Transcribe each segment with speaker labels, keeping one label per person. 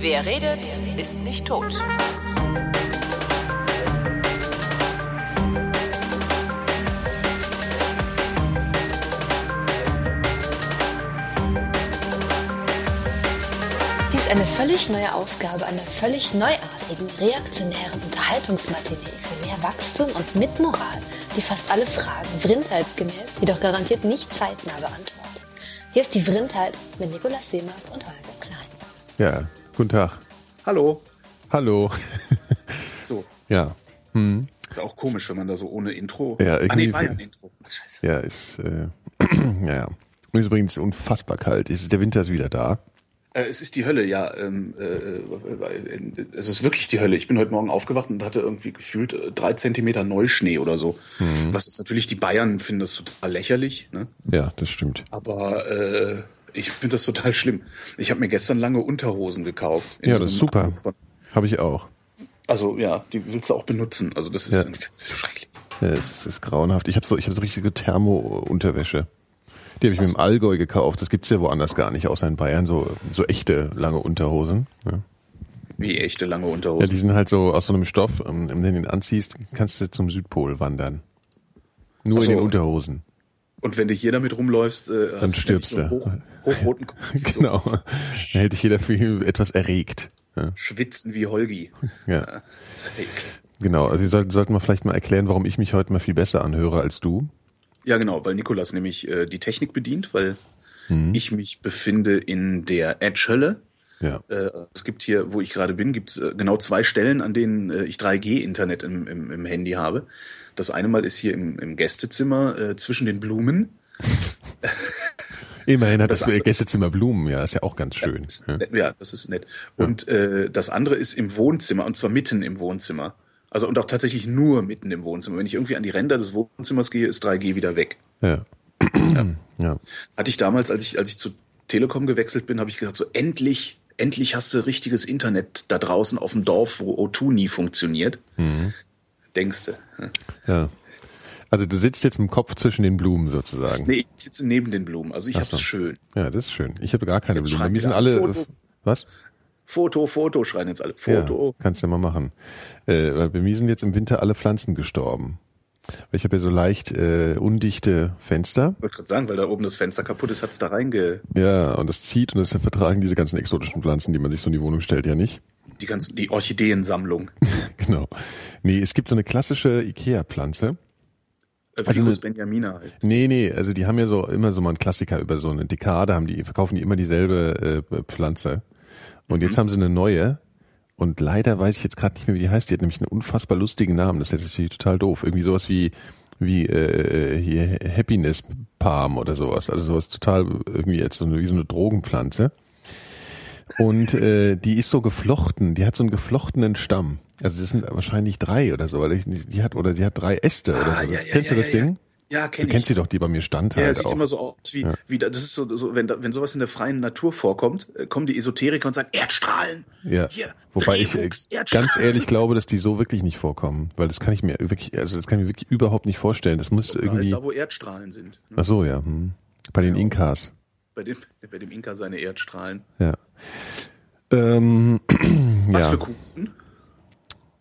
Speaker 1: Wer redet, ist nicht tot.
Speaker 2: Hier ist eine völlig neue Ausgabe einer völlig neuartigen, reaktionären Unterhaltungsmatinee für mehr Wachstum und mit Moral, die fast alle Fragen vrindheitsgemäß, jedoch garantiert nicht zeitnah beantwortet. Hier ist die Vrindheit mit Nikolaus Seemark und Holger Klein.
Speaker 3: Ja, guten Tag.
Speaker 4: Hallo.
Speaker 3: Hallo.
Speaker 4: So,
Speaker 3: Ja. Hm.
Speaker 4: ist auch komisch, wenn man da so ohne Intro.
Speaker 3: Ja,
Speaker 4: ah, nee,
Speaker 3: irgendwie-
Speaker 4: war ja ein Intro. Scheiße.
Speaker 3: Ja, ist, äh, ja. Mir ist übrigens unfassbar kalt. Es Ist, der Winter ist wieder da.
Speaker 4: Äh, es ist die Hölle, ja. Ähm, äh, äh, es ist wirklich die Hölle. Ich bin heute Morgen aufgewacht und hatte irgendwie gefühlt äh, drei Zentimeter Neuschnee oder so.
Speaker 3: Mhm.
Speaker 4: Was jetzt natürlich die Bayern finden das total lächerlich, ne?
Speaker 3: Ja, das stimmt.
Speaker 4: Aber äh, ich finde das total schlimm. Ich habe mir gestern lange Unterhosen gekauft. In
Speaker 3: Ja,
Speaker 4: so
Speaker 3: das ist
Speaker 4: einem
Speaker 3: super.
Speaker 4: Anzug von-
Speaker 3: Habe ich auch.
Speaker 4: Also ja, die willst du auch benutzen. Also das ist
Speaker 3: Ja.
Speaker 4: schrecklich.
Speaker 3: Ja, es ist, es ist grauenhaft. Ich habe so, ich habe so richtige Thermo-Unterwäsche. Die habe ich mir im Allgäu gekauft. Das gibt's ja woanders gar nicht, außer in Bayern. So, so echte lange Unterhosen. Ja.
Speaker 4: Wie echte lange
Speaker 3: ja,
Speaker 4: Unterhosen.
Speaker 3: die sind halt so aus so einem Stoff, ähm, wenn du den anziehst, kannst du zum Südpol wandern. Nur
Speaker 4: Ach
Speaker 3: in
Speaker 4: so.
Speaker 3: den Unterhosen.
Speaker 4: und wenn du hier damit rumläufst, äh, hast du
Speaker 3: stirbst
Speaker 4: nämlich so einen Hoch, hochroten Kopf. So.
Speaker 3: Genau. Da hält dich jeder für etwas erregt. Ja.
Speaker 4: Schwitzen wie Holgi.
Speaker 3: ja.
Speaker 4: Ist ja ekelhaft.
Speaker 3: Genau, also wir sollten, sollten wir vielleicht mal erklären, warum ich mich heute mal viel besser anhöre als du.
Speaker 4: Ja, genau, weil Nikolas nämlich äh, die Technik bedient, weil
Speaker 3: Mhm.
Speaker 4: ich mich befinde in der Edge-Hölle.
Speaker 3: Ja.
Speaker 4: Äh, es gibt hier, wo ich gerade bin, gibt es äh, genau zwei Stellen, an denen äh, ich 3G-Internet im, im, im Handy habe. Das eine Mal ist hier im, im Gästezimmer äh, zwischen den Blumen.
Speaker 3: Immerhin hat das,
Speaker 4: das andere-
Speaker 3: Gästezimmer Blumen, ja, ist ja auch ganz schön.
Speaker 4: Ist
Speaker 3: Ja.
Speaker 4: nett, ja, das ist nett. Und äh, das andere ist im Wohnzimmer, und zwar mitten im Wohnzimmer. Also und auch tatsächlich nur mitten im Wohnzimmer. Wenn ich irgendwie an die Ränder des Wohnzimmers gehe, ist 3G wieder weg.
Speaker 3: Ja. ja.
Speaker 4: Hatte ich damals, als ich, als ich zu Telekom gewechselt bin, habe ich gesagt, so endlich, endlich hast du richtiges Internet da draußen auf dem Dorf, wo O2 nie funktioniert.
Speaker 3: Mhm.
Speaker 4: Denkste.
Speaker 3: Ja. Also du sitzt jetzt mit dem Kopf zwischen den Blumen sozusagen.
Speaker 4: Nee, ich sitze neben den Blumen, also ich
Speaker 3: Ach
Speaker 4: hab's
Speaker 3: so.
Speaker 4: schön.
Speaker 3: Ja, das ist schön. Ich habe gar keine
Speaker 4: Jetzt
Speaker 3: Blumen.
Speaker 4: schreibt
Speaker 3: Wir sind
Speaker 4: ihr
Speaker 3: alle.
Speaker 4: Foto.
Speaker 3: Was?
Speaker 4: Foto, Foto, schreien jetzt alle. Foto.
Speaker 3: Ja, kannst du mal machen. Äh, weil bei mir sind jetzt im Winter alle Pflanzen gestorben. Weil ich habe ja so leicht äh, undichte Fenster.
Speaker 4: Ich wollte gerade sagen, weil da oben das Fenster kaputt ist, hat's da reinge...
Speaker 3: Ja, und das zieht und das vertragen diese ganzen exotischen Pflanzen, die man sich so in die Wohnung stellt, ja nicht.
Speaker 4: Die ganzen, die Orchideensammlung.
Speaker 3: Genau. Nee, es gibt so eine klassische Ikea-Pflanze.
Speaker 4: Äh,
Speaker 3: Also
Speaker 4: Ficus
Speaker 3: eine-
Speaker 4: Benjamina halt.
Speaker 3: Nee, nee, also die haben ja so immer so mal einen Klassiker über so eine Dekade, haben die, verkaufen die immer dieselbe äh, Pflanze. Und
Speaker 4: Mhm.
Speaker 3: jetzt haben sie eine neue. Und leider weiß ich jetzt gerade nicht mehr, wie die heißt. Die hat nämlich einen unfassbar lustigen Namen. Das ist natürlich total doof. Irgendwie sowas wie, wie äh, hier Happiness Palm oder sowas. Also sowas total irgendwie jetzt so eine, wie so eine Drogenpflanze. Und äh, die ist so geflochten, die hat so einen geflochtenen Stamm. Also das sind wahrscheinlich drei oder so, weil ich, die hat oder die hat drei Äste oder so. Kennst du das
Speaker 4: Ah, ja,
Speaker 3: Ding?
Speaker 4: Ja, ja
Speaker 3: Du
Speaker 4: kenne ich.
Speaker 3: kennst sie doch, die bei mir stand
Speaker 4: Ja,
Speaker 3: halt
Speaker 4: es sieht
Speaker 3: auch.
Speaker 4: immer so aus wie, wie da- das ist so, so wenn, da, wenn sowas in der freien Natur vorkommt, äh, kommen die Esoteriker und sagen, Erdstrahlen.
Speaker 3: ja.
Speaker 4: Hier,
Speaker 3: Wobei ich äh,
Speaker 4: Drehwuchs, Erdstrahlen.
Speaker 3: ganz ehrlich glaube, dass die so wirklich nicht vorkommen, weil das kann ich mir wirklich, also das kann ich mir wirklich überhaupt nicht vorstellen. Das muss irgendwie.
Speaker 4: Halt Da, wo Erdstrahlen sind. Ne?
Speaker 3: Ach so, ja. Hm. Bei den Inkas.
Speaker 4: Bei, dem, bei dem Inka seine Erdstrahlen.
Speaker 3: Ja. Ähm,
Speaker 4: Was
Speaker 3: ja.
Speaker 4: für Kuchen?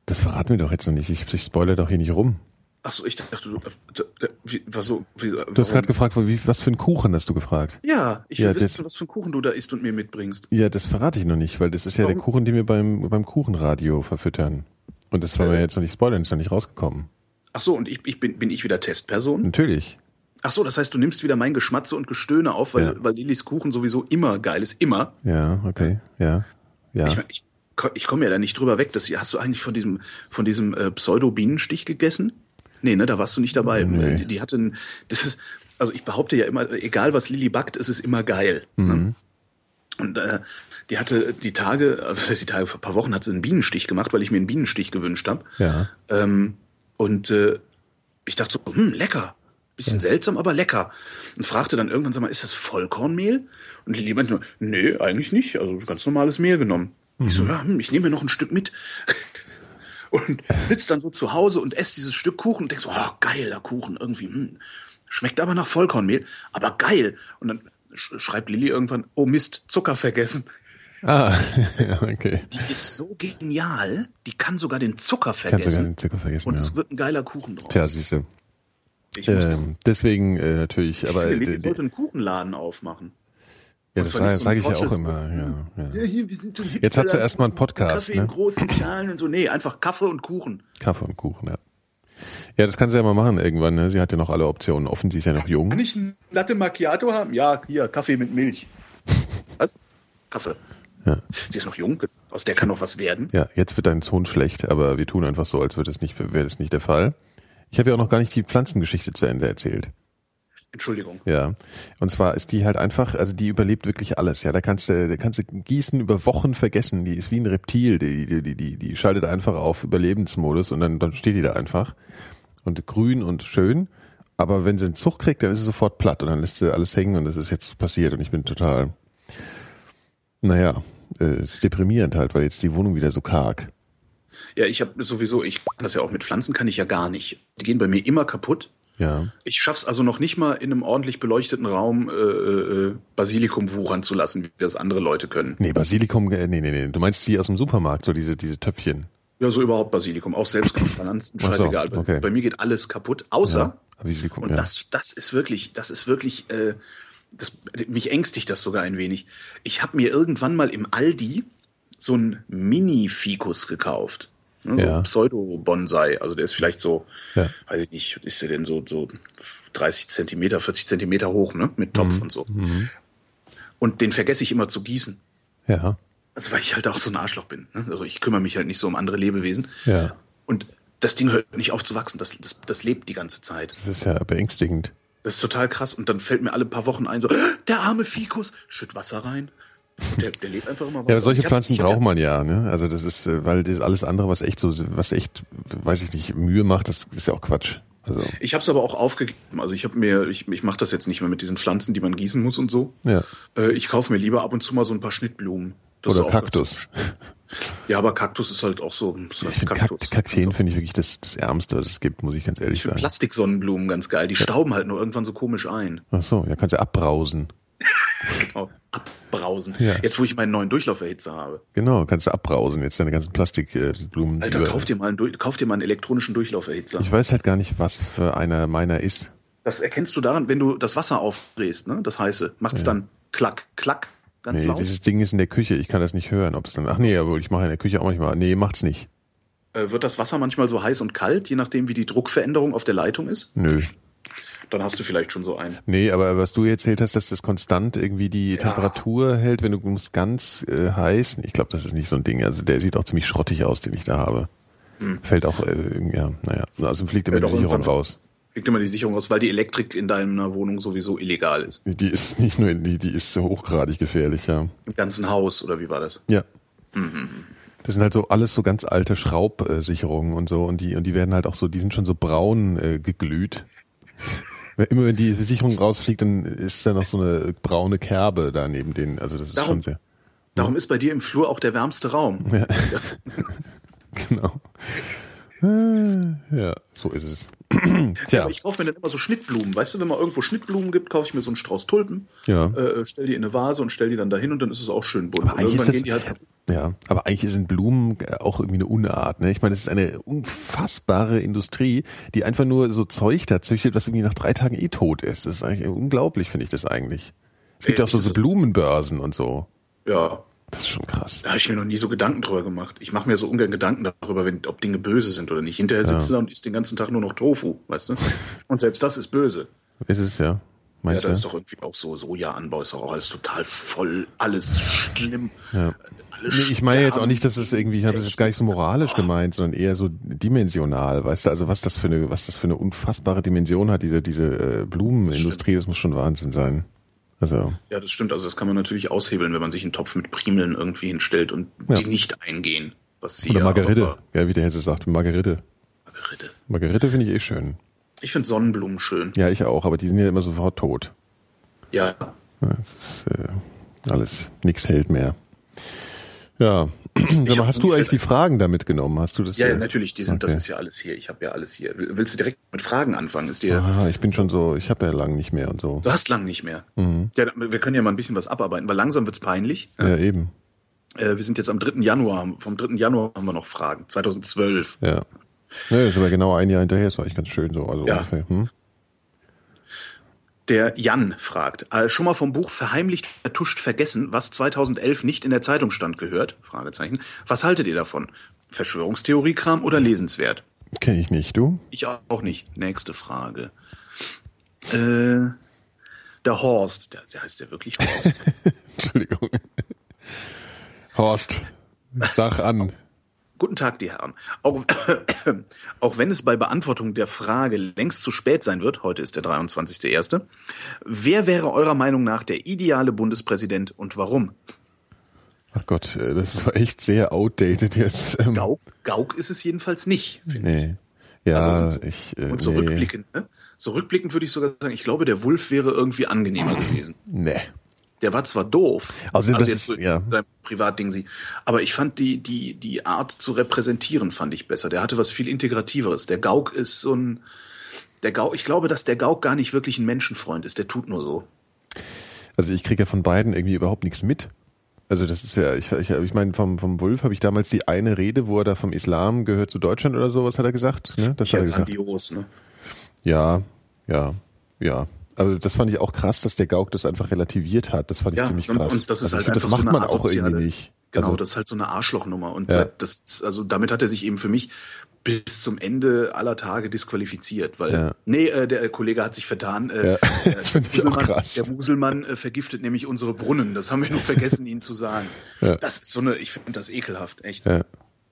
Speaker 3: Das verraten wir doch jetzt noch nicht. Ich, ich spoilere doch hier nicht rum.
Speaker 4: Achso, ich dachte, du. äh, d- d- Wie, was so, wie, äh,
Speaker 3: Du hast gerade gefragt, wie, was für einen Kuchen hast du gefragt?
Speaker 4: Ja, ich
Speaker 3: Ja,
Speaker 4: will
Speaker 3: das-
Speaker 4: wissen, was für einen Kuchen du da isst und mir mitbringst.
Speaker 3: Ja, das verrate ich noch nicht, weil das ist ja der
Speaker 4: Warum?
Speaker 3: Kuchen, den wir beim, beim Kuchenradio verfüttern. Und das
Speaker 4: Äh.
Speaker 3: wollen wir jetzt noch nicht spoilern, ist noch nicht rausgekommen.
Speaker 4: Achso, und ich, ich bin, bin ich wieder
Speaker 3: Hm.
Speaker 4: Testperson?
Speaker 3: Natürlich.
Speaker 4: Achso, das heißt, du nimmst wieder mein Geschmatze und Gestöhne auf, weil,
Speaker 3: Ja.
Speaker 4: weil Lillys Kuchen sowieso immer geil ist. Immer.
Speaker 3: Ja, okay. Ja. Ja.
Speaker 4: Ich, mein, ich, ko- ich komme ja da nicht drüber weg. Dass, hast du eigentlich von diesem, von diesem äh, Pseudo-Bienenstich gegessen? Nee, ne, da warst du nicht dabei.
Speaker 3: Nee.
Speaker 4: Die, die hatten, das ist, also ich behaupte ja immer, äh, egal was Lilly backt, es ist immer geil.
Speaker 3: Mhm.
Speaker 4: Ne? Und äh, die hatte die Tage, also was heißt die Tage, vor ein paar Wochen hat sie einen Bienenstich gemacht, weil ich mir einen Bienenstich gewünscht habe.
Speaker 3: Ja.
Speaker 4: Ähm, und äh, ich dachte so, hm, lecker. Bisschen seltsam, aber lecker. Und fragte dann irgendwann, sag mal, ist das Vollkornmehl? Und Lili meinte nur, nee, eigentlich nicht. Also ganz normales Mehl genommen. Ich
Speaker 3: Mhm.
Speaker 4: so, ja, hm, ich nehme mir noch ein Stück mit. Und sitzt dann so zu Hause und esst dieses Stück Kuchen und denkst, oh, geiler Kuchen irgendwie. Hm. Schmeckt aber nach Vollkornmehl, aber geil. Und dann sch schreibt Lilly irgendwann, oh Mist, Zucker vergessen.
Speaker 3: Ah, ja, okay.
Speaker 4: Die ist so genial, die kann sogar den Zucker
Speaker 3: Kannst du gar
Speaker 4: vergessen.
Speaker 3: den Zucker vergessen.
Speaker 4: und
Speaker 3: Ja.
Speaker 4: es wird ein geiler Kuchen draus.
Speaker 3: Tja, siehst du.
Speaker 4: ich muss
Speaker 3: Ähm, deswegen äh, natürlich, aber äh,
Speaker 4: ich finde, die
Speaker 3: d- d-
Speaker 4: sollte einen Kuchenladen aufmachen.
Speaker 3: ja,
Speaker 4: und
Speaker 3: das
Speaker 4: zwar nicht so
Speaker 3: sage
Speaker 4: ein
Speaker 3: ich ja auch
Speaker 4: Porsches.
Speaker 3: immer. Ja, ja.
Speaker 4: Ja, hier, wir sind so
Speaker 3: Jetzt hat sie erst mal einen Podcast,
Speaker 4: Kaffee in
Speaker 3: ne?
Speaker 4: großen Schalen und so. Nee, einfach Kaffee und Kuchen.
Speaker 3: Kaffee und Kuchen, ja. Ja, das kann sie ja mal machen irgendwann. Ne? Sie hat ja noch alle Optionen offen. Sie ist ja noch
Speaker 4: Kann
Speaker 3: jung.
Speaker 4: ich einen Latte Macchiato haben? Ja, hier, Kaffee mit Milch. Was? Kaffee.
Speaker 3: Ja.
Speaker 4: Sie ist noch jung, aus der kann noch was werden.
Speaker 3: ja, jetzt wird dein Sohn schlecht, aber wir tun einfach so, als würde es nicht, wäre das nicht der Fall. Ich habe ja auch noch gar nicht die Pflanzengeschichte zu Ende erzählt.
Speaker 4: Entschuldigung.
Speaker 3: Ja. Und zwar ist die halt einfach, also die überlebt wirklich alles. Ja, da kannst du, da kannst du Gießen über Wochen vergessen. Die ist wie ein Reptil. Die, die, die, die, die schaltet einfach auf Überlebensmodus und dann, dann steht die da einfach. Und grün und schön. Aber wenn sie einen Zug kriegt, dann ist sie sofort platt und dann lässt sie alles hängen und das ist jetzt passiert und ich bin total, naja, äh, ist deprimierend halt, weil jetzt die Wohnung wieder so karg.
Speaker 4: Ja, ich habe sowieso, ich kann das ja auch mit Pflanzen, kann ich ja gar nicht. Die gehen bei mir immer kaputt.
Speaker 3: Ja.
Speaker 4: Ich schaff's also noch nicht mal in einem ordentlich beleuchteten Raum äh, äh, Basilikum wuchern zu lassen, wie das andere Leute können.
Speaker 3: Nee, Basilikum, äh, nee, nee, nee. Du meinst die aus dem Supermarkt, so diese, diese Töpfchen.
Speaker 4: Ja, so überhaupt Basilikum, auch selbst Pflanzen,
Speaker 3: Ach so,
Speaker 4: scheißegal.
Speaker 3: okay.
Speaker 4: Bei mir geht alles kaputt, außer
Speaker 3: Basilikum,
Speaker 4: Und
Speaker 3: ja.
Speaker 4: das, das ist wirklich, das ist wirklich, äh, das, mich ängstigt das sogar ein wenig. Ich habe mir irgendwann mal im Aldi so einen Mini-Fikus gekauft. Ne,
Speaker 3: Ja.
Speaker 4: So Pseudo-Bonsai. Also der ist vielleicht so,
Speaker 3: Ja.
Speaker 4: weiß ich nicht, ist der denn so, so 30 Zentimeter, 40 Zentimeter hoch, ne? Mit Topf
Speaker 3: Mhm.
Speaker 4: und so. Und den vergesse ich immer zu gießen.
Speaker 3: Ja.
Speaker 4: Also weil ich halt auch so ein Arschloch bin. Ne? Also ich kümmere mich halt nicht so um andere Lebewesen.
Speaker 3: Ja.
Speaker 4: Und das Ding hört nicht auf zu wachsen. Das, das, das lebt die ganze Zeit.
Speaker 3: Das ist ja beängstigend.
Speaker 4: Das ist total krass. Und dann fällt mir alle paar Wochen ein, so, "Ah, der arme Fikus, schütt Wasser rein. Und der, der lebt einfach immer weiter.
Speaker 3: Ja, aber solche
Speaker 4: Ich hab's-
Speaker 3: Pflanzen
Speaker 4: ich hab ja-
Speaker 3: braucht man ja, ne? Also das ist, äh, weil das alles andere, was echt so, was echt, weiß ich nicht, Mühe macht, das ist ja auch Quatsch. Also,
Speaker 4: Ich habe es aber auch aufgegeben. Also ich habe mir, ich, ich mache das jetzt nicht mehr mit diesen Pflanzen, die man gießen muss und so.
Speaker 3: ja.
Speaker 4: Äh, ich kaufe mir lieber ab und zu mal so ein paar Schnittblumen. Das ist
Speaker 3: Oder
Speaker 4: auch-
Speaker 3: Kaktus.
Speaker 4: Ja, aber Kaktus ist halt auch so. Ist halt
Speaker 3: Ich finde Kakt- Kakteen finde ich wirklich das, das Ärmste, was es gibt, muss ich ganz ehrlich
Speaker 4: ich finde
Speaker 3: sagen.
Speaker 4: Plastiksonnenblumen ganz geil. Die stauben halt nur irgendwann so komisch ein.
Speaker 3: Ach so, ja, kannst du abbrausen.
Speaker 4: Genau. Abbrausen.
Speaker 3: Ja.
Speaker 4: Jetzt, wo ich meinen neuen Durchlauferhitzer habe.
Speaker 3: Genau, kannst du abbrausen, jetzt deine ganzen Plastikblumen. Äh, Blumen, die
Speaker 4: Alter,
Speaker 3: über-
Speaker 4: kauf dir, mal einen, Durch- kauf dir mal einen elektronischen Durchlauferhitzer.
Speaker 3: Ich weiß halt gar nicht, was für einer meiner ist.
Speaker 4: Das erkennst du daran, wenn du das Wasser aufdrehst, ne? Das heiße. Macht's dann klack, klack, ganz
Speaker 3: Nee,
Speaker 4: laut.
Speaker 3: dieses Ding ist in der Küche, ich kann das nicht hören, ob es dann, ach nee, aber ich mache in der Küche auch manchmal, nee, macht's nicht.
Speaker 4: Äh, wird das Wasser manchmal so heiß und kalt, je nachdem, wie die Druckveränderung auf der Leitung ist?
Speaker 3: Nö,
Speaker 4: Dann hast du vielleicht schon so einen.
Speaker 3: Nee, aber was du erzählt hast, dass das konstant irgendwie die Temperatur hält, wenn du musst ganz äh, heiß. Ich glaube, das ist nicht so ein Ding. Also der sieht auch ziemlich schrottig aus, den ich da habe. Fällt auch, äh, ja, naja. Also fliegt immer
Speaker 4: Hm. Fällt
Speaker 3: die
Speaker 4: auch
Speaker 3: Sicherung
Speaker 4: irgendwann-
Speaker 3: raus.
Speaker 4: Kriegt immer die Sicherung raus, weil die Elektrik in deiner Wohnung sowieso illegal ist.
Speaker 3: Die ist nicht nur, die, die ist so hochgradig gefährlich, ja.
Speaker 4: Im ganzen Haus, oder wie war das?
Speaker 3: Ja.
Speaker 4: Mhm.
Speaker 3: Das sind halt so alles so ganz alte Schraubsicherungen und so und die und die werden halt auch so, die sind schon so braun äh, geglüht. Weil Immer wenn die Sicherung rausfliegt, dann ist da noch so eine braune Kerbe da neben denen. Also das ist
Speaker 4: Darum-
Speaker 3: schon sehr.
Speaker 4: Darum ist bei dir im Flur auch der wärmste Raum.
Speaker 3: Genau. Äh, Ja, so ist es. Tja,
Speaker 4: Aber Ich kaufe mir dann immer so Schnittblumen. Weißt du, wenn man irgendwo Schnittblumen gibt, kaufe ich mir so einen Strauß Tulpen,
Speaker 3: Ja.
Speaker 4: äh, stell die in eine Vase und stell die dann dahin und dann ist es auch schön bunt.
Speaker 3: aber
Speaker 4: Und
Speaker 3: eigentlich, ist
Speaker 4: irgendwann
Speaker 3: das,
Speaker 4: gehen die halt kaputt.
Speaker 3: ja, aber eigentlich sind Blumen äh, auch irgendwie eine Unart. Ne? Ich meine, es ist eine unfassbare Industrie, die einfach nur so Zeug da züchtet, was irgendwie nach drei Tagen eh tot ist. Das ist eigentlich unglaublich, finde ich das eigentlich. Es gibt
Speaker 4: Ey,
Speaker 3: ja auch so,
Speaker 4: das
Speaker 3: so
Speaker 4: ist-
Speaker 3: Blumenbörsen und so.
Speaker 4: ja,
Speaker 3: Das ist schon krass.
Speaker 4: Da habe ich mir noch nie so Gedanken drüber gemacht. Ich mache mir so ungern Gedanken darüber, wenn, ob Dinge böse sind oder nicht. Hinterher sitzt du da und isst den ganzen Tag nur noch Tofu, weißt du? Und selbst das ist böse.
Speaker 3: Ist es, ja.
Speaker 4: Ja,
Speaker 3: Meinst
Speaker 4: da ist
Speaker 3: du?
Speaker 4: doch irgendwie auch so Sojaanbau, ist doch auch alles total voll, alles schlimm. Alle
Speaker 3: Nee, ich meine jetzt auch
Speaker 4: sterben.
Speaker 3: nicht, dass es irgendwie, ich habe das jetzt gar nicht so moralisch gemeint, sondern eher so dimensional, weißt du, also was das für eine, was das für eine unfassbare Dimension hat, diese, diese äh, Blumenindustrie, das muss schon Wahnsinn sein. Also,
Speaker 4: Ja, das stimmt. Also das kann man natürlich aushebeln, wenn man sich einen Topf mit Primeln irgendwie hinstellt und
Speaker 3: Ja.
Speaker 4: die nicht eingehen. Was sie
Speaker 3: oder
Speaker 4: ja
Speaker 3: Margarite,
Speaker 4: aber-
Speaker 3: ja, wie der Hesse sagt, Margarite.
Speaker 4: Margarite.
Speaker 3: Margarite finde ich eh schön.
Speaker 4: Ich finde Sonnenblumen schön.
Speaker 3: Ja, ich auch, aber die sind ja immer sofort tot.
Speaker 4: Ja.
Speaker 3: Ja, Es ist äh, alles, nichts hält mehr. Ja, Sag mal,
Speaker 4: hab
Speaker 3: hast du eigentlich
Speaker 4: ungefähr-
Speaker 3: die Fragen damit genommen? Hast du das?
Speaker 4: Ja,
Speaker 3: äh,
Speaker 4: ja, natürlich, die sind, das
Speaker 3: okay.
Speaker 4: ist ja alles hier. Ich habe ja alles hier. Will- Willst du direkt mit Fragen anfangen? Ist dir,
Speaker 3: Ah, ich bin schon so, ich habe ja lang nicht mehr und so. Mhm.
Speaker 4: Du hast lang nicht mehr. Ja, wir können ja mal ein bisschen was abarbeiten, weil langsam wird's peinlich.
Speaker 3: Ja, eben.
Speaker 4: Äh, wir sind jetzt am 3. Januar, vom 3. Januar haben wir noch Fragen, 2012.
Speaker 3: Ja. Ne, ist aber genau ein Jahr hinterher, ist eigentlich ganz schön so. Also
Speaker 4: Ja.
Speaker 3: ungefähr. Hm?
Speaker 4: Der Jan fragt, äh, schon mal vom Buch Verheimlicht, vertuscht, vergessen, was 2011 nicht in der Zeitung stand, gehört? Fragezeichen. Was haltet ihr davon? Verschwörungstheoriekram oder lesenswert?
Speaker 3: Kenne ich nicht, du?
Speaker 4: Ich auch nicht. Nächste Frage. Äh, der Horst, der, der heißt ja wirklich Horst.
Speaker 3: Entschuldigung. Horst, sag an.
Speaker 4: Guten Tag, die Herren. Auch, auch wenn es bei Beantwortung der Frage längst zu spät sein wird, heute ist der 23.01., wer wäre eurer Meinung nach der ideale Bundespräsident und warum?
Speaker 3: Ach Gott, äh, das war echt sehr outdated jetzt. Ähm,
Speaker 4: Gauck, Gauck ist es jedenfalls nicht. finde
Speaker 3: Nee. Ja,
Speaker 4: Also
Speaker 3: ich. Äh,
Speaker 4: Und so
Speaker 3: nee.
Speaker 4: rückblickend, ne? so rückblickend würde ich sogar sagen, ich glaube, der Wulf wäre irgendwie angenehmer gewesen.
Speaker 3: Nee.
Speaker 4: Der war zwar doof,
Speaker 3: Also das-
Speaker 4: jetzt so
Speaker 3: ja.
Speaker 4: sein Privatding sie, aber ich fand die, die, die Art zu repräsentieren, fand ich besser. Der hatte was viel Integrativeres. Der Gauk ist so ein. Der Gauk, ich glaube, dass der Gauk gar nicht wirklich ein Menschenfreund ist, der tut nur so.
Speaker 3: Also ich kriege ja von beiden irgendwie überhaupt nichts mit. Also das ist ja, ich, ich, ich meine, vom, vom Wolf habe ich damals die eine Rede, wo er da vom Islam gehört zu Deutschland oder sowas, hat er gesagt. Ne? Das
Speaker 4: ja,
Speaker 3: hat er gesagt.
Speaker 4: grandios, ne?
Speaker 3: Ja, ja, ja. Aber das fand ich auch krass, dass der Gauk das einfach relativiert hat. Das fand ich
Speaker 4: Ja,
Speaker 3: ziemlich
Speaker 4: und-
Speaker 3: krass.
Speaker 4: und das ist
Speaker 3: also ich
Speaker 4: halt
Speaker 3: finde, das
Speaker 4: einfach
Speaker 3: macht
Speaker 4: so
Speaker 3: man
Speaker 4: eine
Speaker 3: auch irgendwie
Speaker 4: asoziale-
Speaker 3: nicht.
Speaker 4: Genau,
Speaker 3: also,
Speaker 4: das ist halt so eine Arschlochnummer. Und
Speaker 3: Ja.
Speaker 4: seit- das, also damit hat er sich eben für mich bis zum Ende aller Tage disqualifiziert, weil
Speaker 3: Ja.
Speaker 4: nee, äh, der Kollege hat sich vertan. Äh,
Speaker 3: Ja, das
Speaker 4: äh,
Speaker 3: finde ich auch
Speaker 4: Muselmann-
Speaker 3: krass.
Speaker 4: Der Muselmann äh, vergiftet nämlich unsere Brunnen. Das haben wir nur vergessen, ihnen zu sagen. Das ist so eine, ich finde das ekelhaft, echt.
Speaker 3: ja.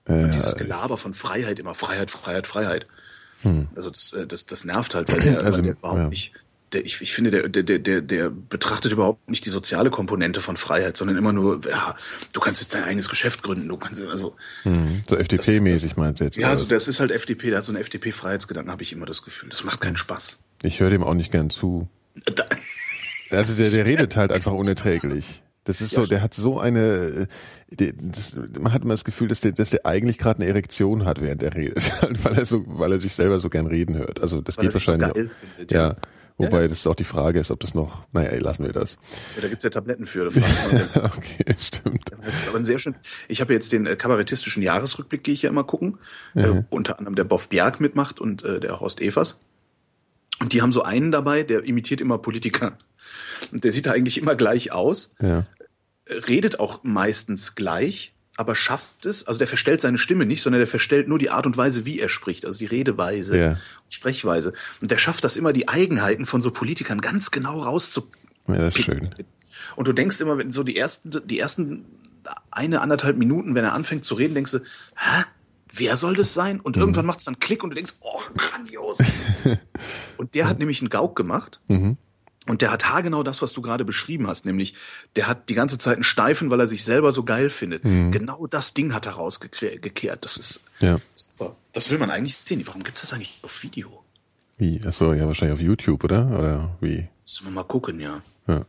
Speaker 3: äh,
Speaker 4: Und dieses Gelaber von Freiheit immer, Freiheit, Freiheit, Freiheit. Also das, äh, das, das nervt halt, weil der,
Speaker 3: Hm. Also,
Speaker 4: weil der überhaupt
Speaker 3: ja.
Speaker 4: nicht, der, ich, ich finde, der, der- der, der, der betrachtet überhaupt nicht die soziale Komponente von Freiheit, sondern immer nur, ja, du kannst jetzt dein eigenes Geschäft gründen, du kannst, also,
Speaker 3: mm, so FDP-mäßig meinst du jetzt.
Speaker 4: ja,
Speaker 3: oder
Speaker 4: also
Speaker 3: was?
Speaker 4: das ist halt FDP, der hat so einen FDP-Freiheitsgedanken, habe ich immer das Gefühl. Das macht keinen Spaß.
Speaker 3: ich höre dem auch nicht gern zu.
Speaker 4: Da,
Speaker 3: Also der, der redet halt einfach unerträglich. Das ist so, der hat so eine, äh, der, das, man hat immer das Gefühl, dass der, dass der eigentlich gerade eine Erektion hat, während er redet, Halt, weil er so, weil er sich selber so gern reden hört. Also das
Speaker 4: Weil
Speaker 3: geht
Speaker 4: er sich so
Speaker 3: wahrscheinlich.
Speaker 4: geil
Speaker 3: auch,
Speaker 4: findet, ja.
Speaker 3: ja, wobei das auch die Frage ist, ob das noch. Naja, ey, lassen wir das.
Speaker 4: da gibt's ja Tabletten für. Da fragt man,
Speaker 3: okay, stimmt.
Speaker 4: Das ist aber ein sehr schön. Ich habe jetzt den äh, kabarettistischen Jahresrückblick, gehe ich ja immer gucken. Äh, unter anderem der Boff Bjerg mitmacht und äh, der Horst Evers. Und die haben so einen dabei, der imitiert immer Politiker. Und der sieht da eigentlich immer gleich aus,
Speaker 3: Ja.
Speaker 4: äh, redet auch meistens gleich, aber schafft es. Also der verstellt seine Stimme nicht, sondern der verstellt nur die Art und Weise, wie er spricht, also die Redeweise,
Speaker 3: Ja.
Speaker 4: Sprechweise. Und der schafft das immer, die Eigenheiten von so Politikern ganz genau rauszu
Speaker 3: Ja, das ist schön.
Speaker 4: und du denkst immer, wenn so die ersten, die ersten eine, anderthalb Minuten, wenn er anfängt zu reden, denkst du, hä? Wer soll das sein?
Speaker 3: Mhm.
Speaker 4: Und irgendwann macht es dann Klick und du denkst, oh, grandios. und der hat nämlich einen Gauk gemacht.
Speaker 3: Mhm.
Speaker 4: Und der hat haargenau das, was du gerade beschrieben hast, nämlich der hat die ganze Zeit einen Steifen, weil er sich selber so geil findet. Genau das Ding hat er rausgekehrt. Das ist
Speaker 3: Mhm. Ja.
Speaker 4: super. Das will man eigentlich sehen. Warum gibt es das eigentlich auf Video?
Speaker 3: Wie? Achso, ja, wahrscheinlich auf YouTube, oder? Oder wie?
Speaker 4: Müssen wir mal gucken, ja.
Speaker 3: Ja.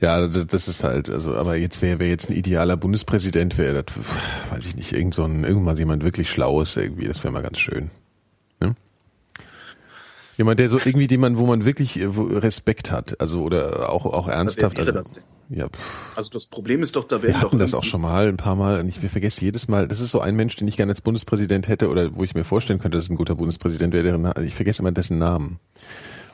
Speaker 3: Ja, das das ist halt, also, aber jetzt wäre wär jetzt ein idealer Bundespräsident, wäre das, pf, weiß ich nicht, irgend so ein, irgendwann jemand wirklich Schlaues irgendwie, das wäre mal ganz schön. Ne? Jemand, der so irgendwie, den man, wo man wirklich äh, wo Respekt hat, also, oder auch, auch ernsthaft.
Speaker 4: wäre
Speaker 3: also,
Speaker 4: das denn?
Speaker 3: Ja, pff,
Speaker 4: Also das Problem ist doch, da werden
Speaker 3: wir
Speaker 4: doch
Speaker 3: hatten das auch
Speaker 4: irgendwie-
Speaker 3: schon mal, ein paar Mal, und ich vergesse jedes Mal, das ist so ein Mensch, den ich gerne als Bundespräsident hätte, oder wo ich mir vorstellen könnte, dass ein guter Bundespräsident wäre, deren, Na- ich vergesse immer dessen Namen.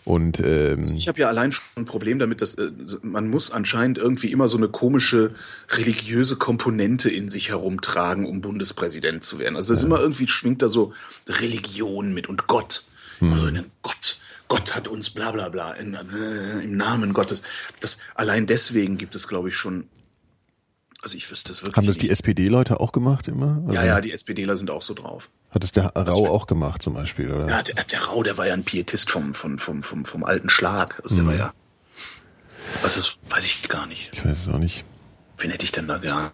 Speaker 3: Und, ähm,
Speaker 4: Ich habe ja allein schon ein Problem damit, dass äh, man muss anscheinend irgendwie immer so eine komische religiöse Komponente in sich herumtragen, um Bundespräsident zu werden. Also es ist immer irgendwie schwingt da so Religion mit und Gott.
Speaker 3: Hm.
Speaker 4: Äh, Gott, Gott hat uns bla bla bla in, äh, im Namen Gottes. Das allein deswegen gibt es, glaube ich, schon. Also ich wüsste es wirklich.
Speaker 3: haben das die
Speaker 4: nicht.
Speaker 3: SPD-Leute auch gemacht immer?
Speaker 4: Ja,
Speaker 3: Also-
Speaker 4: ja, die SPDler sind auch so drauf.
Speaker 3: Hat es der Rau auch gemacht zum Beispiel, oder?
Speaker 4: Ja, der, der Rau, der war ja ein Pietist vom, vom, vom, vom, vom alten Schlag. Also der war ja. Was ist, weiß ich gar nicht.
Speaker 3: Ich weiß es auch nicht.
Speaker 4: Wen hätte ich denn da gerne?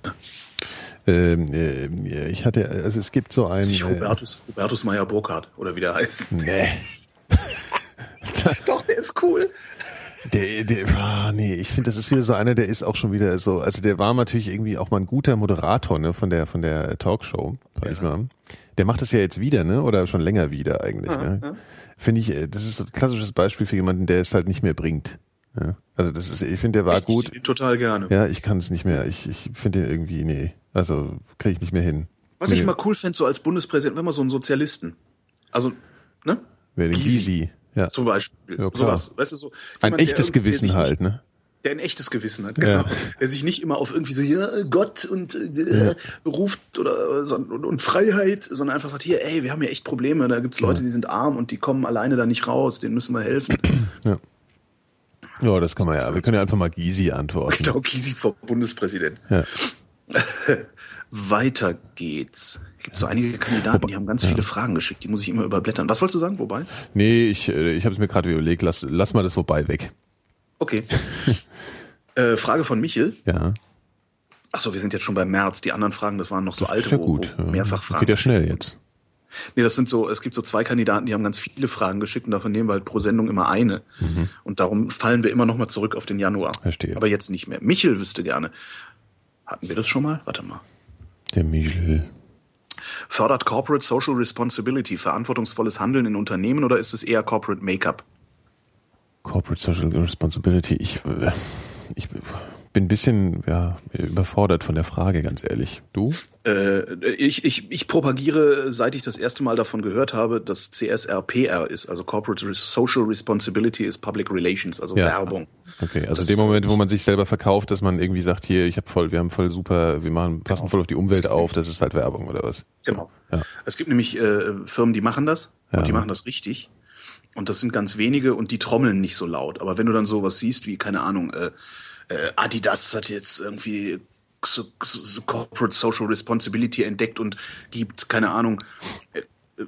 Speaker 3: Ähm, äh, ich hatte, also es gibt so einen.
Speaker 4: Sich
Speaker 3: Äh,
Speaker 4: Hubertus, Hubertus Meyer Burkhardt oder wie der heißt.
Speaker 3: nee.
Speaker 4: Doch, der ist cool.
Speaker 3: Der, der, ah, nee, ich finde, das ist wieder so einer, der ist auch schon wieder so, also der war natürlich irgendwie auch mal ein guter Moderator, ne, von der, von der Talkshow, sag ich mal. Der macht das ja jetzt wieder, ne, oder schon länger wieder eigentlich, ne. Finde ich, äh, das ist so ein klassisches Beispiel für jemanden, der es halt nicht mehr bringt. Ja. Also das ist, ich finde, der war
Speaker 4: ich,
Speaker 3: gut.
Speaker 4: Ich seh den total gerne.
Speaker 3: Ja, ich kann es nicht mehr. Ich, ich finde den irgendwie, nee. Also kriege ich nicht mehr hin.
Speaker 4: Was ich
Speaker 3: Nee.
Speaker 4: mal cool fände, so als Bundespräsident, wenn man so einen Sozialisten. Also, ne?
Speaker 3: Wer den Gysi. Ja.
Speaker 4: Zum Beispiel.
Speaker 3: Ja, klar.
Speaker 4: Sowas. Weißt du, so,
Speaker 3: Ein
Speaker 4: jemand, der
Speaker 3: echtes
Speaker 4: irgendwie- der sich
Speaker 3: Gewissen halt, ne?
Speaker 4: der ein echtes Gewissen hat,
Speaker 3: Ja.
Speaker 4: genau. Der sich nicht immer auf irgendwie so, ja, Gott und äh, ruft oder so- und, und Freiheit, sondern einfach sagt, hier, ey, wir haben hier echt Probleme, da gibt's Leute, die sind arm und die kommen alleine da nicht raus, denen müssen wir helfen.
Speaker 3: Genau. Ja, das kann man ja. Wir können ja einfach mal Gysi antworten.
Speaker 4: genau, Gysi vor Bundespräsident.
Speaker 3: Ja.
Speaker 4: Weiter geht's. Es gibt so einige Kandidaten, die haben ganz viele Fragen geschickt, die muss ich immer überblättern. Was wolltest du sagen, wobei?
Speaker 3: Nee, ich, äh, ich habe es mir gerade überlegt. Lass, lass mal das vorbei weg.
Speaker 4: Okay. äh, Frage von Michel.
Speaker 3: Ja.
Speaker 4: Achso, wir sind jetzt schon bei März. Die anderen Fragen, das waren noch so alte,
Speaker 3: ist ja
Speaker 4: wo-
Speaker 3: gut.
Speaker 4: wo
Speaker 3: Ja.
Speaker 4: mehrfach Fragen.
Speaker 3: Geht ja schnell jetzt.
Speaker 4: Nee, das sind so, es gibt so zwei Kandidaten, die haben ganz viele Fragen geschickt und davon nehmen wir halt pro Sendung immer eine. Und darum fallen wir immer nochmal zurück auf den Januar.
Speaker 3: Mhm. Verstehe.
Speaker 4: Aber jetzt nicht mehr. Michel wüsste gerne. Hatten wir das schon mal? Warte mal.
Speaker 3: Der Michel.
Speaker 4: Fördert Corporate Social Responsibility verantwortungsvolles Handeln in Unternehmen oder ist es eher Corporate Make-up?
Speaker 3: Corporate Social Responsibility. Ich, äh, ich bin ein bisschen ja, überfordert von der Frage, ganz ehrlich. Du?
Speaker 4: Äh, ich, ich, ich propagiere, seit ich das erste Mal davon gehört habe, dass CSR PR ist, also Corporate Res- Social Responsibility ist Public Relations, also
Speaker 3: Ja.
Speaker 4: Werbung.
Speaker 3: Okay, also
Speaker 4: Das-
Speaker 3: in dem Moment, wo man sich selber verkauft, dass man irgendwie sagt, hier, ich habe voll, wir haben voll super, wir machen passen voll auf die Umwelt auf, das ist halt Werbung oder was?
Speaker 4: Genau.
Speaker 3: Ja.
Speaker 4: Es gibt nämlich äh, Firmen, die machen das und die machen das richtig. Und das sind ganz wenige und die trommeln nicht so laut. Aber wenn du dann sowas siehst wie, keine Ahnung, äh, äh, Adidas hat jetzt irgendwie so, so, so Corporate Social Responsibility entdeckt und gibt, keine Ahnung, äh, äh,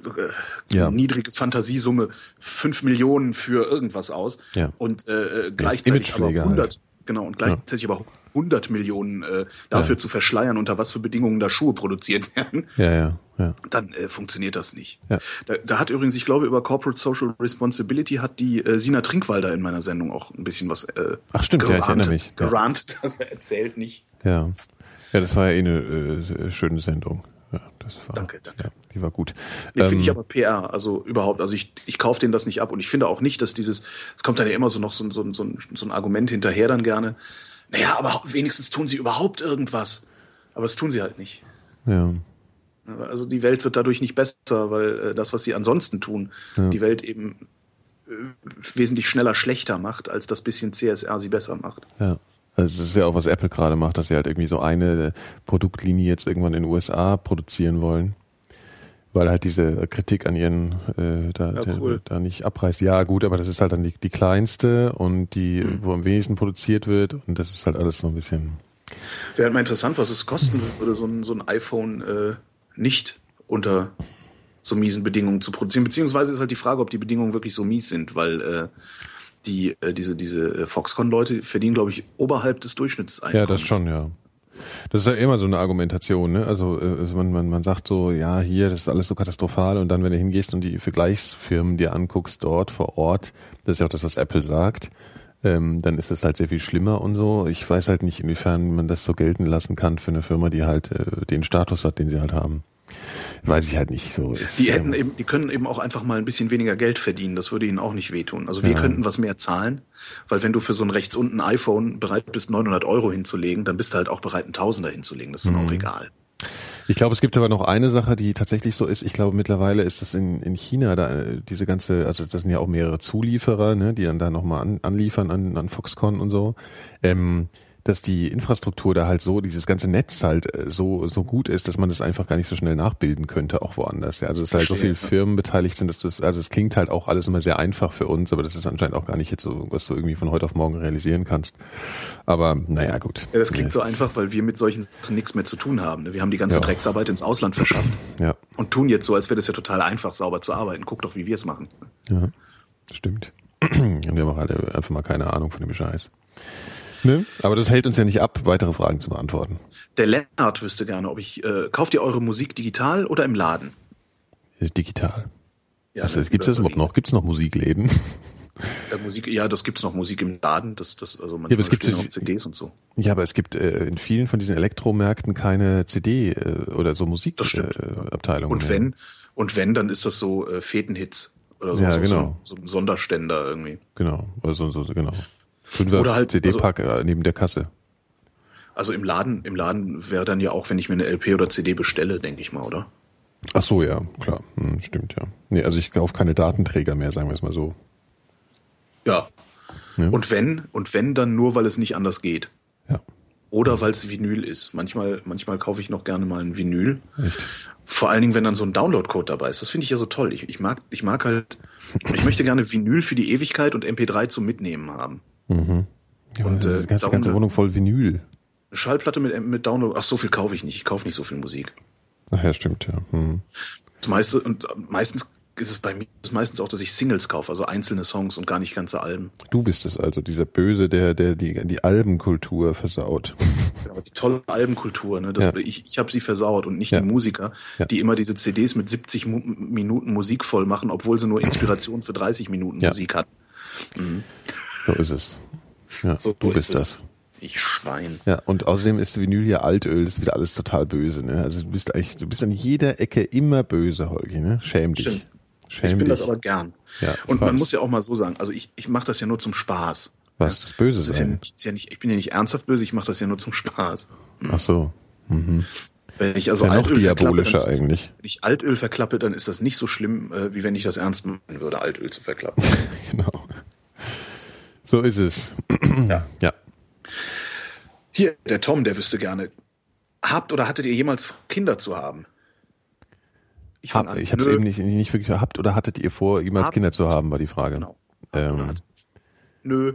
Speaker 3: Ja.
Speaker 4: niedrige Fantasiesumme 5 Millionen für irgendwas aus
Speaker 3: Ja.
Speaker 4: und äh, äh, gleichzeitig aber
Speaker 3: Imagepflege
Speaker 4: 100,
Speaker 3: halt.
Speaker 4: genau, und gleichzeitig aber 100 Millionen äh, dafür zu verschleiern, unter was für Bedingungen da Schuhe produziert werden
Speaker 3: Ja, ja, ja.
Speaker 4: dann äh, funktioniert das nicht.
Speaker 3: Ja.
Speaker 4: Da, da hat übrigens, ich glaube, über Corporate Social Responsibility hat die äh, Sina Trinkwalder in meiner Sendung auch ein bisschen was äh,
Speaker 3: Ach, stimmt, ja, ich erinnere mich. Ja.
Speaker 4: Gerantet, also erzählt nicht.
Speaker 3: Ja, ja das war ja eh eine äh, schöne Sendung. Ja, das war,
Speaker 4: Danke, danke.
Speaker 3: Ja, die war gut.
Speaker 4: Nee,
Speaker 3: Ähm,
Speaker 4: finde ich aber PR, also überhaupt. Also ich, ich kaufe denen das nicht ab und ich finde auch nicht, dass dieses, es kommt dann ja immer so noch so, ein- so, ein- so, ein, so ein Argument hinterher dann gerne. Naja, aber wenigstens tun sie überhaupt irgendwas. Aber das tun sie halt nicht.
Speaker 3: ja,
Speaker 4: Also die Welt wird dadurch nicht besser, weil äh, das, was sie ansonsten tun, die Welt eben äh, wesentlich schneller schlechter macht, als das bisschen CSR sie besser macht.
Speaker 3: ja. Also es ist ja auch, was Apple gerade macht, dass sie halt irgendwie so eine äh, Produktlinie jetzt irgendwann in den USA produzieren wollen. Weil halt diese Kritik an ihren äh, da,
Speaker 4: Ja,
Speaker 3: der-
Speaker 4: cool.
Speaker 3: da nicht abreißt. Ja, gut, aber das ist halt dann die, die kleinste und die,
Speaker 4: Mhm.
Speaker 3: wo am wenigsten produziert wird. Und das ist halt alles so ein bisschen.
Speaker 4: Wäre halt mal interessant, was es kosten würde, so ein, so ein iPhone äh, nicht unter so miesen Bedingungen zu produzieren. Beziehungsweise ist halt die Frage, ob die Bedingungen wirklich so mies sind, weil äh, die, äh, diese, diese äh, Foxconn-Leute verdienen, glaube ich, oberhalb des
Speaker 3: Ja,
Speaker 4: Durchschnittseinkommens.
Speaker 3: das schon, ja. Das ist ja immer so eine Argumentation, ne? Also äh, man, man, man sagt so, ja, hier, das ist alles so katastrophal und dann, wenn du hingehst und die Vergleichsfirmen dir anguckst dort vor Ort, das ist ja auch das, was Apple sagt, ähm, dann ist das halt sehr viel schlimmer und so. Ich weiß halt nicht, inwiefern man das so gelten lassen kann für eine Firma, die halt äh, den Status hat, den sie halt haben. Weiß ich halt nicht so. Ist,
Speaker 4: Die,
Speaker 3: ähm,
Speaker 4: hätten eben, die können eben auch einfach mal ein bisschen weniger Geld verdienen. Das würde ihnen auch nicht wehtun. Also wir könnten was mehr zahlen, weil wenn du für so ein rechts unten iPhone bereit bist, 900 Euro hinzulegen, dann bist du halt auch bereit, einen Tausender hinzulegen. Das ist
Speaker 3: Mhm.
Speaker 4: dann auch egal.
Speaker 3: Ich glaube, es gibt aber noch eine Sache, die tatsächlich so ist. Ich glaube, mittlerweile ist das in, in China, da äh, diese ganze, also das sind ja auch mehrere Zulieferer, ne, die dann da nochmal an, anliefern an, an Foxconn und so, ähm, dass die Infrastruktur da halt so, dieses ganze Netz halt äh, so, so gut ist, dass man das einfach gar nicht so schnell nachbilden könnte, auch woanders. Ja. Also es ist halt so
Speaker 4: Verstehe,
Speaker 3: viele Firmen beteiligt sind, dass das, also es klingt halt auch alles immer sehr einfach für uns, aber das ist anscheinend auch gar nicht jetzt so, was du irgendwie von heute auf morgen realisieren kannst. Aber naja, gut.
Speaker 4: Ja, das klingt
Speaker 3: Nee.
Speaker 4: so einfach, weil wir mit solchen Sachen nichts mehr zu tun haben. ne? Wir haben die ganze
Speaker 3: Ja.
Speaker 4: Drecksarbeit ins Ausland verschafft
Speaker 3: Ja,
Speaker 4: und tun jetzt so, als wäre das ja total einfach, sauber zu arbeiten. Guck doch, wie wir es machen.
Speaker 3: Stimmt. Und wir haben auch alle einfach mal keine Ahnung von dem Scheiß. Ne? Aber das hält uns ja nicht ab, weitere Fragen zu beantworten.
Speaker 4: Der Lennart wüsste gerne, ob ich, äh, kauft ihr eure Musik digital oder im Laden?
Speaker 3: Äh, Digital.
Speaker 4: Ja,
Speaker 3: Also, gibt es das überhaupt noch? Gibt es noch Musikläden?
Speaker 4: Äh, Musik, ja, das gibt's noch Musik im Laden. Das, das, also manchmal
Speaker 3: aber es gibt
Speaker 4: stehen
Speaker 3: so
Speaker 4: noch
Speaker 3: diese-
Speaker 4: CDs und so.
Speaker 3: Ja, aber es gibt äh, in vielen von diesen Elektromärkten keine CD äh, oder so äh,
Speaker 4: Das stimmt.
Speaker 3: Musikabteilung.
Speaker 4: Und wenn, und wenn, dann ist das so äh, Fetenhits oder so,
Speaker 3: Ja,
Speaker 4: so,
Speaker 3: genau.
Speaker 4: so, so ein Sonderständer irgendwie.
Speaker 3: Genau. Oder so, so, so genau. Fünfer
Speaker 4: Oder halt,
Speaker 3: CD-Pack äh, neben der Kasse.
Speaker 4: Also im Laden, im Laden wäre dann ja auch, wenn ich mir eine LP oder CD bestelle, denke ich mal, oder?
Speaker 3: Ach so, ja, klar. Hm, stimmt, ja. Nee, also ich kaufe keine Datenträger mehr, sagen wir es mal so.
Speaker 4: Ja. Und wenn, und wenn dann nur, weil es nicht anders geht.
Speaker 3: Ja.
Speaker 4: Oder weil es Vinyl ist. Manchmal, manchmal kaufe ich noch gerne mal ein Vinyl.
Speaker 3: Echt?
Speaker 4: Vor allen Dingen, wenn dann so ein Download-Code dabei ist. Das finde ich ja so toll. Ich, ich, mag, ich mag halt, ich möchte gerne Vinyl für die Ewigkeit und MP3 zum Mitnehmen haben.
Speaker 3: Ja, das
Speaker 4: Und, äh,
Speaker 3: ist die ganze,
Speaker 4: darum-
Speaker 3: ganze Wohnung voll Vinyl.
Speaker 4: Eine Schallplatte mit, mit Download, ach, so viel kaufe ich nicht. Ich kaufe nicht so viel Musik.
Speaker 3: Ach ja, stimmt, ja. Hm.
Speaker 4: Das meiste, und meistens ist es bei mir ist meistens auch, dass ich Singles kaufe, also einzelne Songs und gar nicht ganze Alben.
Speaker 3: Du bist es also, dieser Böse, der, der die, die Albenkultur versaut.
Speaker 4: Aber die tolle Albenkultur, ne? das,
Speaker 3: Ja.
Speaker 4: ich, ich habe sie versaut und nicht
Speaker 3: Ja.
Speaker 4: die Musiker,
Speaker 3: Ja.
Speaker 4: die immer diese CDs mit 70 Mu Minuten Musik voll machen, obwohl sie nur Inspiration für 30 Minuten
Speaker 3: Ja.
Speaker 4: Musik hatten.
Speaker 3: So ist es. Ja, du bist
Speaker 4: es.
Speaker 3: das.
Speaker 4: Ich Schwein.
Speaker 3: Ja, und außerdem ist Vinyl ja Altöl, das ist wieder alles total böse, ne? Also du bist eigentlich, du bist an jeder Ecke immer böse, Holgi, ne? Schäm dich.
Speaker 4: Stimmt.
Speaker 3: Schäm
Speaker 4: ich bin
Speaker 3: dich.
Speaker 4: das aber gern.
Speaker 3: Ja, ich
Speaker 4: und man
Speaker 3: weiß.
Speaker 4: muss ja auch mal so sagen, also ich, ich mache das ja nur zum Spaß.
Speaker 3: Was, das Böse
Speaker 4: Das ist ja,
Speaker 3: sein?
Speaker 4: nicht- ist ja nicht, ich bin ja nicht ernsthaft böse, ich mache das ja nur zum Spaß.
Speaker 3: Ach so.
Speaker 4: Wenn ich also
Speaker 3: Ist ja noch
Speaker 4: Altöl verklappe,
Speaker 3: diabolischer
Speaker 4: dann ist das-
Speaker 3: eigentlich.
Speaker 4: Wenn ich Altöl verklappe, dann ist das nicht so schlimm, äh, wie wenn ich das ernst meinen würde, Altöl zu verklappen.
Speaker 3: Genau. So ist es.
Speaker 4: Ja.
Speaker 3: Ja.
Speaker 4: Hier, der Tom, der wüsste gerne, habt oder hattet ihr jemals vor, Kinder zu haben? Ich fang
Speaker 3: Hab,
Speaker 4: an.
Speaker 3: ich habe es
Speaker 4: Nö.
Speaker 3: eben nicht, nicht wirklich gehabt oder hattet ihr vor, jemals
Speaker 4: Hab-
Speaker 3: Kinder zu haben, war die Frage.
Speaker 4: Genau.
Speaker 3: Ähm,
Speaker 4: Nö.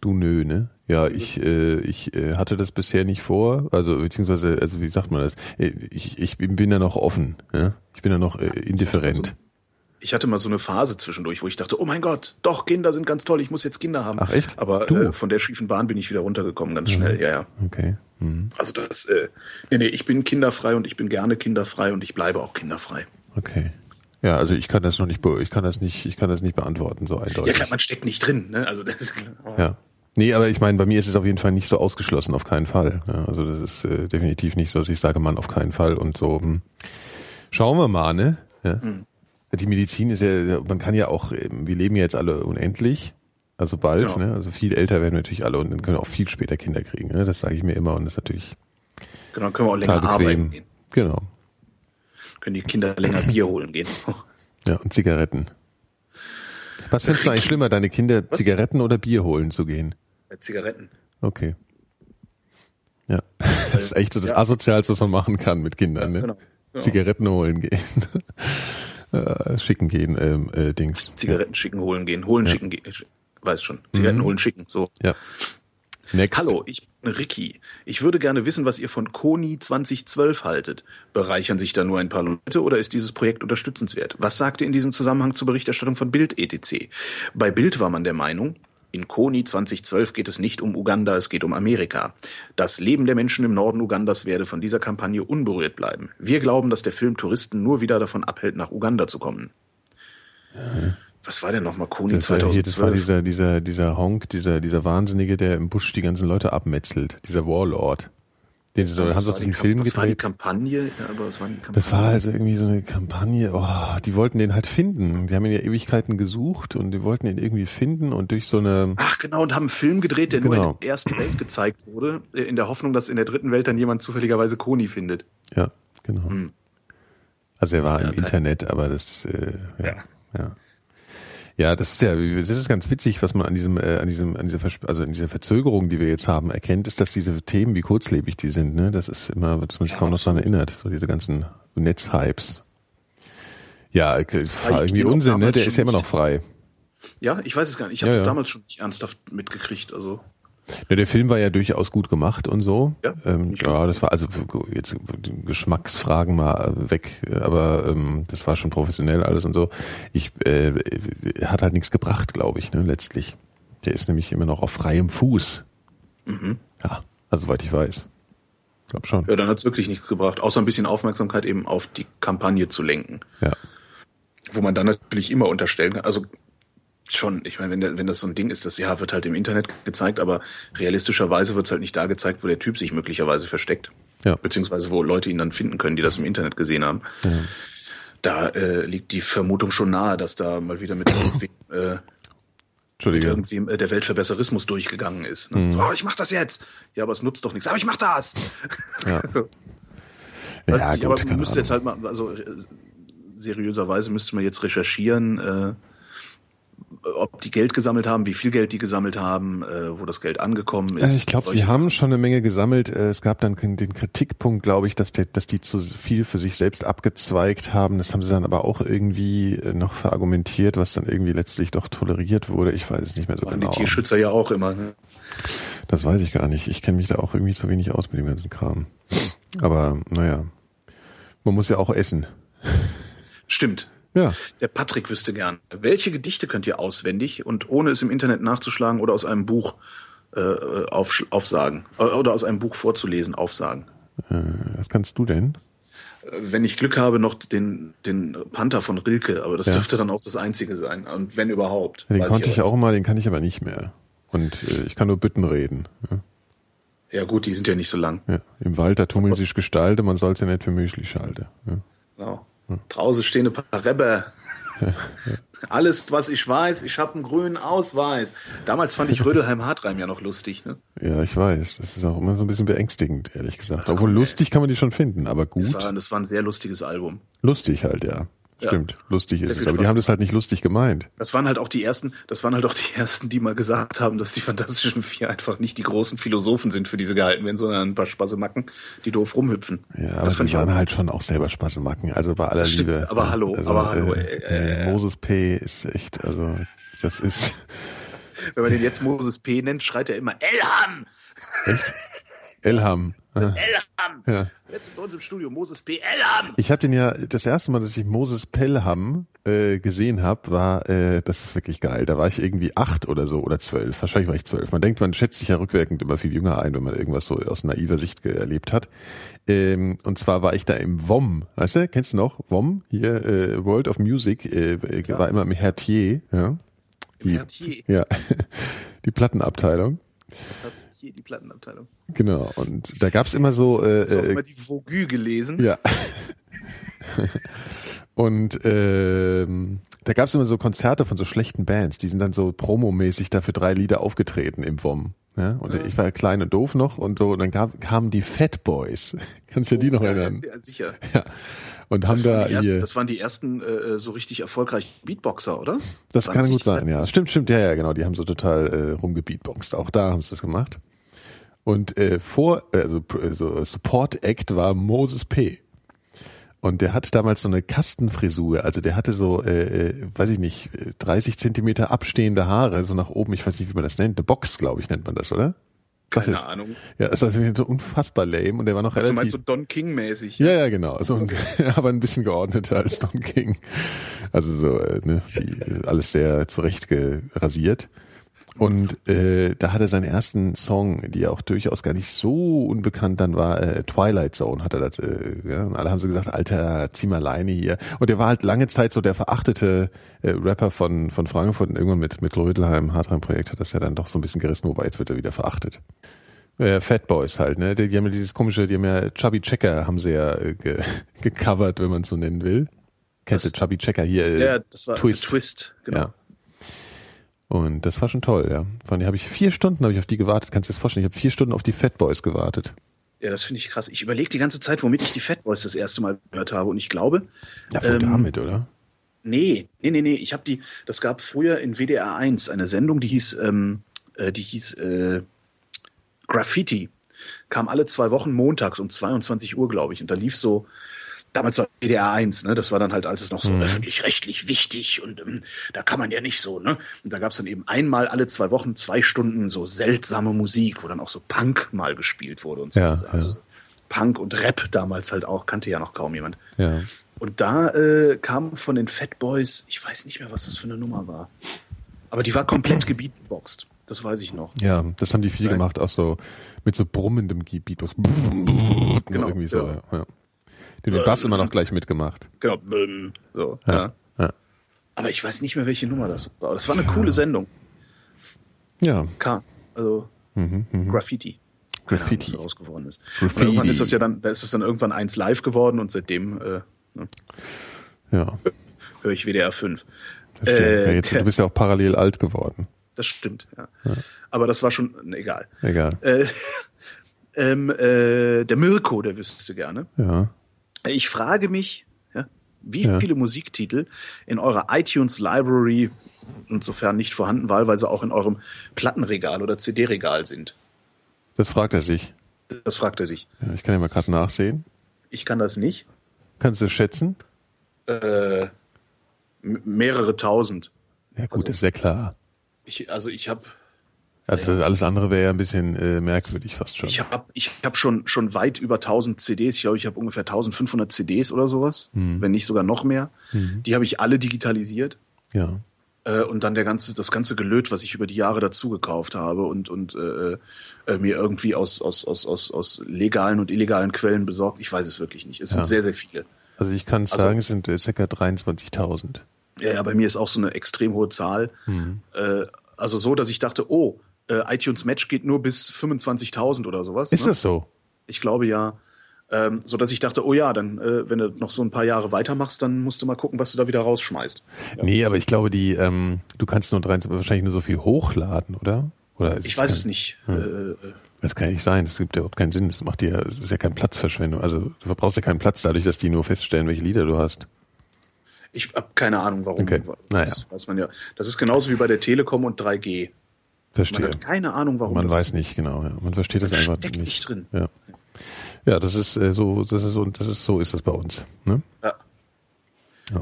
Speaker 3: du nö, ne? Ja,
Speaker 4: Also
Speaker 3: ich, äh, ich äh, hatte das bisher nicht vor, also beziehungsweise, also wie sagt man das? Äh, Ich, ich bin bin da noch offen, ja? Ich bin da noch äh,
Speaker 4: Also
Speaker 3: indifferent.
Speaker 4: Ich hatte mal so eine Phase zwischendurch, wo ich dachte, oh mein Gott, doch, Kinder sind ganz toll, ich muss jetzt Kinder haben.
Speaker 3: Ach, echt?
Speaker 4: Aber
Speaker 3: Du? Mhm.
Speaker 4: äh, von der schiefen Bahn bin ich wieder runtergekommen, ganz schnell, ja, ja.
Speaker 3: Okay. Mhm.
Speaker 4: Also das, äh, nee, nee, ich bin kinderfrei und ich bin gerne kinderfrei und ich bleibe auch kinderfrei.
Speaker 3: Okay. Ja, also ich kann das noch nicht, be- ich kann das nicht, ich kann das nicht beantworten so
Speaker 4: Ja
Speaker 3: eindeutig.
Speaker 4: klar, man steckt nicht drin, ne? Also das ist klar.
Speaker 3: Ja. Nee, aber ich meine, bei mir ist es auf jeden Fall nicht so ausgeschlossen, auf keinen Fall. Ja, also das ist äh, definitiv nicht so, dass ich sage, Mann, auf keinen Fall und so. Hm. Schauen wir mal, ne? Ja.
Speaker 4: Mhm.
Speaker 3: Die Medizin ist ja, man kann ja auch, ähm, wir leben ja jetzt alle unendlich, also bald,
Speaker 4: Genau.
Speaker 3: ne? Also viel älter werden wir natürlich alle und dann können wir auch viel später Kinder kriegen, ne? Das sage ich mir immer und das ist natürlich
Speaker 4: Genau, dann können wir auch länger
Speaker 3: total
Speaker 4: arbeiten
Speaker 3: bequem.
Speaker 4: gehen.
Speaker 3: Genau.
Speaker 4: Können die Kinder länger Bier holen gehen.
Speaker 3: Ja, und Zigaretten. Was findest du eigentlich schlimmer, deine Kinder Zigaretten oder Bier holen zu gehen?
Speaker 4: Bei Zigaretten.
Speaker 3: Okay. Ja, das ist echt so das
Speaker 4: ja.
Speaker 3: Asozialste, was man machen kann mit Kindern. Ne?
Speaker 4: genau, genau.
Speaker 3: Zigaretten holen gehen. äh, schicken gehen, ähm, äh, Dings.
Speaker 4: Zigaretten schicken, holen gehen, holen, schicken gehen. Sch- Weiß schon. Zigaretten
Speaker 3: Mhm.
Speaker 4: holen, schicken. So.
Speaker 3: Ja. Next.
Speaker 4: Hallo, ich bin Ricky. Ich würde gerne wissen, was ihr von Koni 2012 haltet. Bereichern sich da nur ein paar Leute oder ist dieses Projekt unterstützenswert? Was sagt ihr in diesem Zusammenhang zur Berichterstattung von Bild etc.? Bei Bild war man der Meinung, in Koni 2012 geht es nicht um Uganda, es geht um Amerika. Das Leben der Menschen im Norden Ugandas werde von dieser Kampagne unberührt bleiben. Wir glauben, dass der Film Touristen nur wieder davon abhält, nach Uganda zu kommen. Was war denn nochmal Koni
Speaker 3: Äh. Das war, hier, das war
Speaker 4: 2012?
Speaker 3: dieser, dieser, dieser Honk, dieser, dieser Wahnsinnige, der im Busch die ganzen Leute abmetzelt. Dieser Warlord. Den sie so, haben
Speaker 4: Das
Speaker 3: sie
Speaker 4: war
Speaker 3: doch
Speaker 4: die
Speaker 3: diesen
Speaker 4: Kamp-
Speaker 3: Film
Speaker 4: das war die
Speaker 3: gedreht.
Speaker 4: Kampagne, ja, aber das war die Kampagne.
Speaker 3: Das war also irgendwie so eine Kampagne, oh, die wollten den halt finden. Die haben ihn ja Ewigkeiten gesucht und die wollten ihn irgendwie finden und durch so eine,
Speaker 4: Ach genau, und haben einen Film gedreht, der
Speaker 3: Genau.
Speaker 4: nur in der ersten Welt gezeigt wurde, äh, in der Hoffnung, dass in der dritten Welt dann jemand zufälligerweise Koni findet.
Speaker 3: Ja, genau. Also er war im
Speaker 4: okay.
Speaker 3: Internet, aber das äh, ja, ja. ja. das ist ja, das ist ganz witzig, was man an diesem, äh, an diesem, an dieser, Versp also in dieser Verzögerung, die wir jetzt haben, erkennt, ist, dass diese Themen, wie kurzlebig die sind, ne, das ist immer, dass man sich kaum noch daran erinnert, so diese ganzen Netzhypes. Ja, äh, war
Speaker 4: die
Speaker 3: irgendwie
Speaker 4: noch
Speaker 3: Unsinn, ne,
Speaker 4: damals
Speaker 3: der ist ja
Speaker 4: schon
Speaker 3: immer noch
Speaker 4: nicht-
Speaker 3: frei.
Speaker 4: Ja, ich weiß es gar nicht. Ich habe
Speaker 3: Ja,
Speaker 4: es
Speaker 3: ja.
Speaker 4: damals schon nicht ernsthaft mitgekriegt. Also
Speaker 3: Ja, der Film war ja durchaus gut gemacht und so.
Speaker 4: Ja.
Speaker 3: ähm, ja das war also jetzt Geschmacksfragen mal äh, weg, aber ähm, das war schon professionell alles und so. Ich äh, hat halt nichts gebracht, glaube ich, ne, letztlich. Der ist nämlich immer noch auf freiem Fuß.
Speaker 4: Mhm.
Speaker 3: Ja, also soweit ich weiß. Glaub schon.
Speaker 4: ja, dann hat es wirklich nichts gebracht, außer ein bisschen Aufmerksamkeit eben auf die Kampagne zu lenken,
Speaker 3: Ja.
Speaker 4: wo man dann natürlich immer unterstellen kann. Also schon, ich meine, wenn, der- wenn das so ein Ding ist, das ja wird halt im Internet gezeigt, aber realistischerweise wird es halt nicht da gezeigt, wo der Typ sich möglicherweise versteckt.
Speaker 3: Ja.
Speaker 4: beziehungsweise wo Leute ihn dann finden können, die das im Internet gesehen haben. Da äh, liegt die Vermutung schon nahe, dass da mal wieder mit irgendwem, äh, mit
Speaker 3: Entschuldige.
Speaker 4: irgendwem äh, der Weltverbesserismus durchgegangen ist. Ne?
Speaker 3: Mhm.
Speaker 4: So, oh, ich mach das jetzt. Ja, aber es nutzt doch nichts. Aber ich mach das.
Speaker 3: Ja.
Speaker 4: so.
Speaker 3: Ja,
Speaker 4: Also,
Speaker 3: gut,
Speaker 4: aber man
Speaker 3: keine
Speaker 4: müsste
Speaker 3: Ahnung.
Speaker 4: jetzt halt mal, also äh, seriöserweise müsste man jetzt recherchieren, äh, ob die Geld gesammelt haben, wie viel Geld die gesammelt haben, äh, wo das Geld angekommen ist.
Speaker 3: Äh, Ich glaube, sie
Speaker 4: Solche
Speaker 3: haben schon eine Menge gesammelt. Äh, Es gab dann den Kritikpunkt, glaube ich, dass, der, dass die zu viel für sich selbst abgezweigt haben. Das haben sie dann aber auch irgendwie äh, noch verargumentiert, was dann irgendwie letztlich doch toleriert wurde. Ich weiß es nicht mehr so
Speaker 4: Sachen waren
Speaker 3: genau.
Speaker 4: die Tierschützer ja auch immer. Ne?
Speaker 3: Das weiß ich gar nicht. Ich kenne mich da auch irgendwie zu wenig aus mit dem ganzen Kram. Aber naja, man muss ja auch essen.
Speaker 4: Stimmt.
Speaker 3: Ja,
Speaker 4: Der Patrick wüsste gern, welche Gedichte könnt ihr auswendig und ohne es im Internet nachzuschlagen oder aus einem Buch äh, aufsch- aufsagen äh, oder aus einem Buch vorzulesen aufsagen?
Speaker 3: Äh, was kannst du denn?
Speaker 4: wenn ich Glück habe, noch den, den Panther von Rilke, aber das
Speaker 3: Ja.
Speaker 4: dürfte dann auch das Einzige sein. Und wenn überhaupt.
Speaker 3: Den
Speaker 4: Weiß
Speaker 3: konnte ich,
Speaker 4: aber
Speaker 3: auch mal, den kann ich aber nicht mehr. Und äh, ich kann nur bitten reden. Ja,
Speaker 4: nicht. Ja, gut, die sind ja nicht so lang.
Speaker 3: ja. Im Wald, da tummeln sich Gestalte, man soll sie nicht für müßig schalten. Ja.
Speaker 4: Genau. Draußen stehen ein paar Rebbe. Alles, was ich weiß, ich habe einen grünen Ausweis. Damals fand ich Rödelheim-Hartreim ja noch lustig. Ne?
Speaker 3: Ja, ich weiß. Das ist auch immer so ein bisschen beängstigend, ehrlich gesagt. Obwohl lustig kann man die schon finden, aber
Speaker 4: Das,
Speaker 3: gut.
Speaker 4: war, das war ein sehr lustiges Album.
Speaker 3: Lustig halt, ja.
Speaker 4: Ja.
Speaker 3: Stimmt, lustig ist
Speaker 4: viel
Speaker 3: es. Aber die
Speaker 4: Spaß.
Speaker 3: haben das halt nicht lustig gemeint.
Speaker 4: Das waren halt auch die ersten, das waren halt auch die ersten, die mal gesagt haben, dass die Fantastischen Vier einfach nicht die großen Philosophen sind, für die sie gehalten werden, sondern ein paar Spassemacken, die doof rumhüpfen.
Speaker 3: Ja, aber sie
Speaker 4: auch-
Speaker 3: waren halt schon auch selber Spassemacken. Also bei aller
Speaker 4: Das stimmt,
Speaker 3: Liebe.
Speaker 4: aber hallo,
Speaker 3: also,
Speaker 4: aber hallo,
Speaker 3: Äh,
Speaker 4: äh,
Speaker 3: äh, Moses P. ist echt, also das ist
Speaker 4: Wenn man den jetzt Moses P. nennt, schreit er immer Elham!
Speaker 3: echt Elham. Ja.
Speaker 4: Elham!
Speaker 3: Ja.
Speaker 4: Jetzt bei uns im Studio Moses P. Elham!
Speaker 3: Ich habe den ja das erste Mal, dass ich Moses Pelham äh, gesehen habe, war äh, das ist wirklich geil. Da war ich irgendwie acht oder so oder zwölf. Wahrscheinlich war ich zwölf. Man denkt, man schätzt sich ja rückwirkend immer viel jünger ein, wenn man irgendwas so aus naiver Sicht ge- erlebt hat. Ähm, und zwar war ich da im WOM, weißt du? Kennst du noch WOM? Hier äh, World of Music äh, äh, war immer im Hertier. Ja. Die,
Speaker 4: Hertier.
Speaker 3: Ja, die Plattenabteilung.
Speaker 4: Hat hier die Plattenabteilung.
Speaker 3: Genau. Und da gab's immer so äh,
Speaker 4: Hast du auch
Speaker 3: äh,
Speaker 4: immer die Vogue gelesen?
Speaker 3: ja. Und ähm, da gab's immer so Konzerte von so schlechten Bands, die sind dann so promomäßig dafür drei Lieder aufgetreten im WOM. Ja? Und ich war klein und doof noch und so, und dann gab, kamen die Fat Boys. Kannst du dir die noch erinnern?
Speaker 4: Oh, Ja, sicher.
Speaker 3: Ja. Und haben
Speaker 4: Das waren,
Speaker 3: da
Speaker 4: die ersten,
Speaker 3: ihr.
Speaker 4: das waren die ersten äh, so richtig erfolgreichen Beatboxer, oder?
Speaker 3: Das
Speaker 4: Waren
Speaker 3: kann
Speaker 4: sie
Speaker 3: gut
Speaker 4: die
Speaker 3: sein, ja.
Speaker 4: Fat-
Speaker 3: Stimmt, stimmt, ja, ja, genau. Die haben so total äh, rumgebeatboxt. Auch da haben sie das gemacht. Und äh, vor, äh, also, pr- äh, so Support Act war Moses P. Und der hatte damals so eine Kastenfrisur, also der hatte so, äh, äh, weiß ich nicht, äh, 30 Zentimeter abstehende Haare, so nach oben, ich weiß nicht, wie man das nennt, eine Box, glaube ich, nennt man das, oder? Sagt
Speaker 4: Keine
Speaker 3: ihr das?
Speaker 4: Ahnung.
Speaker 3: Ja, das war so unfassbar lame und der war noch
Speaker 4: Also
Speaker 3: relativ...
Speaker 4: meinst du Don King-mäßig?
Speaker 3: Ja, ja, genau. So, ein- aber ein bisschen geordneter als Don King. Also so, äh, ne, wie, äh, alles sehr zurechtgerasiert. Und äh, da hat er seinen ersten Song, die ja auch durchaus gar nicht so unbekannt dann war, äh, Twilight Zone hat er das, äh, ja, und alle haben so gesagt, Alter, zieh mal Leine hier. Und der war halt lange Zeit so der verachtete äh, Rapper von, von Frankfurt und irgendwann mit, mit Loedelheim, Hartrein-Projekt hat das ja dann doch so ein bisschen gerissen, wobei jetzt wird er wieder verachtet. Äh, Fat Boys halt, ne? Die, die haben ja dieses komische, die haben ja Chubby Checker haben sie ja äh, ge gecovert, wenn man es so nennen will. Kennst du Chubby Checker hier? Äh,
Speaker 4: Ja, das war
Speaker 3: Twist.
Speaker 4: Twist genau.
Speaker 3: Ja. Und das war schon toll, ja. Von die habe ich vier Stunden habe ich auf die gewartet. Kannst du dir das vorstellen? Ich habe vier Stunden auf die Fat Boys gewartet.
Speaker 4: Ja, das finde ich krass. Ich überlege die ganze Zeit, womit ich die Fat Boys das erste Mal gehört habe. Und ich glaube,
Speaker 3: Ja, wohl
Speaker 4: Ähm,
Speaker 3: damit, oder?
Speaker 4: Nee, nee, nee, nee. Ich habe die, das gab früher in WDR 1 eine Sendung, die hieß, ähm, äh, die hieß äh, Graffiti. Kam alle zwei Wochen montags um 22 Uhr, glaube ich. Und da lief so, damals war WDR 1, ne? Das war dann halt, als es noch
Speaker 3: Mhm.
Speaker 4: so öffentlich-rechtlich wichtig und ähm, da kann man ja nicht so, ne? Und da gab es dann eben einmal alle zwei Wochen zwei Stunden so seltsame Musik, wo dann auch so Punk mal gespielt wurde und so.
Speaker 3: Ja,
Speaker 4: also
Speaker 3: ja.
Speaker 4: Punk und Rap damals halt auch, kannte ja noch kaum jemand.
Speaker 3: Ja.
Speaker 4: Und da äh, kam von den Fat Boys, ich weiß nicht mehr, was das für eine Nummer war. Aber die war komplett gebeatboxt. Das weiß ich noch.
Speaker 3: Ja, das haben die viel gemacht, auch so mit so brummendem Gebiet. Genau, irgendwie so, ja.
Speaker 4: ja.
Speaker 3: ja. Den hat Bass immer noch gleich mitgemacht.
Speaker 4: Genau. bim, So, ja.
Speaker 3: Ja.
Speaker 4: Aber ich weiß nicht mehr, welche Nummer das war. Aber Das war eine coole Sendung.
Speaker 3: Ja,
Speaker 4: K. Also Graffiti. Keine Ahnung,
Speaker 3: Graffiti.
Speaker 4: was daraus geworden ist.
Speaker 3: Graffiti.
Speaker 4: Und irgendwann ist das ja dann, da ist es dann irgendwann eins live geworden und seitdem äh, ne,
Speaker 3: ja.
Speaker 4: höre ich WDR 5.
Speaker 3: Verstehe. ja
Speaker 4: Äh,
Speaker 3: jetzt, du bist ja auch parallel alt geworden.
Speaker 4: das stimmt. Ja. Aber das war schon, ne, egal.
Speaker 3: Egal.
Speaker 4: Äh, ähm, äh, der Mirko, der wüsste gerne.
Speaker 3: Ja.
Speaker 4: Ich frage mich, ja, wie
Speaker 3: Ja.
Speaker 4: viele Musiktitel in eurer iTunes Library, insofern nicht vorhanden, wahlweise auch in eurem Plattenregal oder CD-Regal sind.
Speaker 3: Das fragt er sich.
Speaker 4: Das fragt er sich.
Speaker 3: Ja, ich kann ja mal gerade nachsehen.
Speaker 4: Ich kann das nicht.
Speaker 3: Kannst du schätzen?
Speaker 4: Äh, m- mehrere tausend.
Speaker 3: Ja gut,
Speaker 4: Also-
Speaker 3: ist ja klar.
Speaker 4: Ich, also ich habe
Speaker 3: Also alles andere wäre ja ein bisschen äh, merkwürdig fast schon.
Speaker 4: ich hab, ich hab schon, schon weit über 1000 CDs. Ich glaube, ich habe ungefähr 1500 CDs oder sowas, wenn nicht sogar noch mehr. Die habe ich alle digitalisiert.
Speaker 3: ja.
Speaker 4: Äh, und dann der ganze, das ganze Gelöt, was ich über die Jahre dazu gekauft habe und, und äh, äh, mir irgendwie aus, aus, aus, aus, aus legalen und illegalen Quellen besorgt. Ich weiß es wirklich nicht. Es sind sehr, sehr viele.
Speaker 3: Also ich kann
Speaker 4: Also-
Speaker 3: sagen, es sind äh, ca. 23.000.
Speaker 4: Ja, ja, bei mir ist auch so eine extrem hohe Zahl. Äh, also so, dass ich dachte, oh, äh, iTunes Match geht nur bis 25.000 oder sowas.
Speaker 3: Ist
Speaker 4: ne?
Speaker 3: das so?
Speaker 4: Ich glaube ja. Ähm, so dass ich dachte, oh ja, dann, äh, wenn du noch so ein paar Jahre weitermachst, dann musst du mal gucken, was du da wieder rausschmeißt.
Speaker 3: Nee, aber ich glaube, die, ähm, du kannst nur 13, wahrscheinlich nur so viel hochladen, oder? oder ist
Speaker 4: Ich weiß
Speaker 3: kein-
Speaker 4: es nicht. Äh, äh,
Speaker 3: Das kann ja nicht sein. Das gibt ja überhaupt keinen Sinn. Das macht dir, das ist ja keine Platzverschwendung. Also du verbrauchst ja keinen Platz dadurch, dass die nur feststellen, welche Lieder du hast.
Speaker 4: ich habe keine Ahnung, warum.
Speaker 3: Okay. Naja.
Speaker 4: Das weiß man ja. Das ist genauso wie bei der Telekom und 3G. Man
Speaker 3: Verstehe.
Speaker 4: hat keine Ahnung, warum
Speaker 3: Man
Speaker 4: das
Speaker 3: weiß nicht genau. Ja. Man versteht das einfach
Speaker 4: steckt
Speaker 3: nicht.
Speaker 4: nicht drin.
Speaker 3: Ja. Ja, das ist äh, so, das ist so, das ist so ist das bei uns. Ne?
Speaker 4: Ja.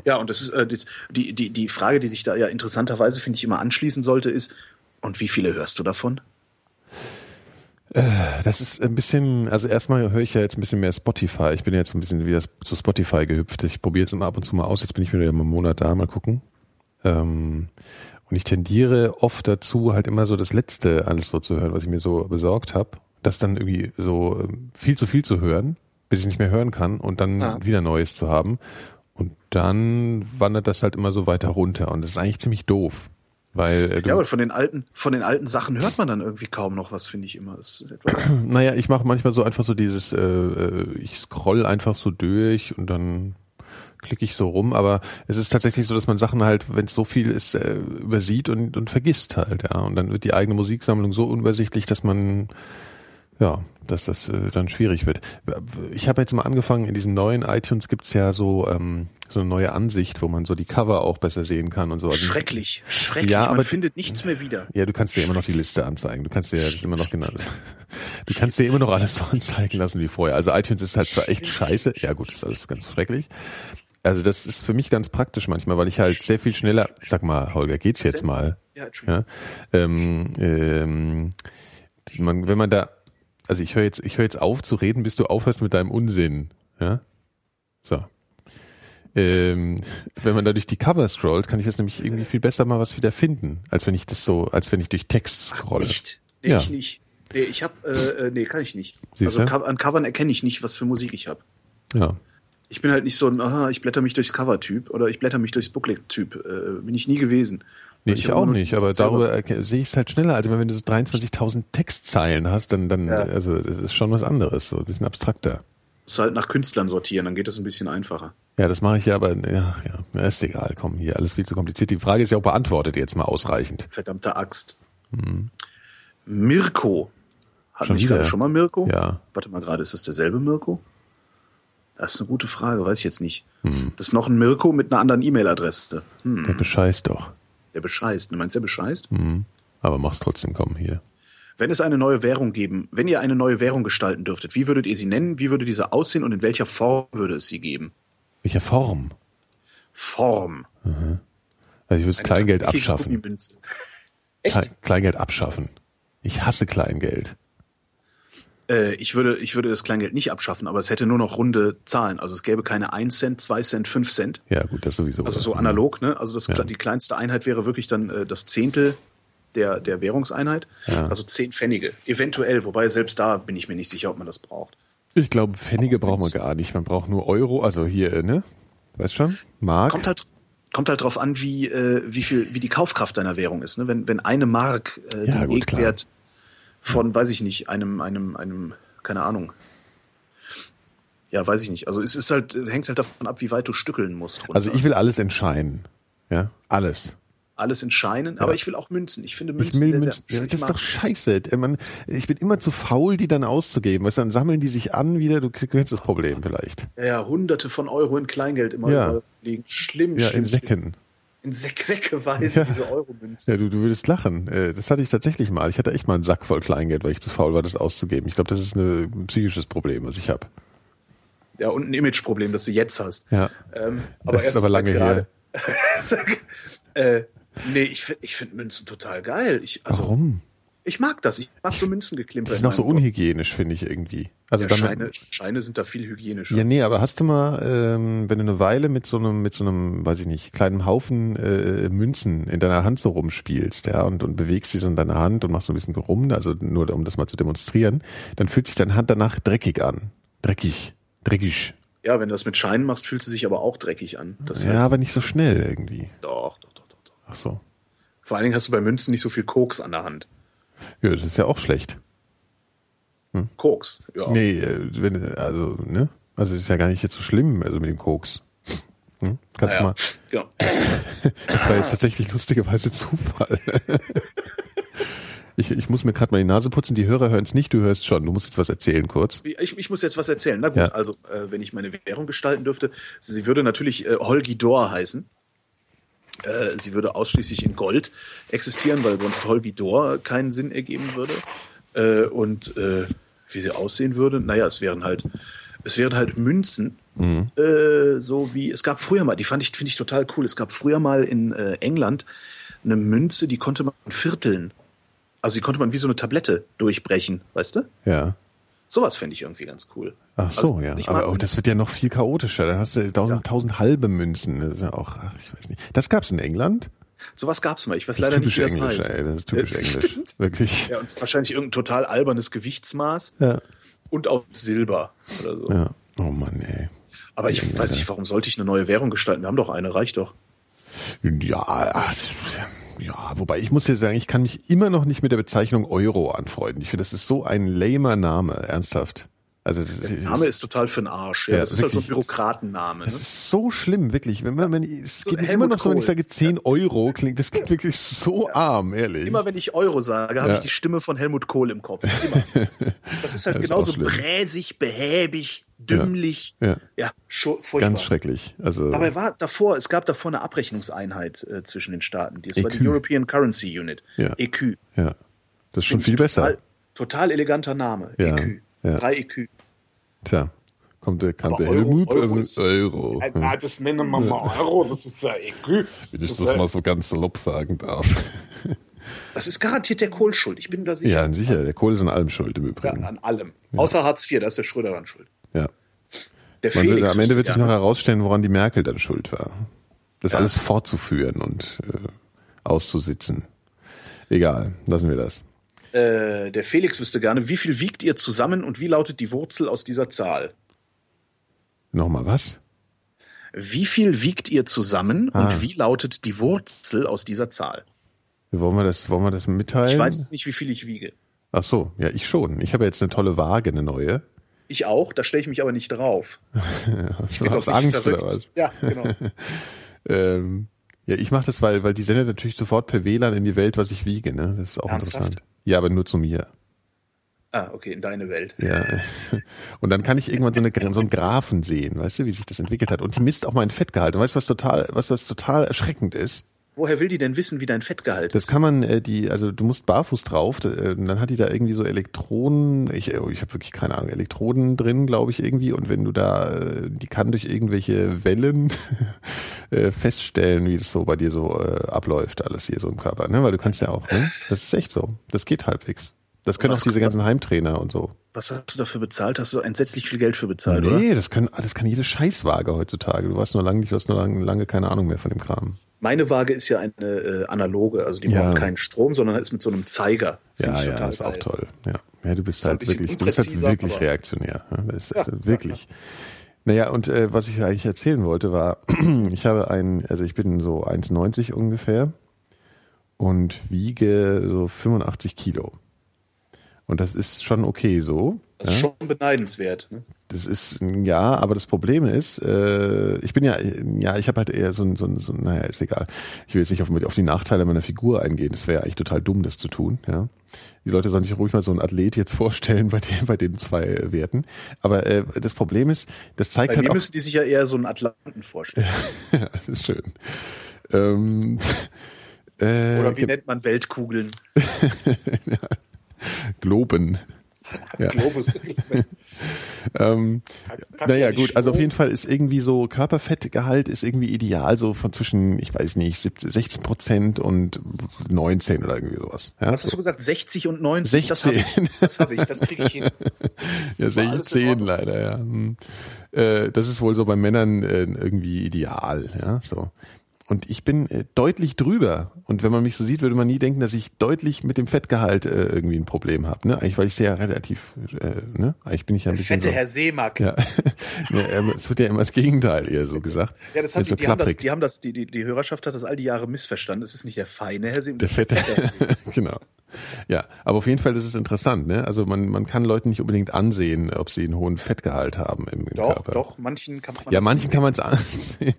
Speaker 4: Ja, und das ist äh, das- die, die, die Frage, die sich da ja interessanterweise, finde ich, immer anschließen sollte, ist, und wie viele hörst du davon?
Speaker 3: Das ist ein bisschen, also erstmal höre ich ja jetzt ein bisschen mehr Spotify. Ich bin jetzt ein bisschen wieder zu Spotify gehüpft. Ich probiere es immer ab und zu mal aus. Jetzt bin ich wieder mal einen Monat da, mal gucken. Ähm, und ich tendiere oft dazu, halt immer so das Letzte alles so zu hören, was ich mir so besorgt habe. Das dann irgendwie so ähm, viel zu viel zu hören, bis ich nicht mehr hören kann und dann
Speaker 4: Ja.
Speaker 3: wieder Neues zu haben. Und dann wandert das halt immer so weiter runter. Und das ist eigentlich ziemlich doof. Weil äh, du
Speaker 4: Ja, aber von den alten, von den alten Sachen hört man dann irgendwie kaum noch was, finde ich immer. Das ist etwas,
Speaker 3: Naja, ich mache manchmal so einfach so dieses, äh, äh, ich scroll einfach so durch und dann klicke ich so rum, aber es ist tatsächlich so, dass man Sachen halt, wenn es so viel ist, äh, übersieht und, und vergisst halt, ja. Und dann wird die eigene Musiksammlung so unübersichtlich, dass man, ja, dass das äh, dann schwierig wird. Ich habe jetzt mal angefangen, in diesem neuen iTunes gibt's ja so, ähm, so eine neue Ansicht, wo man so die Cover auch besser sehen kann und so. Also-
Speaker 4: schrecklich, schrecklich.
Speaker 3: Ja, aber-
Speaker 4: man findet nichts mehr wieder.
Speaker 3: ja, du kannst dir immer noch die Liste anzeigen. Du kannst dir das immer noch genau. Du kannst dir immer noch alles so anzeigen lassen wie vorher. Also iTunes ist halt zwar echt scheiße. Ja gut, ist alles ganz schrecklich. Also das ist für mich ganz praktisch manchmal, weil ich halt sehr viel schneller. Sag mal, Holger, geht's jetzt mal?
Speaker 4: Ja, Entschuldigung.
Speaker 3: Ja. Ähm, ähm, die- man, wenn man da, also ich höre jetzt, ich höre jetzt auf zu reden, bis du aufhörst mit deinem Unsinn. Ja. So. Ähm, wenn man da durch die Cover scrollt, kann ich das nämlich irgendwie viel besser mal was wieder finden, als wenn ich das so, als wenn ich durch Text scrolle.
Speaker 4: Nicht. Nee,
Speaker 3: Ja.
Speaker 4: ich nicht. Nee, ich hab, äh, äh, nee, kann ich nicht.
Speaker 3: Siehste?
Speaker 4: Also Co- an Covern erkenne ich nicht, was für Musik ich habe.
Speaker 3: Ja.
Speaker 4: Ich bin halt nicht so ein, aha, ich blätter mich durchs Cover-Typ oder ich blätter mich durchs Booklet-Typ. Äh, bin ich nie gewesen.
Speaker 3: Nee,
Speaker 4: Also
Speaker 3: ich
Speaker 4: hab
Speaker 3: auch
Speaker 4: immer nur-
Speaker 3: nicht, aber darüber erke- sehe ich es halt schneller. Also wenn du so 23.000 Textzeilen hast, dann, dann,
Speaker 4: Ja.
Speaker 3: also das ist schon was anderes, so ein bisschen abstrakter.
Speaker 4: musst du halt nach Künstlern sortieren, dann geht das ein bisschen einfacher.
Speaker 3: Ja, das mache ich ja, aber ja, ja, ja, ist egal, komm, hier alles viel zu kompliziert. Die Frage ist ja auch beantwortet jetzt mal ausreichend.
Speaker 4: Verdammte Axt. Mirko. Hatten
Speaker 3: Mhm. Schon
Speaker 4: wir nicht gerade
Speaker 3: wieder?
Speaker 4: schon mal Mirko?
Speaker 3: Ja.
Speaker 4: Warte mal gerade, ist das derselbe Mirko? Das ist eine gute Frage, weiß ich jetzt nicht.
Speaker 3: Mhm.
Speaker 4: Das ist noch ein Mirko mit einer anderen E-Mail-Adresse. Hm,
Speaker 3: Der bescheißt doch.
Speaker 4: der bescheißt. Du meinst, der bescheißt?
Speaker 3: Aber mach's trotzdem, komm, hier.
Speaker 4: Wenn es eine neue Währung geben, wenn ihr eine neue Währung gestalten dürftet, wie würdet ihr sie nennen? Wie würde diese aussehen und in welcher Form würde es sie geben?
Speaker 3: Welcher Form?
Speaker 4: Form.
Speaker 3: Also ich würde Kleingeld
Speaker 4: Eine dreieckige
Speaker 3: abschaffen.
Speaker 4: Gummimünze.
Speaker 3: Kle- Kleingeld abschaffen. Ich hasse Kleingeld.
Speaker 4: Äh, ich, würde, ich würde das Kleingeld nicht abschaffen, aber es hätte nur noch runde Zahlen. Also es gäbe keine 1 Cent, 2 Cent, 5 Cent.
Speaker 3: Ja, gut, das sowieso.
Speaker 4: Also so
Speaker 3: Mhm. Ja.
Speaker 4: analog, ne? Also das, die kleinste Einheit wäre wirklich dann äh, das Zehntel der, der Währungseinheit. Also 10 Pfennige. Eventuell, wobei selbst da bin ich mir nicht sicher, ob man das braucht.
Speaker 3: Ich glaube, Pfennige braucht man gar nicht. Man braucht nur Euro, also hier, äh, ne? Weißt schon? Mark.
Speaker 4: Kommt halt, kommt halt drauf an, wie, äh, wie viel, wie die Kaufkraft deiner Währung ist. Ne? Wenn, wenn eine Mark äh,
Speaker 3: Ja,
Speaker 4: den
Speaker 3: gut, klar.
Speaker 4: Wert von, weiß ich nicht, einem, einem, einem, keine Ahnung. Ja, weiß ich nicht. Also es ist halt, hängt halt davon ab, wie weit du stückeln musst. runter.
Speaker 3: also ich will alles entscheiden. Ja, alles.
Speaker 4: alles in Scheinen, aber ich will auch Münzen. Ich finde Münzen
Speaker 3: Ich will
Speaker 4: sehr,
Speaker 3: Münzen,
Speaker 4: sehr
Speaker 3: ja,
Speaker 4: schön.
Speaker 3: das ist
Speaker 4: Ich mag-
Speaker 3: doch scheiße. Äh, Man, ich bin immer zu faul, die dann auszugeben. Weißt du, dann sammeln die sich an wieder. Du kennst das Problem vielleicht.
Speaker 4: ja, ja, hunderte von Euro in Kleingeld immer
Speaker 3: Ja.
Speaker 4: überall liegen. Schlimm,
Speaker 3: Ja,
Speaker 4: schlimm.
Speaker 3: in
Speaker 4: schlimm.
Speaker 3: Säcken.
Speaker 4: In Säck, Säckeweise
Speaker 3: Ja.
Speaker 4: diese Euromünzen.
Speaker 3: Ja, du, du würdest lachen. Äh, Das hatte ich tatsächlich mal. Ich hatte echt mal einen Sack voll Kleingeld, weil ich zu faul war, das auszugeben. Ich glaube, das ist eine- ein psychisches Problem, was ich habe.
Speaker 4: Ja, und ein Imageproblem, das du jetzt hast.
Speaker 3: Ja.
Speaker 4: Ähm,
Speaker 3: Das ist
Speaker 4: erst
Speaker 3: aber
Speaker 4: seit
Speaker 3: lange
Speaker 4: gerade. Sag- äh, nee, ich finde ich find Münzen total geil. Ich, also,
Speaker 3: Warum?
Speaker 4: Ich mag das. Ich mag so Münzengeklimper.
Speaker 3: Das ist
Speaker 4: in
Speaker 3: noch so
Speaker 4: meinem Kopf.
Speaker 3: unhygienisch, finde ich irgendwie. Also
Speaker 4: Ja,
Speaker 3: dann,
Speaker 4: Scheine, Scheine sind da viel hygienischer.
Speaker 3: Ja, nee, aber hast du mal, ähm, wenn du eine Weile mit so einem, mit so einem, weiß ich nicht, kleinen Haufen äh, Münzen in deiner Hand so rumspielst, ja, und, und bewegst die so in deiner Hand und machst so ein bisschen rum, also nur um das mal zu demonstrieren, dann fühlt sich deine Hand danach dreckig an. Dreckig. Dreckig.
Speaker 4: Ja, wenn du das mit Scheinen machst, fühlt sie sich aber auch dreckig an. Das
Speaker 3: Ja,
Speaker 4: halt,
Speaker 3: aber nicht so schnell irgendwie.
Speaker 4: doch, doch, doch, doch, doch.
Speaker 3: Ach so.
Speaker 4: Vor allen Dingen hast du bei Münzen nicht so viel Koks an der Hand.
Speaker 3: Ja, das ist ja auch schlecht.
Speaker 4: Koks, ja.
Speaker 3: Nee, äh, wenn, also, ne? Also das ist ja gar nicht jetzt so schlimm, also mit dem Koks. Hm? Kannst
Speaker 4: ja. Genau.
Speaker 3: du mal.
Speaker 4: ja.
Speaker 3: Das war
Speaker 4: Ah.
Speaker 3: jetzt tatsächlich lustigerweise Zufall. Ich, ich muss mir gerade mal die Nase putzen, die Hörer hören es nicht, du hörst schon. Du musst jetzt was erzählen kurz.
Speaker 4: Ich, ich muss jetzt was erzählen. Na gut,
Speaker 3: Ja.
Speaker 4: also, äh, wenn ich meine Währung gestalten dürfte, sie würde natürlich äh, Holgi Dor heißen. Äh, sie würde ausschließlich in Gold existieren, weil sonst Holgi Dor keinen Sinn ergeben würde. Äh, und äh, wie sie aussehen würde, naja, es wären halt, es wären halt Münzen. Äh, so wie, es gab früher mal, die fand ich, finde ich total cool, es gab früher mal in äh, England eine Münze, die konnte man vierteln. Also die konnte man wie so eine Tablette durchbrechen, weißt du?
Speaker 3: Ja.
Speaker 4: Sowas finde ich irgendwie ganz cool.
Speaker 3: Ach so,
Speaker 4: Also,
Speaker 3: ja.
Speaker 4: ich mag-
Speaker 3: Aber oh, das wird ja noch viel chaotischer. Dann hast du tausend, tausend halbe Münzen. Das ist ja auch, ach, ich weiß nicht. Das gab's in England?
Speaker 4: sowas gab es mal. Ich weiß
Speaker 3: Das ist
Speaker 4: leider nicht,
Speaker 3: typisch
Speaker 4: wie das
Speaker 3: Englisch,
Speaker 4: heißt.
Speaker 3: ey. Das ist typisch
Speaker 4: Ja, das
Speaker 3: Englisch.
Speaker 4: stimmt.
Speaker 3: Wirklich.
Speaker 4: Ja, und wahrscheinlich irgendein total albernes Gewichtsmaß
Speaker 3: Ja.
Speaker 4: und auch Silber oder so.
Speaker 3: ja. Oh Mann, ey.
Speaker 4: Aber ich weiß nicht, warum sollte ich eine neue Währung gestalten? Wir haben doch eine, reicht doch.
Speaker 3: Ja, ach, ja, wobei ich muss ja sagen, ich kann mich immer noch nicht mit der Bezeichnung Euro anfreunden. Ich finde, das ist so ein lamer Name, ernsthaft. Also das ist,
Speaker 4: Name ist total für den Arsch. Ja,
Speaker 3: Ja,
Speaker 4: das ist halt so ein
Speaker 3: wirklich.
Speaker 4: Bürokratenname. Ne?
Speaker 3: das ist so schlimm, wirklich. Wenn man, wenn, es
Speaker 4: So
Speaker 3: geht mir
Speaker 4: Helmut
Speaker 3: immer noch so, wenn ich
Speaker 4: Kohl.
Speaker 3: sage 10 Euro, klingt das klingt wirklich so arm, ehrlich.
Speaker 4: Immer wenn ich Euro sage, habe
Speaker 3: Ja.
Speaker 4: ich die Stimme von Helmut Kohl im Kopf. Immer. Das ist halt
Speaker 3: Das ist
Speaker 4: genauso
Speaker 3: auch schlimm.
Speaker 4: bräsig, behäbig, dümmlich.
Speaker 3: Ja.
Speaker 4: scho- furchtbar.
Speaker 3: Ganz schrecklich. Also
Speaker 4: Aber er war davor, es gab davor eine Abrechnungseinheit äh, zwischen den Staaten. Das war
Speaker 3: EQ.
Speaker 4: die European Currency Unit.
Speaker 3: E Ja.
Speaker 4: EQ.
Speaker 3: ja, das ist schon viel besser.
Speaker 4: Total, total eleganter Name.
Speaker 3: Ja,
Speaker 4: EQ.
Speaker 3: ja.
Speaker 4: Drei E EQ.
Speaker 3: Tja, kommt der kannte
Speaker 5: Aber Euro-
Speaker 3: Helmut
Speaker 5: Euro
Speaker 3: ähm,
Speaker 5: ist-
Speaker 3: Euro.
Speaker 5: Nein, nein, das nennen wir mal Euro, das ist ja E EQ.
Speaker 3: Wenn ich das mal so ganz salopp sagen darf.
Speaker 4: Das ist garantiert der Kohl schuld. Ich bin da sicher.
Speaker 3: Ja, sicher. Der Kohl ist an allem schuld im Übrigen.
Speaker 4: An allem. Außer Hartz IV, da ist der Schröder dran schuld.
Speaker 3: ja.
Speaker 4: Der
Speaker 3: Man
Speaker 4: Felix.
Speaker 3: wird, am Ende
Speaker 4: ist
Speaker 3: wird sich
Speaker 4: ja-
Speaker 3: noch herausstellen, woran die Merkel dann schuld war. Das alles fortzuführen und äh, auszusitzen. Egal, lassen wir das.
Speaker 4: äh, der Felix wüsste gerne, wie viel wiegt ihr zusammen und wie lautet die Wurzel aus dieser Zahl?
Speaker 3: Nochmal was?
Speaker 4: Wie viel wiegt ihr zusammen
Speaker 3: Ah.
Speaker 4: und wie lautet die Wurzel aus dieser Zahl?
Speaker 3: Wollen wir das, wollen wir das mitteilen?
Speaker 4: Ich weiß nicht, wie viel ich wiege.
Speaker 3: Ach so, ja, ich schon. Ich habe jetzt eine tolle Waage, eine neue.
Speaker 4: Ich auch, da stelle ich mich aber nicht drauf. Genau,
Speaker 3: Ich
Speaker 4: bin
Speaker 3: aus
Speaker 4: doch nicht
Speaker 3: Angst
Speaker 4: verrückt.
Speaker 3: oder was?
Speaker 4: Ja, genau.
Speaker 3: Ähm, ja, ich mache das, weil, weil die sendet natürlich sofort per WLAN in die Welt, was ich wiege. Ne? Das ist auch
Speaker 4: Ernsthaft?
Speaker 3: interessant. Ja, aber nur zu mir.
Speaker 4: Ah, okay, in deine Welt.
Speaker 3: Ja. Und dann kann ich irgendwann so, eine, so einen Graphen sehen, weißt du, wie sich das entwickelt hat. Und die misst auch mein Fettgehalt. Und weißt du, was total, was, was total erschreckend ist?
Speaker 4: Woher will die denn wissen, wie dein Fettgehalt ist?
Speaker 3: Das kann man, äh, die, also du musst barfuß drauf, d- äh, und dann hat die da irgendwie so Elektronen, ich, äh, ich habe wirklich keine Ahnung, Elektroden drin, glaube ich, irgendwie. Und wenn du da, äh, die kann durch irgendwelche Wellen äh, feststellen, wie das so bei dir so äh, abläuft, alles hier so im Körper. Ne? Weil du kannst ja auch, ne? Das ist echt so. Das geht halbwegs. Das können
Speaker 4: Was
Speaker 3: auch diese ganzen Heimtrainer und so.
Speaker 4: Was hast du dafür bezahlt? Hast du entsetzlich viel Geld für bezahlt, oder?
Speaker 3: Nee, das kann, das kann jede Scheißwaage heutzutage. Du weißt nur lange, nicht, du hast nur lange, lange keine Ahnung mehr von dem Kram.
Speaker 4: Meine Waage ist ja eine äh, analoge, also die
Speaker 3: Ja.
Speaker 4: braucht keinen Strom, sondern ist mit so einem Zeiger. Find
Speaker 3: Ja,
Speaker 4: ich
Speaker 3: ja,
Speaker 4: total
Speaker 3: ist
Speaker 4: geil.
Speaker 3: auch toll. Ja, ja du bist
Speaker 4: ein
Speaker 3: halt
Speaker 4: bisschen
Speaker 3: wirklich, du bist halt
Speaker 4: unpräziser,
Speaker 3: wirklich
Speaker 4: aber-
Speaker 3: reaktionär. ne? Das ist, das ist wirklich. Naja, und äh, was ich eigentlich erzählen wollte, war, ich habe ein, also ich bin so 1,90 ungefähr und wiege so 85 Kilo. Und das ist schon okay so. ne?
Speaker 4: Das ist schon beneidenswert. Ne?
Speaker 3: Das ist ja, aber das Problem ist, äh, ich bin ja, ja, ich habe halt eher so ein, so ein, so ein, naja, ist egal. Ich will jetzt nicht auf, auf die Nachteile meiner Figur eingehen. Das wäre ja eigentlich total dumm, das zu tun. Ja, die Leute sollen sich ruhig mal so einen Athlet jetzt vorstellen bei den, bei den zwei äh, Werten. Aber äh, das Problem ist, das zeigt
Speaker 4: Bei
Speaker 3: halt
Speaker 4: mir
Speaker 3: auch.
Speaker 4: müssen die sich ja eher so einen Atlanten vorstellen.
Speaker 3: ja, das ist schön. Ähm, äh,
Speaker 4: Oder wie
Speaker 3: ge-
Speaker 4: nennt man Weltkugeln?
Speaker 3: Globen. Ja.
Speaker 5: Globus.
Speaker 3: Ähm,
Speaker 5: Kann
Speaker 3: naja,
Speaker 5: ja nicht
Speaker 3: gut, also auf
Speaker 5: schwimmen.
Speaker 3: jeden Fall ist irgendwie so Körperfettgehalt ist irgendwie ideal, so von zwischen, ich weiß nicht, 17, 16 Prozent und 19 oder irgendwie sowas. Ja,
Speaker 4: Was hast du gesagt? 60 und 90? Das habe
Speaker 3: 16.
Speaker 4: ich, das, hab ich, das kriege ich hin.
Speaker 3: ja,
Speaker 5: super, alles in
Speaker 3: 16
Speaker 5: Ordnung.
Speaker 3: leider, ja. Hm. Äh, das ist wohl so bei Männern äh, irgendwie ideal, ja, so. Und ich bin äh, deutlich drüber. Und wenn man mich so sieht, würde man nie denken, dass ich deutlich mit dem Fettgehalt äh, irgendwie ein Problem habe. Ne? Eigentlich, weil ich sehr relativ, äh, ne? Eigentlich bin ich ja ein bisschen.
Speaker 4: Fette
Speaker 3: so,
Speaker 4: Herr Seemack.
Speaker 3: Ja. nee, ähm, es wird ja immer das Gegenteil eher so gesagt.
Speaker 4: Ja, das hat
Speaker 3: so
Speaker 4: die, die, haben das,
Speaker 3: klapprig.
Speaker 4: die haben das, die, die, die Hörerschaft hat das all die Jahre missverstanden. Es ist nicht der feine Herr Seemack.
Speaker 3: Der fette. genau. Ja, aber auf jeden Fall, das ist interessant, ne? Also man, man kann Leuten nicht unbedingt ansehen, ob sie einen hohen Fettgehalt haben im, im
Speaker 4: Doch,
Speaker 3: Körper.
Speaker 4: doch, manchen kann man
Speaker 3: Ja,
Speaker 4: das-
Speaker 3: manchen kann man es ansehen,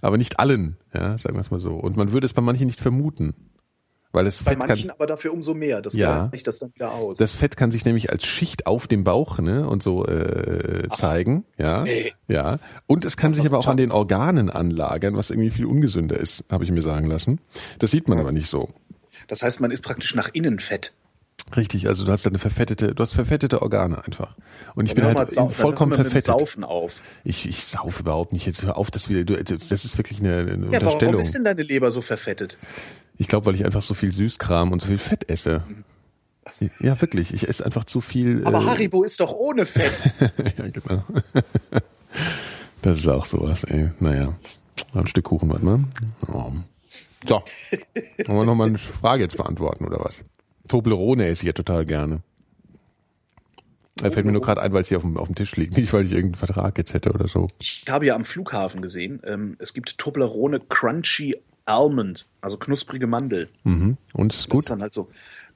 Speaker 3: aber nicht allen, ja, sagen wir es mal so. Und man würde es bei manchen nicht vermuten. Weil das
Speaker 4: bei
Speaker 3: Fett
Speaker 4: manchen
Speaker 3: kann,
Speaker 4: aber dafür umso mehr. Das
Speaker 3: Ja.
Speaker 4: gleicht das dann wieder aus.
Speaker 3: das Fett kann sich nämlich als Schicht auf dem Bauch, ne, und so äh, zeigen, ja. Ja. Und es kann sich aber auch an den Organen anlagern, was irgendwie viel ungesünder ist, habe ich mir sagen lassen. Das sieht man aber nicht so.
Speaker 4: das heißt, man ist praktisch nach innen fett.
Speaker 3: Richtig, also du hast eine verfettete, du hast verfettete Organe einfach. Und ich bin
Speaker 4: Dann hör
Speaker 3: halt
Speaker 4: mal sau-
Speaker 3: in-
Speaker 4: dann
Speaker 3: vollkommen
Speaker 4: hör mal mit dem
Speaker 3: verfettet.
Speaker 4: Saufen auf.
Speaker 3: Ich, ich sauf überhaupt nicht. Jetzt hör auf, dass wir, du, also das ist wirklich eine, eine
Speaker 4: Ja, warum,
Speaker 3: Unterstellung.
Speaker 4: ist denn deine Leber so verfettet?
Speaker 3: Ich glaube, weil ich einfach so viel Süßkram und so viel Fett esse. Ja, wirklich. Ich esse einfach zu viel.
Speaker 4: Aber
Speaker 3: äh,
Speaker 4: Haribo ist doch ohne Fett.
Speaker 3: ja, genau. Das ist auch sowas, ey. Naja. Ein Stück Kuchen, warte mal. Oh. So. Wollen wir nochmal eine Frage jetzt beantworten, oder was? Toblerone esse ich ja total gerne. Da fällt mir nur gerade ein, weil es hier auf dem, auf dem Tisch liegt. Nicht, weil ich irgendeinen Vertrag jetzt hätte oder so.
Speaker 4: Ich habe ja am Flughafen gesehen, ähm, es gibt Toblerone Crunchy Almond, also knusprige Mandel.
Speaker 3: Mhm. Und ist
Speaker 4: Das
Speaker 3: gut.
Speaker 4: ist dann halt so.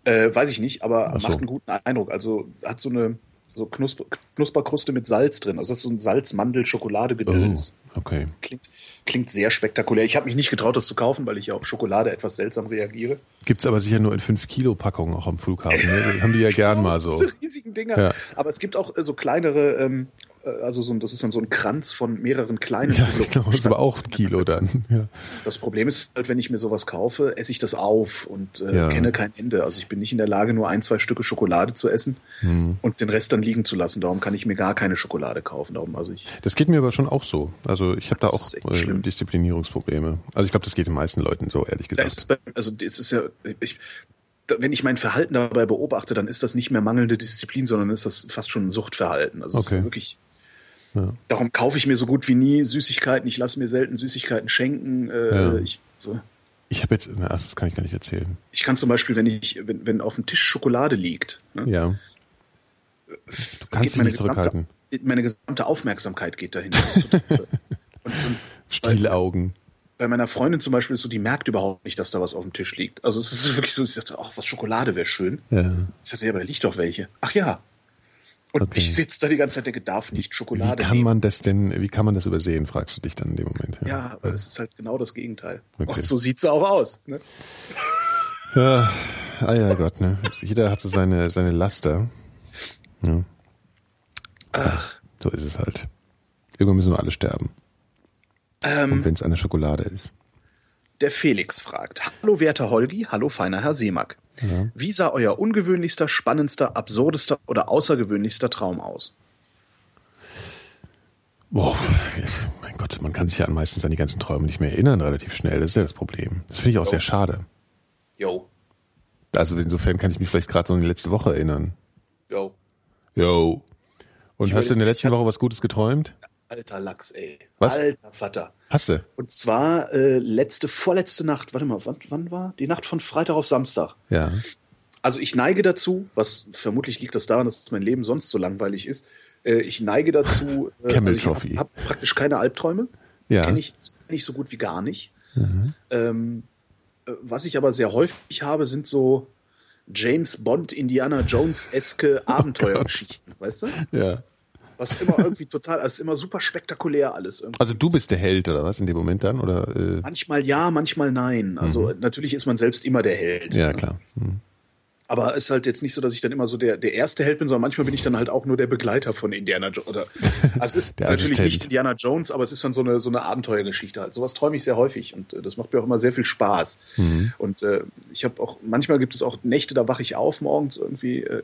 Speaker 4: Äh, weiß ich nicht, aber
Speaker 3: Ach so.
Speaker 4: macht einen guten Eindruck. Also hat so eine so Knusper, Knusperkruste mit Salz drin. Also das ist so ein
Speaker 3: Oh,
Speaker 4: Salz-Mandel-Schokolade-Gedöns.
Speaker 3: okay.
Speaker 4: Klingt, klingt sehr spektakulär. Ich habe mich nicht getraut, das zu kaufen, weil ich ja auf Schokolade etwas seltsam reagiere.
Speaker 3: Gibt's aber sicher nur in 5-Kilo-Packungen auch am Flughafen. Ne? Das haben die ja gern mal so.
Speaker 4: Diese riesigen Dinger.
Speaker 3: Ja.
Speaker 4: Aber es gibt auch äh, so kleinere, ähm, äh, also so, ein- das ist dann so ein Kranz von mehreren kleinen
Speaker 3: Ja,
Speaker 4: Produkten.
Speaker 3: genau. Ist aber auch ein Kilo dann. Ja.
Speaker 4: Das Problem ist halt, wenn ich mir sowas kaufe, esse ich das auf und äh,
Speaker 3: Ja.
Speaker 4: kenne kein Ende. Also ich bin nicht in der Lage, nur ein, zwei Stücke Schokolade zu essen
Speaker 3: Mhm.
Speaker 4: und den Rest dann liegen zu lassen. Darum kann ich mir gar keine Schokolade kaufen. Darum, also ich,
Speaker 3: Das geht mir aber schon auch so. Also ich habe da
Speaker 4: Das
Speaker 3: auch
Speaker 4: ist echt
Speaker 3: äh,
Speaker 4: schlimm.
Speaker 3: Disziplinierungsprobleme. Also ich glaube, das geht den meisten Leuten so, ehrlich
Speaker 4: da ist es
Speaker 3: gesagt.
Speaker 4: bei, also das ist ja, ich, da, wenn ich mein Verhalten dabei beobachte, dann ist das nicht mehr mangelnde Disziplin, sondern ist das fast schon ein Suchtverhalten. Also es
Speaker 3: Okay.
Speaker 4: ist wirklich. Darum kaufe ich mir so gut wie nie Süßigkeiten. Ich lasse mir selten Süßigkeiten schenken. Äh,
Speaker 3: Ja.
Speaker 4: ich, so.
Speaker 3: Ich habe jetzt, na, ach, das kann ich gar nicht erzählen.
Speaker 4: ich kann zum Beispiel, wenn ich, wenn, wenn auf dem Tisch Schokolade liegt, ne,
Speaker 3: Ja. Du kannst dich
Speaker 4: meine
Speaker 3: nicht
Speaker 4: gesamte-
Speaker 3: zurückhalten.
Speaker 4: Meine gesamte Aufmerksamkeit geht dahin. Das ist total- und, und
Speaker 3: Stielaugen.
Speaker 4: bei meiner Freundin zum Beispiel ist so, die merkt überhaupt nicht, dass da was auf dem Tisch liegt. Also es ist wirklich so, ich sagte, ach, was Schokolade wäre schön.
Speaker 3: Ja.
Speaker 4: Ich sagte, ja, aber da liegt doch welche. Ach ja. Und
Speaker 3: Okay.
Speaker 4: ich sitze da die ganze Zeit und denke, darf nicht
Speaker 3: Wie
Speaker 4: Schokolade
Speaker 3: kann
Speaker 4: nehmen.
Speaker 3: man das denn, wie kann man das übersehen, fragst du dich dann in dem Moment.
Speaker 4: Ja, aber das ist halt genau das Gegenteil.
Speaker 3: Okay.
Speaker 4: Und so sieht's auch aus. Ne?
Speaker 3: ja. Ah ja Gott, ne? Jeder hat so seine, seine Laster. Ja. Ach. So ist es halt. Irgendwann müssen wir alle sterben.
Speaker 4: Ähm.
Speaker 3: Und wenn es eine Schokolade ist.
Speaker 4: Der Felix fragt: Hallo, werter Holgi, hallo, feiner Herr Seemack. Wie sah euer ungewöhnlichster, spannendster, absurdester oder außergewöhnlichster Traum aus?
Speaker 3: Boah, mein Gott, man kann sich ja an meistens an die ganzen Träume nicht mehr erinnern, relativ schnell. Das ist ja das Problem. Das finde ich auch sehr schade.
Speaker 4: Yo,
Speaker 3: Also insofern kann ich mich vielleicht gerade so an die letzte Woche erinnern.
Speaker 4: yo,
Speaker 3: Yo. Und hast du in der
Speaker 4: überlege-
Speaker 3: letzten Woche was Gutes geträumt?
Speaker 4: alter Lachs, ey.
Speaker 3: Was?
Speaker 4: Alter Vater.
Speaker 3: Hast du?
Speaker 4: Und zwar äh, letzte, vorletzte Nacht, warte mal, wann, wann war? Die Nacht von Freitag auf Samstag.
Speaker 3: Ja.
Speaker 4: Also ich neige dazu, was vermutlich liegt das daran, dass mein Leben sonst so langweilig ist, äh, ich neige dazu, äh,
Speaker 3: Camel
Speaker 4: ich
Speaker 3: Trophy.
Speaker 4: habe hab praktisch keine Albträume.
Speaker 3: Ja. Mhm.
Speaker 4: Kenne ich, kenn ich so gut wie gar nicht. Ähm, äh, was ich aber sehr häufig habe, sind so James Bond, Indiana
Speaker 3: Oh
Speaker 4: Jones-eske Abenteuergeschichten, weißt du?
Speaker 3: Ja.
Speaker 4: Was immer irgendwie total, also ist immer super spektakulär alles. Irgendwie.
Speaker 3: Also du bist der Held oder was in dem Moment dann oder? Äh,
Speaker 4: Manchmal ja, manchmal nein. Also natürlich ist man selbst immer der Held.
Speaker 3: Mhm. ja klar. Hm.
Speaker 4: Aber es ist halt jetzt nicht so, dass ich dann immer so der, der erste Held bin, sondern manchmal bin ich dann halt auch nur der Begleiter von Indiana Jones. Oder, also es ist
Speaker 3: Der
Speaker 4: natürlich
Speaker 3: Assistent.
Speaker 4: nicht Indiana Jones, aber es ist dann so eine, so eine Abenteuergeschichte halt. Sowas träume ich sehr häufig und äh, das macht mir auch immer sehr viel Spaß.
Speaker 3: Mhm.
Speaker 4: Und äh, ich habe auch, manchmal gibt es auch Nächte, da wache ich auf morgens irgendwie. Äh,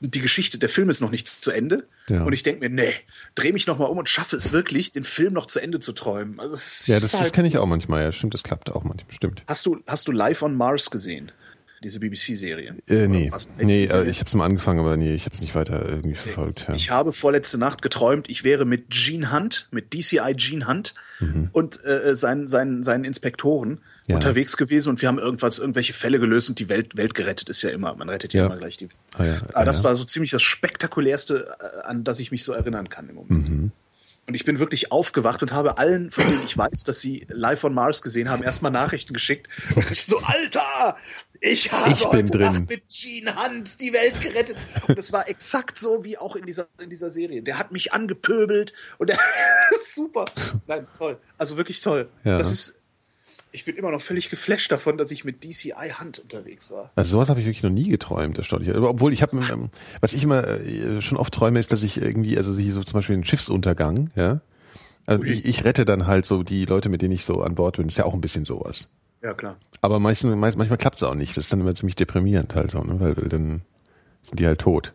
Speaker 4: die Geschichte, der Film ist noch nicht zu Ende.
Speaker 3: Ja.
Speaker 4: Und ich denke mir, nee, dreh mich nochmal um und schaffe es wirklich, den Film noch zu Ende zu träumen. Also es ist
Speaker 3: Ja, das,
Speaker 4: total
Speaker 3: das kenne ich auch manchmal. Ja, stimmt, das klappt auch manchmal. Stimmt.
Speaker 4: Hast du, hast du Live on Mars gesehen? Diese BBC-Serie?
Speaker 3: Äh, nee,
Speaker 4: Oder was?
Speaker 3: nee äh, ich habe es mal angefangen, aber nee, ich habe es nicht weiter irgendwie verfolgt. Ja.
Speaker 4: Ich habe vorletzte Nacht geträumt, ich wäre mit Gene Hunt, mit DCI Gene Hunt und äh, seinen, seinen, seinen Inspektoren
Speaker 3: Mhm. Ja.
Speaker 4: unterwegs gewesen und wir haben irgendwas, irgendwelche Fälle gelöst und die Welt, Welt gerettet ist ja immer. Man rettet ja,
Speaker 3: Ja.
Speaker 4: immer gleich die.
Speaker 3: Ah, ja.
Speaker 4: Aber das
Speaker 3: Ja.
Speaker 4: war so ziemlich das Spektakulärste, äh, an das ich mich so erinnern kann im Moment.
Speaker 3: Mhm.
Speaker 4: Und ich bin wirklich aufgewacht und habe allen, von denen ich weiß, dass sie live on Mars gesehen haben, erstmal Nachrichten geschickt. Und ich so, Alter, ich habe
Speaker 3: Ich bin
Speaker 4: heute
Speaker 3: drin.
Speaker 4: Nacht mit Gene Hunt die Welt gerettet. Und es war exakt so wie auch in dieser, in dieser Serie. Der hat mich angepöbelt und der super. Nein, toll. Also wirklich toll.
Speaker 3: Ja.
Speaker 4: Das ist, ich bin immer noch völlig geflasht davon, dass ich mit DCI Hunt unterwegs war.
Speaker 3: Also sowas habe ich wirklich noch nie geträumt, erstaunlich. Aber Obwohl ich habe, ähm, was ich immer äh, schon oft träume, ist, dass ich irgendwie, also hier so zum Beispiel einen Schiffsuntergang, ja. Also ich, ich rette dann halt so die Leute, mit denen ich so an Bord bin. Ist ja auch ein bisschen sowas.
Speaker 4: Ja, klar.
Speaker 3: Aber meistens, meist, manchmal klappt es auch nicht. Das ist dann immer ziemlich deprimierend halt so, ne? weil dann sind die halt tot.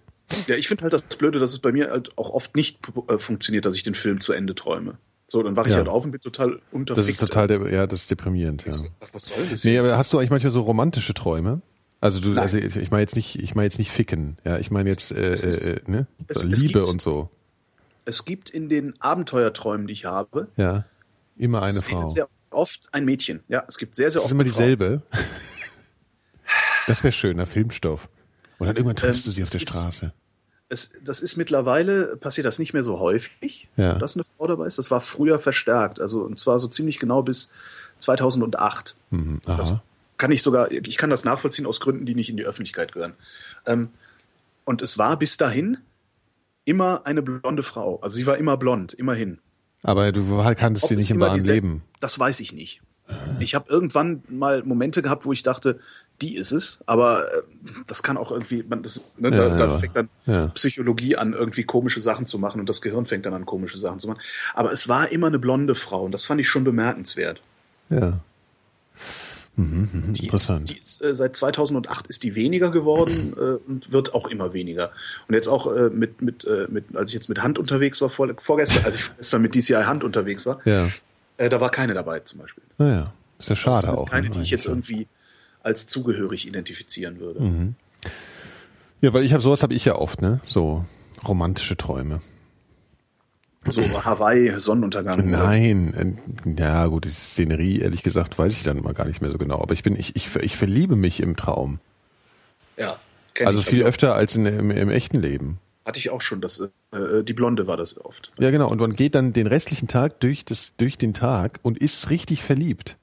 Speaker 4: Ja, ich finde halt das Blöde, dass es bei mir halt auch oft nicht äh, funktioniert, dass ich den Film zu Ende träume. So, dann wache ich
Speaker 3: Ja.
Speaker 4: halt auf und bin total
Speaker 3: Das
Speaker 4: unterfickt.
Speaker 3: ist total, de ja, das ist deprimierend. Ja.
Speaker 4: Ach, Was soll das?
Speaker 3: Nee,
Speaker 4: jetzt?
Speaker 3: aber hast du eigentlich manchmal so romantische Träume? Also du, also ich ich meine jetzt nicht, ich meine jetzt nicht ficken. Ja, ich meine jetzt äh,
Speaker 4: ist-
Speaker 3: äh, ne?
Speaker 4: es- es
Speaker 3: Liebe
Speaker 4: gibt-
Speaker 3: und so.
Speaker 4: Es gibt in den Abenteuerträumen, die ich habe,
Speaker 3: Ja, immer eine
Speaker 4: sehr,
Speaker 3: Frau.
Speaker 4: sehr oft ein Mädchen. Ja, es gibt sehr, sehr
Speaker 3: Das ist
Speaker 4: oft
Speaker 3: immer
Speaker 4: eine Frau.
Speaker 3: dieselbe. Das wäre schöner Filmstoff. Und dann irgendwann triffst du
Speaker 4: Ähm,
Speaker 3: sie auf
Speaker 4: es
Speaker 3: der
Speaker 4: ist-
Speaker 3: Straße.
Speaker 4: Es, das ist mittlerweile, passiert das nicht mehr so häufig,
Speaker 3: Ja.
Speaker 4: dass eine Frau dabei ist. Das war früher verstärkt. Also, und zwar so ziemlich genau bis 2008.
Speaker 3: Mhm, aha.
Speaker 4: Das kann ich sogar, ich kann das nachvollziehen aus Gründen, die nicht in die Öffentlichkeit gehören. Ähm, und es war bis dahin immer eine blonde Frau. Also sie war immer blond, immerhin.
Speaker 3: Aber du halt kanntest sie
Speaker 4: Ob es
Speaker 3: nicht im
Speaker 4: immer
Speaker 3: wahren
Speaker 4: diesel-
Speaker 3: Leben.
Speaker 4: Das weiß ich nicht. Ich habe irgendwann mal Momente gehabt, wo ich dachte, die ist es, aber äh, das kann auch irgendwie, man, das, ist- ne,
Speaker 3: Ja,
Speaker 4: da, da
Speaker 3: ja.
Speaker 4: fängt dann
Speaker 3: Ja.
Speaker 4: Psychologie an, irgendwie komische Sachen zu machen und das Gehirn fängt dann an, komische Sachen zu machen. Aber es war immer eine blonde Frau und das fand ich schon bemerkenswert.
Speaker 3: Ja. Mhm,
Speaker 4: Die
Speaker 3: Interessant.
Speaker 4: Ist, die ist, äh, seit 2008 ist die weniger geworden äh, und wird auch immer weniger. Und jetzt auch äh, mit, mit, äh, mit, als ich jetzt mit Hand unterwegs war, vor, vorgestern, als ich vorgestern mit DCI Hand unterwegs war,
Speaker 3: Ja.
Speaker 4: äh, da war keine dabei zum Beispiel.
Speaker 3: Naja. Ist ja schade
Speaker 4: also
Speaker 3: auch.
Speaker 4: zumindest keine,
Speaker 3: ne,
Speaker 4: die ich jetzt
Speaker 3: eigentlich, ja.
Speaker 4: irgendwie als zugehörig identifizieren würde.
Speaker 3: Mhm. Ja, weil ich habe sowas habe ich ja oft, ne? So romantische Träume.
Speaker 4: So Hawaii, Sonnenuntergang.
Speaker 3: Nein, äh, ja gut, diese Szenerie, ehrlich gesagt, weiß ich dann mal gar nicht mehr so genau. Aber ich bin, ich, ich, ich verliebe mich im Traum.
Speaker 4: Ja, kenn
Speaker 3: Also
Speaker 4: ich.
Speaker 3: viel öfter als in, im, im echten Leben.
Speaker 4: Hatte ich auch schon, das, äh, die Blonde war das oft.
Speaker 3: Ja, genau. Und man geht dann den restlichen Tag durch, das, durch den Tag und ist richtig verliebt.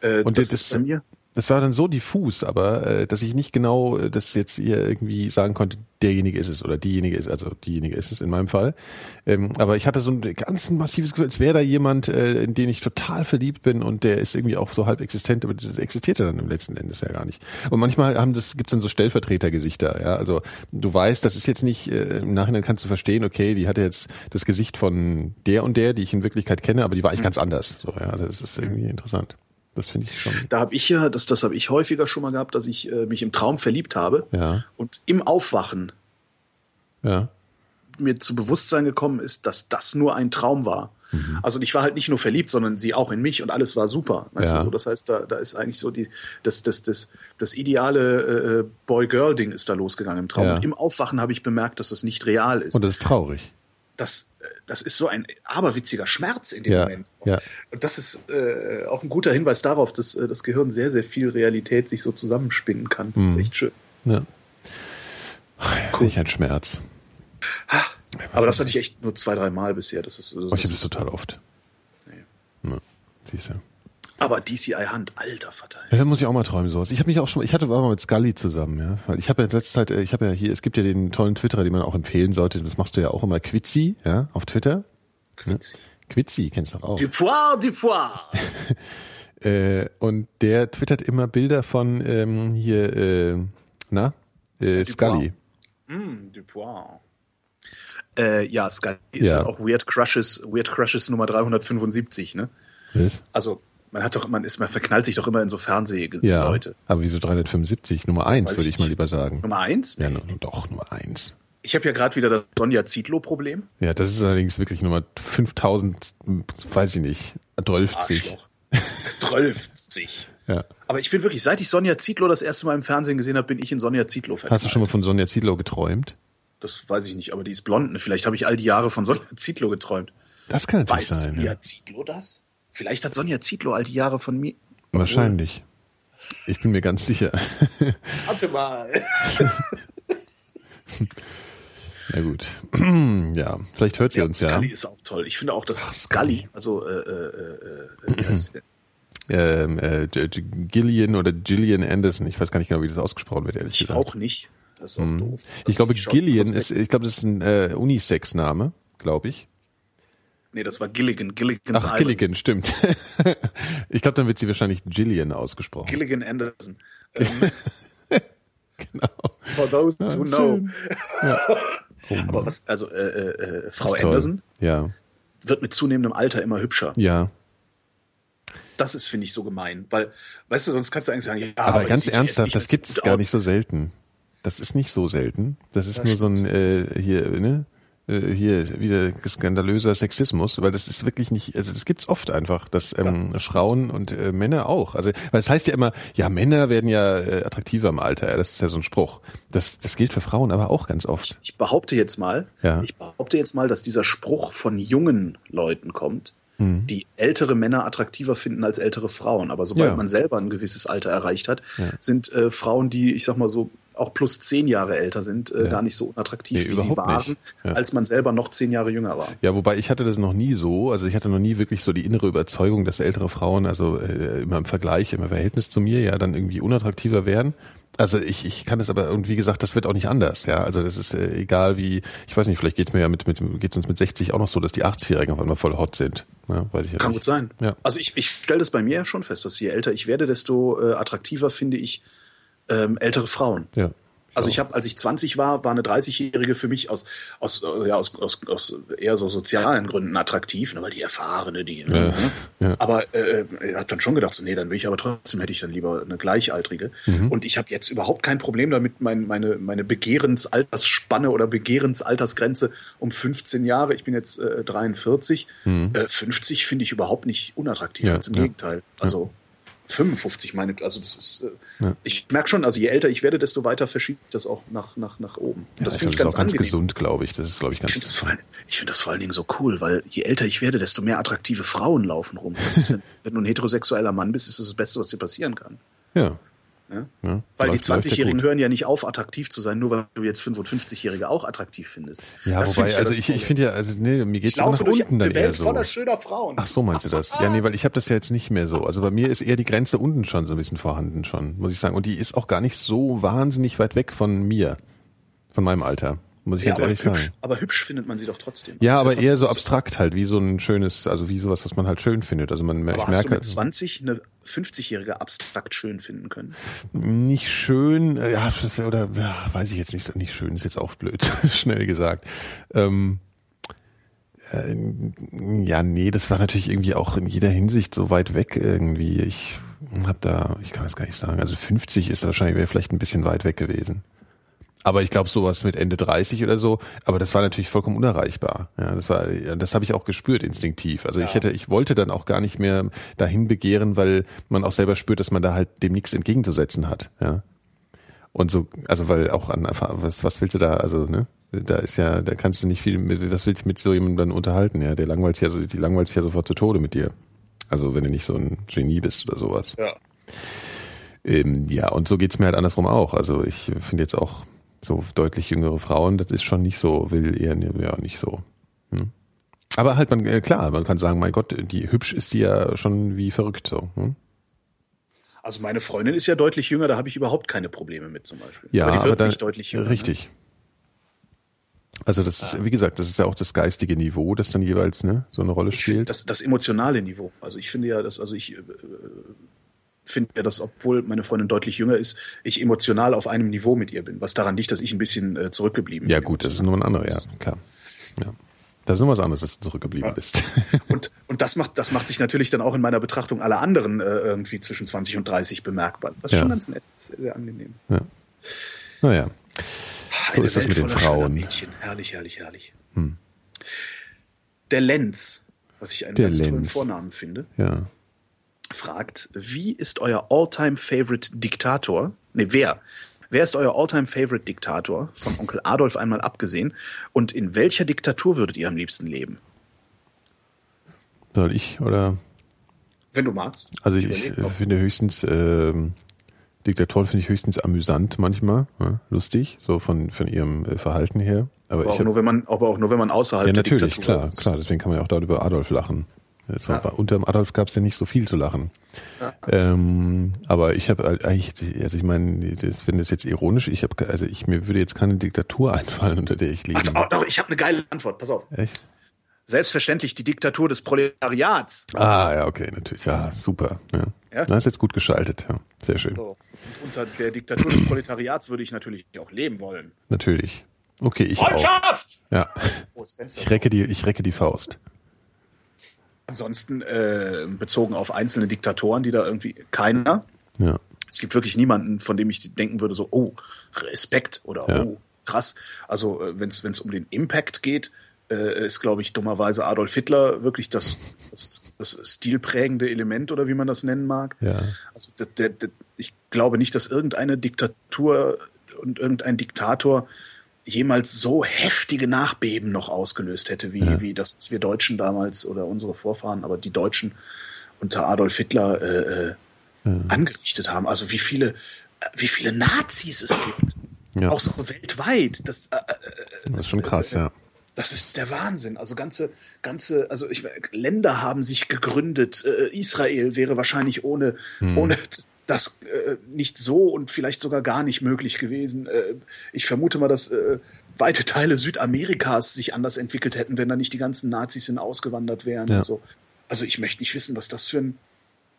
Speaker 4: Äh,
Speaker 3: Und
Speaker 4: das,
Speaker 3: das-
Speaker 4: ist bei mir.
Speaker 3: Das war dann so diffus, aber äh, dass ich nicht genau äh, das jetzt ihr irgendwie sagen konnte, derjenige ist es oder diejenige ist, also diejenige ist es in meinem Fall. Ähm, aber ich hatte so ein ganz massives Gefühl, als wäre da jemand, äh, in den ich total verliebt bin und der ist irgendwie auch so halb existent, aber das existierte dann im letzten Endes ja gar nicht. Und manchmal haben das gibt's dann so Stellvertretergesichter, ja. Also du weißt, das ist jetzt nicht, äh, im Nachhinein kannst du verstehen, okay, die hatte jetzt das Gesicht von der und der, die ich in Wirklichkeit kenne, aber die war eigentlich ganz anders. So, ja, also das ist irgendwie interessant. Das finde ich schon.
Speaker 4: Da habe ich ja, das, das habe ich häufiger schon mal gehabt, dass ich äh, mich im Traum verliebt habe
Speaker 3: Ja.
Speaker 4: und im Aufwachen
Speaker 3: Ja.
Speaker 4: mir zu Bewusstsein gekommen ist, dass das nur ein Traum war.
Speaker 3: Mhm.
Speaker 4: Also ich war halt nicht nur verliebt, sondern sie auch in mich und alles war super. Weißt
Speaker 3: Ja.
Speaker 4: du, so, das heißt, da, da ist eigentlich so die, das, das, das, das ideale äh, Boy-Girl-Ding ist da losgegangen im Traum.
Speaker 3: Ja.
Speaker 4: Und im Aufwachen habe ich bemerkt, dass das nicht real ist.
Speaker 3: Und das ist traurig.
Speaker 4: das, äh, das ist so ein aberwitziger Schmerz in dem
Speaker 3: Ja,
Speaker 4: Moment.
Speaker 3: ja.
Speaker 4: Und das ist äh, auch ein guter Hinweis darauf, dass äh, das Gehirn sehr, sehr viel Realität sich so zusammenspinnen kann. Das
Speaker 3: Mhm.
Speaker 4: ist echt schön.
Speaker 3: Ja. Cool. Nicht ein Schmerz.
Speaker 4: Aber das hatte ich echt nur zwei, drei Mal bisher. Das ist, das
Speaker 3: Oh, ich habe das
Speaker 4: ist
Speaker 3: total oft. Ne, siehst du.
Speaker 4: Aber DCI Hand, alter Vater. ey.
Speaker 3: Ja, muss ich auch mal träumen, sowas. Ich habe mich auch schon, ich hatte war mal mit Scully zusammen, ja. Weil ich habe ja letzte Zeit, äh, ich habe ja hier, es gibt ja den tollen Twitterer, den man auch empfehlen sollte, das machst du ja auch immer, Quitzi, ja, auf Twitter.
Speaker 4: Quitzi.
Speaker 3: Quitzi, kennst du doch auch.
Speaker 4: Dupois, Dupois.
Speaker 3: Äh, und der twittert immer Bilder von ähm, hier, äh, na, äh, Scully.
Speaker 4: Mm, Dupois. Äh, ja, Scully ist
Speaker 3: Ja.
Speaker 4: halt auch Weird Crushes, Weird Crushes Nummer 375, ne?
Speaker 3: Was?
Speaker 4: Also, man hat doch, man ist, man verknallt sich doch immer in so Fernsehleute.
Speaker 3: Ja,
Speaker 4: Leute.
Speaker 3: aber wieso 375? Nummer eins
Speaker 4: Weiß
Speaker 3: würde
Speaker 4: ich
Speaker 3: ich mal
Speaker 4: nicht.
Speaker 3: lieber sagen.
Speaker 4: Nummer eins?
Speaker 3: Ja, nu- doch, Nummer eins.
Speaker 4: Ich habe ja gerade wieder das Sonja Zietlow-Problem.
Speaker 3: Ja, das ist allerdings wirklich Nummer 5000, hm, weiß ich nicht, 12.
Speaker 4: Arschloch. 12.
Speaker 3: Ja.
Speaker 4: Aber ich bin wirklich, seit ich Sonja Zietlow das erste Mal im Fernsehen gesehen habe, bin ich in Sonja Zietlow verliebt.
Speaker 3: Hast du schon mal von Sonja Ziedlow geträumt?
Speaker 4: Das weiß ich nicht, aber die ist blond. ne? Vielleicht habe ich all die Jahre von Sonja Zietlow geträumt.
Speaker 3: Das kann natürlich
Speaker 4: Weiß
Speaker 3: sein. Ja.
Speaker 4: Sonja Zietlow das? Vielleicht hat Sonja Zietlow all die Jahre von mir.
Speaker 3: Wahrscheinlich. Ich bin mir ganz sicher.
Speaker 4: Warte mal.
Speaker 3: Na gut. ja, vielleicht hört sie
Speaker 4: Ja,
Speaker 3: uns ja. Ah,
Speaker 4: Scully ist auch toll. Ich finde auch, dass Scully, also äh, äh, äh, wie heißt sie denn?
Speaker 3: Ähm, äh, G- G- Gillian oder Gillian Anderson. Ich weiß gar nicht genau, wie das ausgesprochen wird, ehrlich
Speaker 4: Ich
Speaker 3: gesagt.
Speaker 4: auch nicht. Das ist auch
Speaker 3: Hm.
Speaker 4: doof.
Speaker 3: Ich glaube,
Speaker 4: schaue-
Speaker 3: Gillian ist, ich glaube, das ist ein äh, Unisex-Name, glaube ich.
Speaker 4: Nee, das war Gilligan. Gilligan's
Speaker 3: Ach,
Speaker 4: Island.
Speaker 3: Gilligan, stimmt. ich glaube, dann wird sie wahrscheinlich Gillian ausgesprochen.
Speaker 4: Gilligan Anderson. Ähm,
Speaker 3: genau.
Speaker 4: for those who know.
Speaker 3: schön. Oh
Speaker 4: Aber was, also äh, äh, äh, Frau
Speaker 3: Ist toll.
Speaker 4: Anderson
Speaker 3: Ja,
Speaker 4: wird mit zunehmendem Alter immer hübscher.
Speaker 3: ja.
Speaker 4: Das ist, finde ich, so gemein. Weil, weißt du, sonst kannst du eigentlich sagen, ja,
Speaker 3: Aber,
Speaker 4: die
Speaker 3: ganz
Speaker 4: Ah, sieht ja
Speaker 3: ernsthaft,
Speaker 4: jetzt
Speaker 3: das
Speaker 4: mehr
Speaker 3: gibt's
Speaker 4: gut
Speaker 3: gar
Speaker 4: aus.
Speaker 3: nicht so selten. Das ist nicht so selten. Das ist nur so ein äh, hier, ne? Äh, Hier wieder skandalöser Sexismus, weil das ist wirklich nicht, also das gibt's oft einfach, dass ähm, Frauen und äh, Männer auch. Also weil es heißt ja immer, ja Männer werden ja äh, attraktiver im Alter. Ja, das ist ja so ein Spruch. Das das gilt für Frauen aber auch ganz oft.
Speaker 4: Ich behaupte jetzt mal,
Speaker 3: Ja.
Speaker 4: ich behaupte jetzt mal, dass dieser Spruch von jungen Leuten kommt,
Speaker 3: Mhm.
Speaker 4: die ältere Männer attraktiver finden als ältere Frauen. Aber sobald
Speaker 3: Ja.
Speaker 4: man selber ein gewisses Alter erreicht hat, sind äh, Frauen, die, ich sag mal so, auch plus zehn Jahre älter sind, äh, gar nicht so unattraktiv,
Speaker 3: Nee,
Speaker 4: wie sie
Speaker 3: überhaupt
Speaker 4: waren,
Speaker 3: nicht. Ja.
Speaker 4: als man selber noch zehn Jahre jünger war.
Speaker 3: Ja, wobei ich hatte das noch nie so, also ich hatte noch nie wirklich so die innere Überzeugung, dass ältere Frauen, also äh, immer im Vergleich, immer im Verhältnis zu mir, ja, dann irgendwie unattraktiver wären. Also ich, ich kann es aber, und wie gesagt, das wird auch nicht anders, ja. Also das ist äh, egal wie, ich weiß nicht, vielleicht geht's mir ja mit, mit geht's uns mit 60 auch noch so, dass die 80-Jährigen auf einmal voll hot sind. Ja, weiß ich ja
Speaker 4: Kann
Speaker 3: nicht.
Speaker 4: gut sein.
Speaker 3: Ja.
Speaker 4: Also ich, ich stelle das bei mir ja schon fest, dass je älter ich werde, desto äh, attraktiver finde ich ähm, ältere Frauen.
Speaker 3: Ja.
Speaker 4: Also ich habe, als ich 20 war, war eine 30-Jährige für mich aus, aus, äh, ja, aus, aus, aus eher so sozialen Gründen attraktiv, ne, weil die erfahrene, die. Ne?
Speaker 3: ja.
Speaker 4: Aber äh, ich habe dann schon gedacht, so, nee, dann will ich aber trotzdem hätte ich dann lieber eine gleichaltrige.
Speaker 3: Mhm.
Speaker 4: Und ich habe jetzt überhaupt kein Problem damit, mein, meine, meine Begehrensaltersspanne oder Begehrensaltersgrenze um 15 Jahre. Ich bin jetzt äh, 43. Äh, 50 finde ich überhaupt nicht unattraktiv.
Speaker 3: Mhm. Ja,
Speaker 4: Ganz im
Speaker 3: ja.
Speaker 4: Gegenteil. Also 55 meine, also das ist, äh, ich merke schon, also je älter ich werde, desto weiter verschiebt das auch nach, nach, nach oben. das
Speaker 3: ja,
Speaker 4: finde
Speaker 3: ich glaube, das
Speaker 4: ich ganz,
Speaker 3: ist auch ganz
Speaker 4: angenehm.
Speaker 3: gesund, glaube ich. Das ist, glaube ich,
Speaker 4: Ich finde
Speaker 3: ganz.
Speaker 4: das, vor allen- ich find das vor allen Dingen so cool, weil je älter ich werde, desto mehr attraktive Frauen laufen rum. Das ist, wenn, wenn du ein heterosexueller Mann bist, ist das das Beste, was dir passieren kann.
Speaker 3: Ja.
Speaker 4: Ja?
Speaker 3: ja.
Speaker 4: Weil
Speaker 3: Läuft- läuft
Speaker 4: die
Speaker 3: ja
Speaker 4: 20-Jährigen
Speaker 3: gut.
Speaker 4: hören ja nicht auf, attraktiv zu sein, nur weil du jetzt 55-Jährige auch attraktiv findest.
Speaker 3: Ja,
Speaker 4: Das
Speaker 3: wobei,
Speaker 4: find
Speaker 3: also ich,
Speaker 4: das
Speaker 3: ich
Speaker 4: Tolle.
Speaker 3: finde ja, also nee, mir geht's
Speaker 5: Ich
Speaker 3: auch nach
Speaker 5: laufe durch
Speaker 3: unten dann
Speaker 5: eine
Speaker 3: eher
Speaker 5: Welt
Speaker 3: so.
Speaker 5: voller schöner Frauen.
Speaker 3: Ach so, meinst du das? Ja, nee, weil ich habe das ja jetzt nicht mehr so. Also bei mir ist eher die Grenze unten schon so ein bisschen vorhanden schon, muss ich sagen. Und die ist auch gar nicht so wahnsinnig weit weg von mir, von meinem Alter, muss ich
Speaker 4: ja,
Speaker 3: jetzt
Speaker 4: aber,
Speaker 3: ehrlich
Speaker 4: hübsch,
Speaker 3: sagen.
Speaker 4: aber hübsch findet man sie doch trotzdem. Das
Speaker 3: Ja,
Speaker 4: ist
Speaker 3: aber
Speaker 4: was-
Speaker 3: eher so
Speaker 4: das ist-
Speaker 3: abstrakt halt, wie so ein schönes, also wie sowas, was man halt schön findet. Also man
Speaker 4: Aber
Speaker 3: ich
Speaker 4: hast du
Speaker 3: merke
Speaker 4: mit 20 eine 50-Jährige abstrakt schön finden können?
Speaker 3: nicht schön, äh, ja, das- oder ja, weiß ich jetzt nicht, so- nicht schön ist jetzt auch blöd, schnell gesagt. Ähm, äh, ja, nee, das war natürlich irgendwie auch in jeder Hinsicht so weit weg irgendwie. Ich habe da, ich kann das gar nicht sagen. Also 50 ist wahrscheinlich wäre vielleicht ein bisschen weit weg gewesen. Aber ich glaube sowas mit Ende 30 oder so, aber das war natürlich vollkommen unerreichbar. Ja, das war ja, das habe ich auch gespürt instinktiv. Also ich hätte ich wollte dann auch gar nicht mehr dahin begehren, weil man auch selber spürt, dass man da halt dem nichts entgegenzusetzen hat, ja. Und so also weil auch an was was willst du da also, ne? Da ist ja, da kannst du nicht viel mit, was willst du mit so jemandem dann unterhalten, ja? Der langweilt sich ja so die langweilt sich ja sofort zu Tode mit dir. Also, wenn du nicht so ein Genie bist oder sowas.
Speaker 5: Ja.
Speaker 3: Ähm, ja, und so geht's mir halt andersrum auch. Also ich finde jetzt auch so deutlich jüngere Frauen, das ist schon nicht so, will eher ne- ja, nicht so. Hm? Aber halt, man, äh, klar, man kann sagen, mein Gott, die hübsch ist die ja schon wie verrückt so. Hm?
Speaker 4: Also meine Freundin ist ja deutlich jünger, da habe ich überhaupt keine Probleme mit zum Beispiel.
Speaker 3: Ja,
Speaker 4: aber die wird
Speaker 3: dann,
Speaker 4: nicht deutlich jünger. ne? Ah.
Speaker 3: Richtig. Also das ist, wie gesagt, das ist ja auch das geistige Niveau, das dann jeweils ne, so eine Rolle
Speaker 4: Ne?
Speaker 3: spielt.
Speaker 4: Das, das emotionale Niveau. Also ich finde ja, dass, also ich äh, finde ja, dass obwohl meine Freundin deutlich jünger ist, ich emotional auf einem Niveau mit ihr bin. Was daran liegt, dass ich ein bisschen äh, zurückgeblieben
Speaker 3: ja
Speaker 4: bin.
Speaker 3: gut, das ist nur ein anderer, ja, klar. Ja. Das ist nur was anderes, dass du zurückgeblieben bist.
Speaker 4: Und, und das, macht, das macht sich natürlich dann auch in meiner Betrachtung aller anderen äh, irgendwie zwischen 20 und 30 bemerkbar. Das ist
Speaker 3: Ja.
Speaker 4: schon ganz nett, Das ist sehr, sehr angenehm.
Speaker 3: naja, so
Speaker 4: Eine
Speaker 3: ist das
Speaker 4: Welt
Speaker 3: mit den
Speaker 4: voller schöner
Speaker 3: Frauen. Hm.
Speaker 4: Mädchen. Herrlich, herrlich, herrlich. Der Lenz, was ich einen
Speaker 3: Der
Speaker 4: ganz tollen
Speaker 3: Lenz.
Speaker 4: Vornamen finde,
Speaker 3: Ja.
Speaker 4: fragt, wie ist euer All-Time-Favorite-Diktator? Ne, wer? Wer ist euer All-Time-Favorite-Diktator? Von Onkel Adolf einmal abgesehen. Und in welcher Diktatur würdet ihr am liebsten leben?
Speaker 3: Soll ich oder
Speaker 4: Wenn du magst.
Speaker 3: Also ich, ich äh, finde höchstens ähm, Diktatoren finde ich höchstens amüsant manchmal, ne? lustig, so von von ihrem äh, Verhalten her. Aber
Speaker 4: Aber
Speaker 3: ich
Speaker 4: auch,
Speaker 3: hab-
Speaker 4: nur, wenn man, aber auch nur, wenn man außerhalb
Speaker 3: ja
Speaker 4: der
Speaker 3: natürlich
Speaker 4: Diktatur
Speaker 3: klar,
Speaker 4: ist.
Speaker 3: klar. Deswegen kann man ja auch dort über Adolf lachen. Es war, war- Unter dem Adolf gab es ja nicht so viel zu lachen. Ähm, aber ich habe eigentlich, also ich meine, das, wenn das jetzt ironisch, ich habe, also ich mir würde jetzt keine Diktatur einfallen, unter der ich leben.
Speaker 4: Ach, doch, doch, ich habe eine geile Antwort. Pass auf.
Speaker 3: Echt?
Speaker 4: Selbstverständlich die Diktatur des Proletariats.
Speaker 3: Ah ja, okay, natürlich. Ja, super. Ja.
Speaker 4: Ja.
Speaker 3: Na, ist jetzt gut geschaltet. Ja, sehr schön.
Speaker 4: So. Und unter der Diktatur des Proletariats würde ich natürlich auch leben wollen.
Speaker 3: Natürlich. Okay, ich auch.
Speaker 5: Freundschaft!
Speaker 3: Ja.
Speaker 4: Oh, das Fenster.
Speaker 3: Ich recke die, ich recke die Faust.
Speaker 4: Ansonsten äh, bezogen auf einzelne Diktatoren, die da irgendwie keiner.
Speaker 3: Ja.
Speaker 4: Es gibt wirklich niemanden, von dem ich denken würde, so, oh, Respekt oder
Speaker 3: Ja.
Speaker 4: oh, krass. Also, wenn es um den Impact geht, äh, ist, glaube ich, dummerweise Adolf Hitler wirklich das, das, das stilprägende Element oder wie man das nennen mag.
Speaker 3: Ja.
Speaker 4: Also, der, der, der, ich glaube nicht, dass irgendeine Diktatur und irgendein Diktator jemals so heftige Nachbeben noch ausgelöst hätte, wie, wie das, was wir Deutschen damals oder unsere Vorfahren, aber die Deutschen unter Adolf Hitler äh, äh, angerichtet haben. Also wie viele, äh, wie viele Nazis es gibt.
Speaker 3: Ja.
Speaker 4: Auch so weltweit. Das, äh, äh,
Speaker 3: Das ist schon krass, ja.
Speaker 4: das ist der Wahnsinn. Also ganze, ganze, also ich meine, Länder haben sich gegründet. Äh, Israel wäre wahrscheinlich ohne,
Speaker 3: Hm.
Speaker 4: ohne das äh, nicht so und vielleicht sogar gar nicht möglich gewesen. Äh, ich vermute mal, dass äh, weite Teile Südamerikas sich anders entwickelt hätten, wenn da nicht die ganzen Nazis hin ausgewandert wären
Speaker 3: Ja.
Speaker 4: und so. Also ich möchte nicht wissen, was das für ein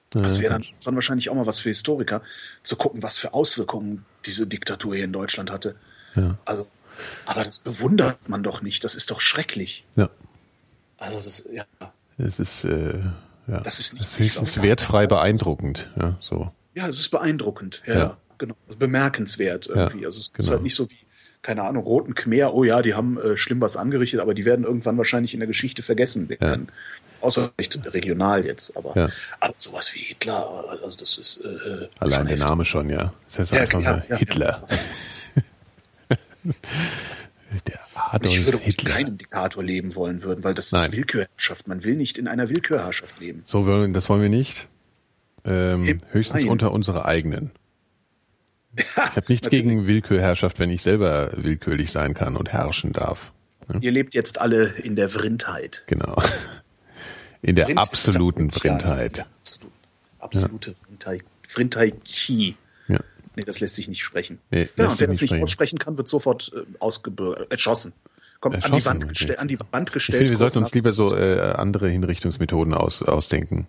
Speaker 4: das
Speaker 3: Äh,
Speaker 4: wäre dann, dann wahrscheinlich auch mal was für Historiker, zu gucken, was für Auswirkungen diese Diktatur hier in Deutschland hatte. Also, aber das bewundert man doch nicht. Das ist doch schrecklich.
Speaker 3: Ja.
Speaker 4: Also, das, ja,
Speaker 3: Es ist, äh, ja.
Speaker 4: Das ist nicht-
Speaker 3: höchstens wertfrei beeindruckend. Ja, so.
Speaker 4: ja, es ist beeindruckend. Ja,
Speaker 3: Ja.
Speaker 4: genau. Also bemerkenswert irgendwie. also, es
Speaker 3: genau.
Speaker 4: ist halt nicht so wie, keine Ahnung, Roten Khmer. Oh ja, die haben äh, schlimm was angerichtet, aber die werden irgendwann wahrscheinlich in der Geschichte vergessen werden. Außer vielleicht regional jetzt. Aber,
Speaker 3: Ja.
Speaker 4: aber sowas wie Hitler, also, das ist. Äh, äh,
Speaker 3: Allein
Speaker 4: schon
Speaker 3: der
Speaker 4: heftig.
Speaker 3: Name schon, ja. Das heißt
Speaker 4: Ja,
Speaker 3: einfach
Speaker 4: ja,
Speaker 3: mal
Speaker 4: ja,
Speaker 3: Hitler. der Adolf
Speaker 4: ich würde mit
Speaker 3: Hitler.
Speaker 4: keinem Diktator leben wollen würden, weil das
Speaker 3: Nein.
Speaker 4: ist Willkürherrschaft. Man will nicht in einer Willkürherrschaft leben.
Speaker 3: So, wollen- das wollen wir nicht. Ähm,
Speaker 4: Im
Speaker 3: höchstens
Speaker 4: Nein.
Speaker 3: unter unsere eigenen. Ich habe nichts gegen Willkürherrschaft, wenn ich selber willkürlich sein kann und herrschen darf.
Speaker 4: Ihr lebt jetzt alle in der Vrindheit.
Speaker 3: Genau. In der
Speaker 4: Vrind-
Speaker 3: absoluten
Speaker 4: das- ja,
Speaker 3: Blindheit.
Speaker 4: Ja, absolut, absolute Vrindheit. Vrindheit-Chi.
Speaker 3: Ja.
Speaker 4: Nee, das lässt sich nicht sprechen.
Speaker 3: Nee,
Speaker 4: ja,
Speaker 3: lässt
Speaker 4: und
Speaker 3: sich
Speaker 4: wer
Speaker 3: nicht
Speaker 4: das nicht
Speaker 3: sprechen.
Speaker 4: aussprechen kann, wird sofort äh, ausgebürgert, erschossen. Kommt an, die
Speaker 3: Erschossen,
Speaker 4: Wand
Speaker 3: richtig.
Speaker 4: gestell, an die Wand
Speaker 3: Ich
Speaker 4: gestellt.
Speaker 3: finde, wir
Speaker 4: kurz
Speaker 3: sollten uns
Speaker 4: nach-
Speaker 3: lieber so äh, andere Hinrichtungsmethoden aus, ausdenken.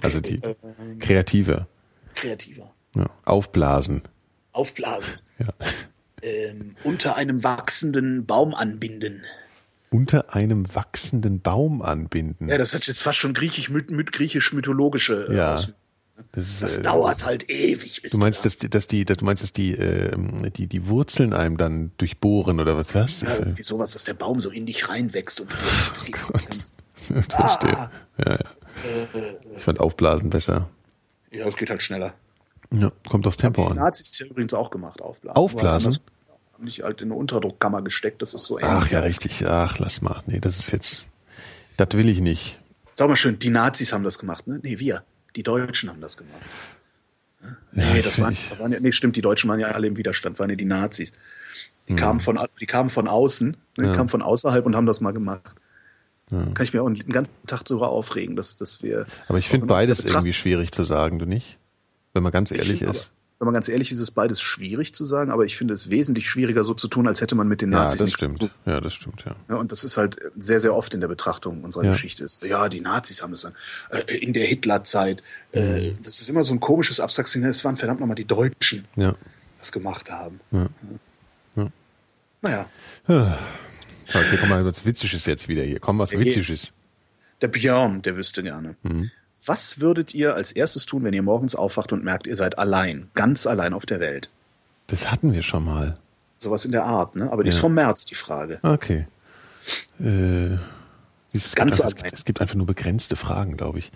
Speaker 3: Also die
Speaker 4: Ähm.
Speaker 3: kreative.
Speaker 4: kreativer
Speaker 3: Ja. Aufblasen.
Speaker 4: aufblasen.
Speaker 3: Ja.
Speaker 4: Ähm, unter einem wachsenden Baum anbinden.
Speaker 3: Unter einem wachsenden Baum anbinden.
Speaker 4: Ja, das hat jetzt fast schon griechisch, myth, myth, griechisch-mythologische äh,
Speaker 3: Ja.
Speaker 4: Auswüchse.
Speaker 3: Das ist,
Speaker 4: Das
Speaker 3: äh,
Speaker 4: dauert halt ewig. Bis
Speaker 3: Du meinst,
Speaker 4: da-
Speaker 3: dass, die- dass die, dass du meinst, dass die, ähm, die, die Wurzeln einem dann durchbohren oder was? Was?
Speaker 4: ja,
Speaker 3: Äh,
Speaker 4: irgendwie sowas, dass der Baum so in dich reinwächst und du
Speaker 3: Oh
Speaker 4: nichts gegen kannst.
Speaker 3: Verstehe. Ja, ja. Ich fand Aufblasen besser.
Speaker 4: Ja, es geht halt schneller.
Speaker 3: Ja, kommt aufs Tempo
Speaker 4: Die
Speaker 3: an.
Speaker 4: Nazis haben ja übrigens auch gemacht, aufblasen.
Speaker 3: Aufblasen?
Speaker 4: Nur anders- Haben dich halt in eine Unterdruckkammer gesteckt, das ist so ähnlich.
Speaker 3: Ach ja, richtig. Ach, lass mal. Nee, das ist jetzt. Das will ich nicht.
Speaker 4: Sag mal schön, die Nazis haben das gemacht, ne? Nee, wir. Die Deutschen haben das gemacht.
Speaker 3: Ja,
Speaker 4: Nee,
Speaker 3: ich
Speaker 4: das
Speaker 3: find-
Speaker 4: waren,
Speaker 3: ich-
Speaker 4: waren ja, nee, stimmt, die Deutschen waren ja alle im Widerstand, waren ja die Nazis. Die, kamen, von, au- die kamen von außen, ne, kamen von außerhalb und haben das mal gemacht. Kann ich mir auch einen ganzen Tag darüber aufregen, dass, dass wir.
Speaker 3: Aber ich finde
Speaker 4: auch in-
Speaker 3: beides
Speaker 4: Betracht-
Speaker 3: irgendwie schwierig zu sagen, du nicht? Wenn man ganz
Speaker 4: Ich
Speaker 3: ehrlich
Speaker 4: find
Speaker 3: ist.
Speaker 4: Aber, wenn man ganz ehrlich ist, ist beides schwierig zu sagen, aber ich finde es wesentlich schwieriger, so zu tun, als hätte man mit den
Speaker 3: Ja,
Speaker 4: Nazis
Speaker 3: das
Speaker 4: nichts zu
Speaker 3: stimmt. Ja, das stimmt, ja.
Speaker 4: Ja, und das ist halt sehr, sehr oft in der Betrachtung unserer
Speaker 3: Ja.
Speaker 4: Geschichte ist. Ja, die Nazis haben es dann. Äh, in der Hitlerzeit. Äh,
Speaker 3: Mhm.
Speaker 4: das ist immer so ein komisches Absacksinne. Es waren verdammt nochmal die Deutschen, die
Speaker 3: Ja.
Speaker 4: das gemacht haben.
Speaker 3: Ja. Ja.
Speaker 4: Naja,
Speaker 3: So, hier kommt mal was Witziges jetzt wieder hier. Komm, was
Speaker 4: Hier
Speaker 3: Witziges.
Speaker 4: der Björn, der wüsste gerne.
Speaker 3: Mhm.
Speaker 4: Was würdet ihr als erstes tun, wenn ihr morgens aufwacht und merkt, ihr seid allein, ganz allein auf der Welt?
Speaker 3: Das hatten wir schon mal.
Speaker 4: Sowas in der Art, ne? Aber die
Speaker 3: Ja.
Speaker 4: ist vom März, die Frage.
Speaker 3: Okay. Äh, es, gibt
Speaker 4: Ganz
Speaker 3: einfach, es, gibt,
Speaker 4: allein.
Speaker 3: es gibt einfach nur begrenzte Fragen, glaube ich.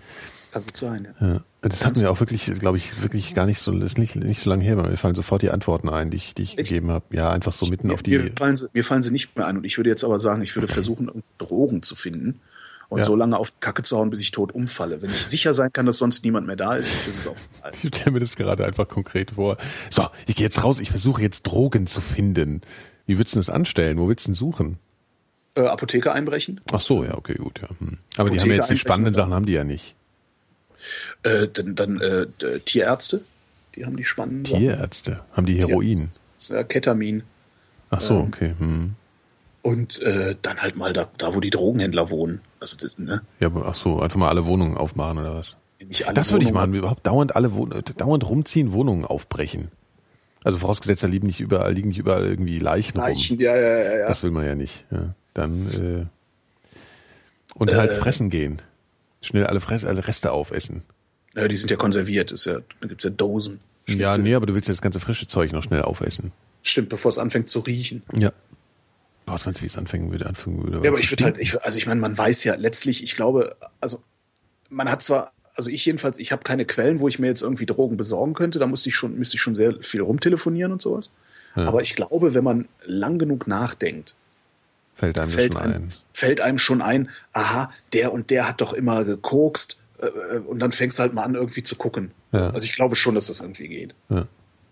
Speaker 4: Kann gut sein. Ja.
Speaker 3: Ja. Das hatten wir auch wirklich, glaube ich, wirklich gar nicht so, das ist nicht, nicht so lange her, weil mir fallen sofort die Antworten ein, die ich, die ich gegeben habe. Ja, einfach so mitten auf die.
Speaker 4: mir, fallen sie, mir fallen sie nicht mehr ein. Und ich würde jetzt aber sagen, ich würde versuchen, Drogen zu finden und
Speaker 3: Ja.
Speaker 4: so lange auf die Kacke zu hauen, bis ich tot umfalle. Wenn ich sicher sein kann, dass sonst niemand mehr da ist, ist es auch egal.
Speaker 3: Ich stelle mir das gerade einfach konkret vor. So, ich gehe jetzt raus, ich versuche jetzt Drogen zu finden. Wie willst du denn das anstellen? Wo willst du denn suchen?
Speaker 4: Äh, Apotheke einbrechen?
Speaker 3: Ach so, ja, okay, gut, ja. Hm. Aber die
Speaker 4: Apotheke
Speaker 3: haben ja jetzt die
Speaker 4: einbrechen
Speaker 3: spannenden
Speaker 4: oder-
Speaker 3: Sachen haben die ja nicht.
Speaker 4: Äh, dann dann äh, d- Tierärzte? Die haben die spannenden
Speaker 3: Tierärzte, haben die
Speaker 4: Sachen.
Speaker 3: Heroin.
Speaker 4: Tierärzte. Ja, äh, Ketamin.
Speaker 3: Ach so, okay. Hm.
Speaker 4: Und äh, dann halt mal da, da, wo die Drogenhändler wohnen. Also das, ne?
Speaker 3: Ja, aber ach so, einfach mal alle Wohnungen aufmachen oder was?
Speaker 4: Nicht alle
Speaker 3: das würde ich
Speaker 4: Wohnungen-
Speaker 3: machen, überhaupt dauernd alle Wohn äh, dauernd rumziehen, Wohnungen aufbrechen. Also vorausgesetzt, da liegen nicht überall, liegen nicht überall irgendwie Leichen,
Speaker 4: Leichen,
Speaker 3: rum.
Speaker 4: ja, ja, ja, ja.
Speaker 3: Das will man ja nicht. Ja. Dann äh, und halt fressen gehen. Schnell alle Fress, alle Reste aufessen.
Speaker 4: ja. Die sind ja konserviert, ist ja, da gibt's ja Dosen.
Speaker 3: Ja,
Speaker 4: Spitze.
Speaker 3: nee, aber du willst ja das ganze frische Zeug noch schnell aufessen.
Speaker 4: Stimmt, bevor es anfängt zu riechen.
Speaker 3: Ja. Was man wie es anfangen würde, anfangen würde.
Speaker 4: Ja, aber ich würde halt, ich, also ich meine, man weiß ja letztlich, ich glaube, also man hat zwar, also ich jedenfalls, ich habe keine Quellen, wo ich mir jetzt irgendwie Drogen besorgen könnte, da musste ich schon, müsste ich schon sehr viel rumtelefonieren und sowas. Aber ich glaube, wenn man lang genug nachdenkt,
Speaker 3: fällt einem
Speaker 4: fällt
Speaker 3: das schon
Speaker 4: einem,
Speaker 3: ein.
Speaker 4: fällt einem schon ein, aha, der und der hat doch immer gekokst äh, äh, und dann fängst du halt mal an, irgendwie zu gucken.
Speaker 3: Ja.
Speaker 4: Also ich glaube schon, dass das irgendwie geht.
Speaker 3: Ja.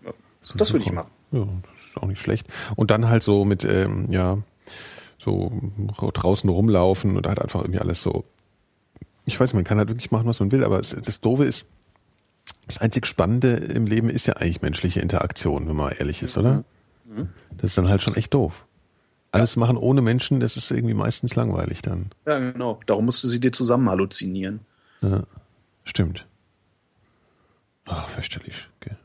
Speaker 4: Ja. Das würde ich machen.
Speaker 3: Ja, das ist auch nicht schlecht. Und dann halt so mit, ähm, ja, so draußen rumlaufen und halt einfach irgendwie alles so. Ich weiß, man kann halt wirklich machen, was man will, aber es, das Doofe ist, das einzig Spannende im Leben ist ja eigentlich menschliche Interaktion, wenn man ehrlich ist, oder?
Speaker 4: Mhm.
Speaker 3: Das ist dann halt schon echt doof. Alles machen ohne Menschen, das ist irgendwie meistens langweilig dann.
Speaker 4: Ja, genau. Darum musste sie dir zusammen halluzinieren.
Speaker 3: Stimmt. Ah, verständlich. Okay.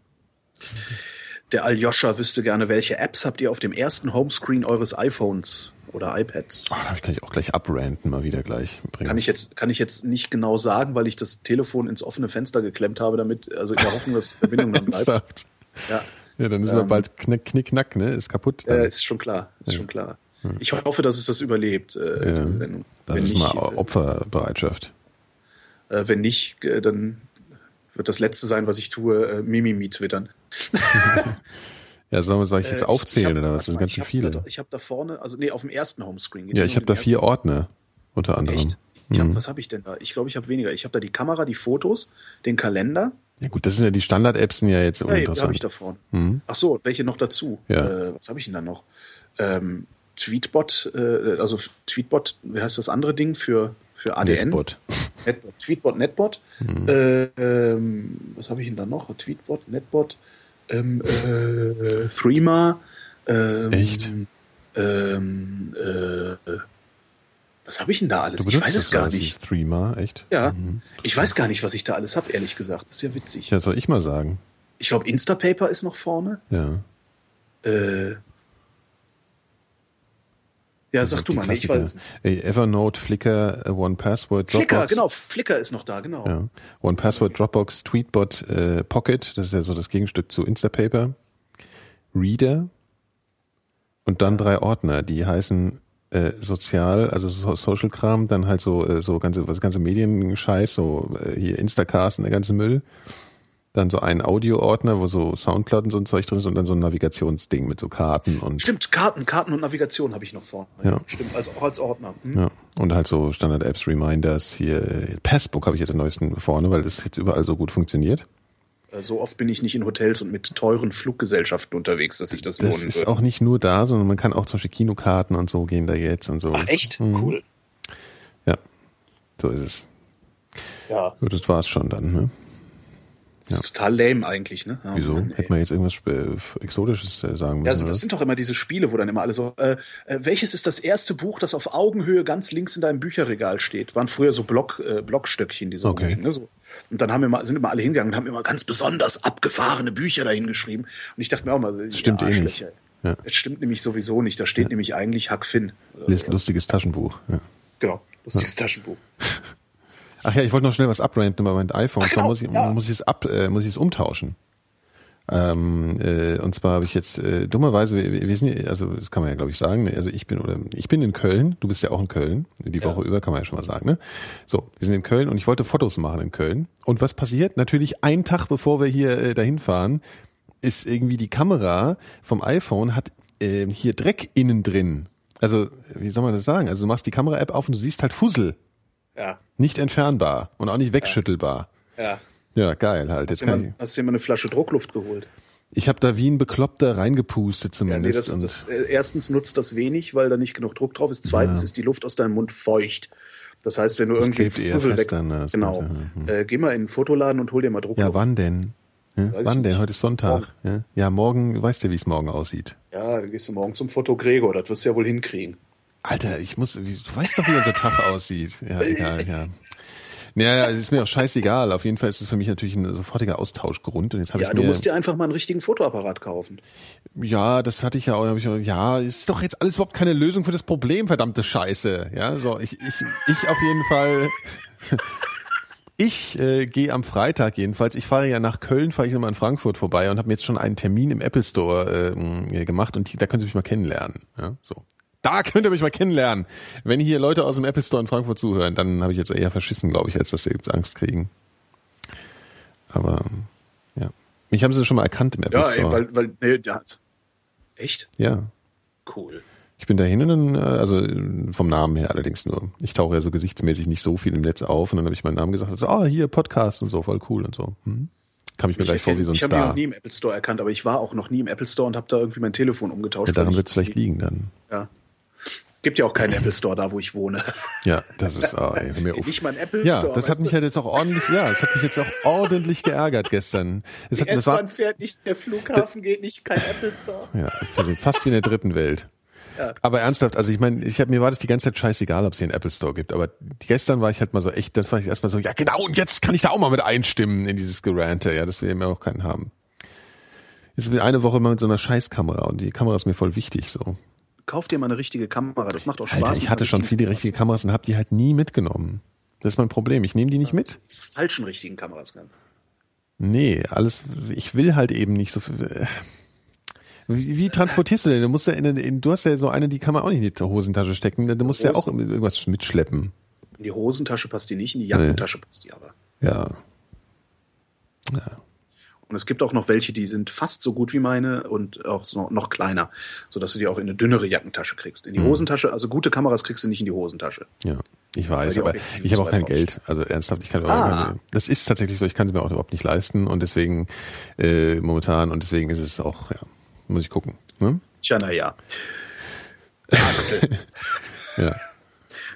Speaker 4: Der Aljoscha wüsste gerne, welche Apps habt ihr auf dem ersten Homescreen eures iPhones oder iPads?
Speaker 3: Ah, da kann ich auch gleich abranten mal wieder gleich. Übrigens.
Speaker 4: Kann ich, jetzt, kann ich jetzt nicht genau sagen, weil ich das Telefon ins offene Fenster geklemmt habe, damit, also in der Hoffnung, dass die Verbindung dann bleibt.
Speaker 3: Ernsthaft?
Speaker 4: Ja,
Speaker 3: Ja, dann ist aber bald knick, knick, knack, ne? Ist kaputt. Dann. Hm.
Speaker 4: äh, Ähm, ist schon klar, ist schon klar. Ich hoffe, dass es das überlebt, äh,
Speaker 3: Ja.
Speaker 4: diese Sendung.
Speaker 3: das
Speaker 4: wenn
Speaker 3: ist
Speaker 4: nicht,
Speaker 3: mal Opferbereitschaft.
Speaker 4: Äh, wenn nicht, äh, dann wird das Letzte sein, was ich tue, äh, Mimimi twittern.
Speaker 3: Ja, soll, man- soll ich
Speaker 4: Äh,
Speaker 3: jetzt
Speaker 4: ich- ich
Speaker 3: aufzählen
Speaker 4: hab-
Speaker 3: oder was? Das sind
Speaker 4: warte
Speaker 3: ganz
Speaker 4: mal,
Speaker 3: schön
Speaker 4: ich
Speaker 3: viele.
Speaker 4: hab Da, ich habe da vorne, also nee, auf dem ersten Homescreen. geht's
Speaker 3: Ja,
Speaker 4: nur
Speaker 3: ich
Speaker 4: um
Speaker 3: habe da
Speaker 4: den
Speaker 3: vier
Speaker 4: ersten.
Speaker 3: Ordner, unter anderem.
Speaker 4: Echt? Ich
Speaker 3: Mhm.
Speaker 4: hab, Was habe ich denn da? Ich glaube, ich habe weniger. Ich habe da die Kamera, die Fotos, den Kalender.
Speaker 3: Ja gut, das sind ja die Standard-Apps, sind ja jetzt
Speaker 4: Ja, die habe ich
Speaker 3: uninteressant.
Speaker 4: da vorne. Ach so, welche noch dazu?
Speaker 3: Mhm. Ja.
Speaker 4: Äh, was habe ich denn da noch? Ähm, Tweetbot, äh, also f- Tweetbot, wie heißt das andere Ding für, für ADN?
Speaker 3: Netbot. Mhm.
Speaker 4: Netbot. Tweetbot, Netbot. Äh, ähm, was habe ich denn da noch? Tweetbot, Netbot, ähm, äh, Threema. Ähm,
Speaker 3: Echt?
Speaker 4: Ähm, äh, was habe ich denn da alles?
Speaker 3: Du
Speaker 4: Ich
Speaker 3: benutzt
Speaker 4: weiß
Speaker 3: das
Speaker 4: es gar
Speaker 3: alles,
Speaker 4: nicht.
Speaker 3: dieses Threema, echt?
Speaker 4: Ja, ich weiß gar nicht, was ich da alles habe, ehrlich gesagt. Das ist ja witzig.
Speaker 3: Mhm. Ja, soll ich mal sagen.
Speaker 4: Ich glaube, Instapaper ist noch vorne.
Speaker 3: Ja.
Speaker 4: Äh, ja, sag
Speaker 3: Also
Speaker 4: du
Speaker 3: Die
Speaker 4: mal, nee, ich
Speaker 3: Klassiker.
Speaker 4: weiß es
Speaker 3: Ey,
Speaker 4: nicht.
Speaker 3: Evernote, Flickr, äh, OnePassword,
Speaker 4: Flickr,
Speaker 3: Dropbox.
Speaker 4: genau, Flickr ist noch da, genau.
Speaker 3: Ja. OnePassword, Dropbox, Tweetbot, äh, Pocket, das ist ja so das Gegenstück zu Instapaper, Reader und dann drei Ordner, die heißen äh, Sozial, also so Social Kram, dann halt so äh, so ganze was ganze Medienscheiß, so äh, hier Instacast und der ganze Müll. Dann so ein Audio-Ordner, wo so Soundcloud und so ein Zeug drin ist und dann so ein Navigationsding mit so Karten und
Speaker 4: Stimmt, Karten, Karten und Navigation habe ich noch vorne.
Speaker 3: Ja.
Speaker 4: Stimmt, als, auch als Ordner. Hm?
Speaker 3: Ja, und halt so Standard-Apps, Reminders, hier äh, Passbook habe ich jetzt am neuesten vorne, weil das jetzt überall so gut funktioniert.
Speaker 4: Äh, So oft bin ich nicht in Hotels und mit teuren Fluggesellschaften unterwegs, dass ich das,
Speaker 3: Das
Speaker 4: lohnen
Speaker 3: ist
Speaker 4: würde.
Speaker 3: auch nicht nur da, sondern man kann auch zum Beispiel Kinokarten und so gehen da jetzt und so.
Speaker 4: Ach, echt? Cool.
Speaker 3: Ja, Mhm. So ist es.
Speaker 4: Ja.
Speaker 3: Ja, das war's schon dann, ne?
Speaker 4: Das ist total lame eigentlich, ne? Ja,
Speaker 3: Wieso?
Speaker 4: Mann, ey.
Speaker 3: Hätte man jetzt irgendwas spe- f- Exotisches äh, sagen
Speaker 4: Ja,
Speaker 3: müssen,
Speaker 4: also das
Speaker 3: oder?
Speaker 4: sind doch immer diese Spiele, wo dann immer alle so, äh, äh, welches ist das erste Buch, das auf Augenhöhe ganz links in deinem Bücherregal steht? Waren früher so Block, äh, Blockstöckchen, die so
Speaker 3: Okay.
Speaker 4: rumgingen, ne? so. Und dann haben wir mal, sind immer alle hingegangen und haben immer ganz besonders abgefahrene Bücher dahin geschrieben. Und ich dachte mir auch mal, das
Speaker 3: stimmt eh nicht. Ja.
Speaker 4: Das stimmt nämlich sowieso nicht. Da steht nämlich eigentlich Huck Finn. Äh,
Speaker 3: Das ist ein lustiges Taschenbuch. Ja.
Speaker 4: Genau, lustiges Taschenbuch.
Speaker 3: Ach ja, ich wollte noch schnell was abranten über mein iPhone.
Speaker 4: Ach, genau,
Speaker 3: Zwar muss ich,
Speaker 4: ja.
Speaker 3: muss ich es ab, äh, muss ich es umtauschen. Ähm, äh, und zwar habe ich jetzt äh, dummerweise, wir, wir sind, ja- also das kann man ja glaube ich sagen. ne? Also ich bin oder ich bin in Köln. Du bist ja auch in Köln. Die Woche über kann man ja schon mal sagen. Ne? So, wir sind in Köln und ich wollte Fotos machen in Köln. Und was passiert? Natürlich einen Tag bevor wir hier äh, dahin fahren, ist irgendwie die Kamera vom iPhone hat ähm, hier Dreck innen drin. Also wie soll man das sagen? Also du machst die Kamera-App auf und du siehst halt Fussel.
Speaker 4: Ja,
Speaker 3: Nicht entfernbar und auch nicht wegschüttelbar.
Speaker 4: ja.
Speaker 3: Ja, geil halt.
Speaker 4: Hast
Speaker 3: Jetzt
Speaker 4: du
Speaker 3: kann
Speaker 4: mal,
Speaker 3: ich
Speaker 4: hast du dir mal eine Flasche Druckluft geholt?
Speaker 3: ich habe da wie ein Bekloppter reingepustet
Speaker 4: Ja, nee,
Speaker 3: zumindest.
Speaker 4: das, das, äh, erstens nutzt das wenig, weil da nicht genug Druck drauf ist. Zweitens ist die Luft aus deinem Mund feucht. Das heißt, wenn du irgendwie
Speaker 3: klebt eher
Speaker 4: Fussel
Speaker 3: fest dann, ne? Das
Speaker 4: genau,
Speaker 3: könnte,
Speaker 4: äh, geh mal in den Fotoladen und hol dir mal
Speaker 3: und, ja,
Speaker 4: Druckluft.
Speaker 3: wann denn? Ja,
Speaker 4: Weiß ich
Speaker 3: wann denn?
Speaker 4: nicht.
Speaker 3: Heute ist Sonntag. Ja, ja morgen, weißt du, wie es morgen aussieht.
Speaker 4: Ja, dann gehst du morgen zum Foto Gregor, das wirst du ja wohl hinkriegen.
Speaker 3: Alter, ich muss, wie- du weißt doch, wie unser Tag aussieht. Ja, egal, ja. Naja, es ist mir auch scheißegal. Auf jeden Fall ist es für mich natürlich ein sofortiger Austauschgrund. Und jetzt habe
Speaker 4: Ja,
Speaker 3: ich
Speaker 4: du
Speaker 3: mir,
Speaker 4: musst dir einfach mal einen richtigen Fotoapparat kaufen.
Speaker 3: ja, das hatte ich ja auch. Hab ich, auch- ja, ist doch jetzt alles überhaupt keine Lösung für das Problem, verdammte Scheiße. Ja, so ich ich ich auf jeden Fall. Ich äh, gehe am Freitag jedenfalls. Ich fahre ja nach Köln, fahre ich nochmal in Frankfurt vorbei und habe mir jetzt schon einen Termin im Apple Store äh, mh, gemacht und die, da könnt ihr mich mal kennenlernen. Ja, so. Da könnt ihr mich mal kennenlernen. Wenn hier Leute aus dem Apple Store in Frankfurt zuhören, dann habe ich jetzt eher verschissen, glaube ich, als dass sie jetzt Angst kriegen. Aber ja. Mich haben sie schon mal erkannt im Apple
Speaker 4: Ja,
Speaker 3: Store.
Speaker 4: ey, weil, weil, nee, der hat. Echt?
Speaker 3: ja.
Speaker 4: Cool.
Speaker 3: Ich bin dahin und dann, äh, also äh, vom Namen her allerdings nur. Ich tauche ja so gesichtsmäßig nicht so viel im Netz auf und dann habe ich meinen Namen gesagt, also, ah, hier Podcast und so, voll cool und so. Hm? Kam ich mir gleich vor wie so ein
Speaker 4: ich habe noch
Speaker 3: Star.
Speaker 4: nie
Speaker 3: Ja,
Speaker 4: im Apple Store erkannt, aber ich war auch noch nie im Apple Store und habe da irgendwie mein Telefon umgetauscht.
Speaker 3: daran
Speaker 4: weil
Speaker 3: wird es
Speaker 4: ich-
Speaker 3: vielleicht liegen dann.
Speaker 4: Ja. Gibt ja auch keinen Apple Store da, wo ich wohne.
Speaker 3: Ja, das ist, ah, ey, hör mir auf.
Speaker 4: Nicht mal ein Apple
Speaker 3: Ja,
Speaker 4: Store,
Speaker 3: das hat
Speaker 4: weißt
Speaker 3: mich
Speaker 4: du?
Speaker 3: halt jetzt auch ordentlich, ja, das hat mich jetzt auch ordentlich geärgert gestern. Das hat, das war,
Speaker 4: fährt nicht, der Flughafen geht nicht, kein Apple Store.
Speaker 3: Ja, fast wie in der dritten Welt. Aber ernsthaft, also ich meine, ich hab, mir war das die ganze Zeit scheißegal, ob es hier einen Apple Store gibt, aber gestern war ich halt mal so echt, das war ich erstmal so, ja genau, und jetzt kann ich da auch mal mit einstimmen in dieses Gerante, ja, dass wir eben auch keinen haben. Jetzt bin ich eine Woche mal mit so einer Scheißkamera und die Kamera ist mir voll wichtig so.
Speaker 4: Kauf dir mal eine richtige Kamera, das macht auch Spaß.
Speaker 3: Alter,
Speaker 4: mit
Speaker 3: ich
Speaker 4: einer
Speaker 3: hatte schon
Speaker 4: richtigen
Speaker 3: viele
Speaker 4: Kamera.
Speaker 3: richtige Kameras und habe die halt nie mitgenommen. Das ist mein Problem, ich nehme die nicht mit.
Speaker 4: falschen richtigen Kameras. ne?
Speaker 3: Nee, alles, ich will halt eben nicht so viel. Wie, wie transportierst du denn? Du musst ja in, in, du hast ja so eine, die kann man auch nicht in die Hosentasche stecken. Du musst ja auch irgendwas mitschleppen.
Speaker 4: In die Hosentasche passt die nicht, in die Jackentasche passt die aber.
Speaker 3: Ja.
Speaker 4: Und es gibt auch noch welche, die sind fast so gut wie meine und auch so noch kleiner, sodass du die auch in eine dünnere Jackentasche kriegst.
Speaker 3: Hm.
Speaker 4: In die Hosentasche, also gute Kameras kriegst du nicht in die Hosentasche.
Speaker 3: Ja, ich weiß,
Speaker 4: die
Speaker 3: aber
Speaker 4: Objektive
Speaker 3: ich habe auch kein
Speaker 4: sind weit
Speaker 3: Geld. Also ernsthaft, ich kann
Speaker 4: Ah.
Speaker 3: ah. das ist tatsächlich so, ich kann es mir auch überhaupt nicht leisten und deswegen äh, momentan und deswegen ist es auch, ja, muss ich gucken. Ne?
Speaker 4: Tja, naja. Der Axel.
Speaker 3: Ja.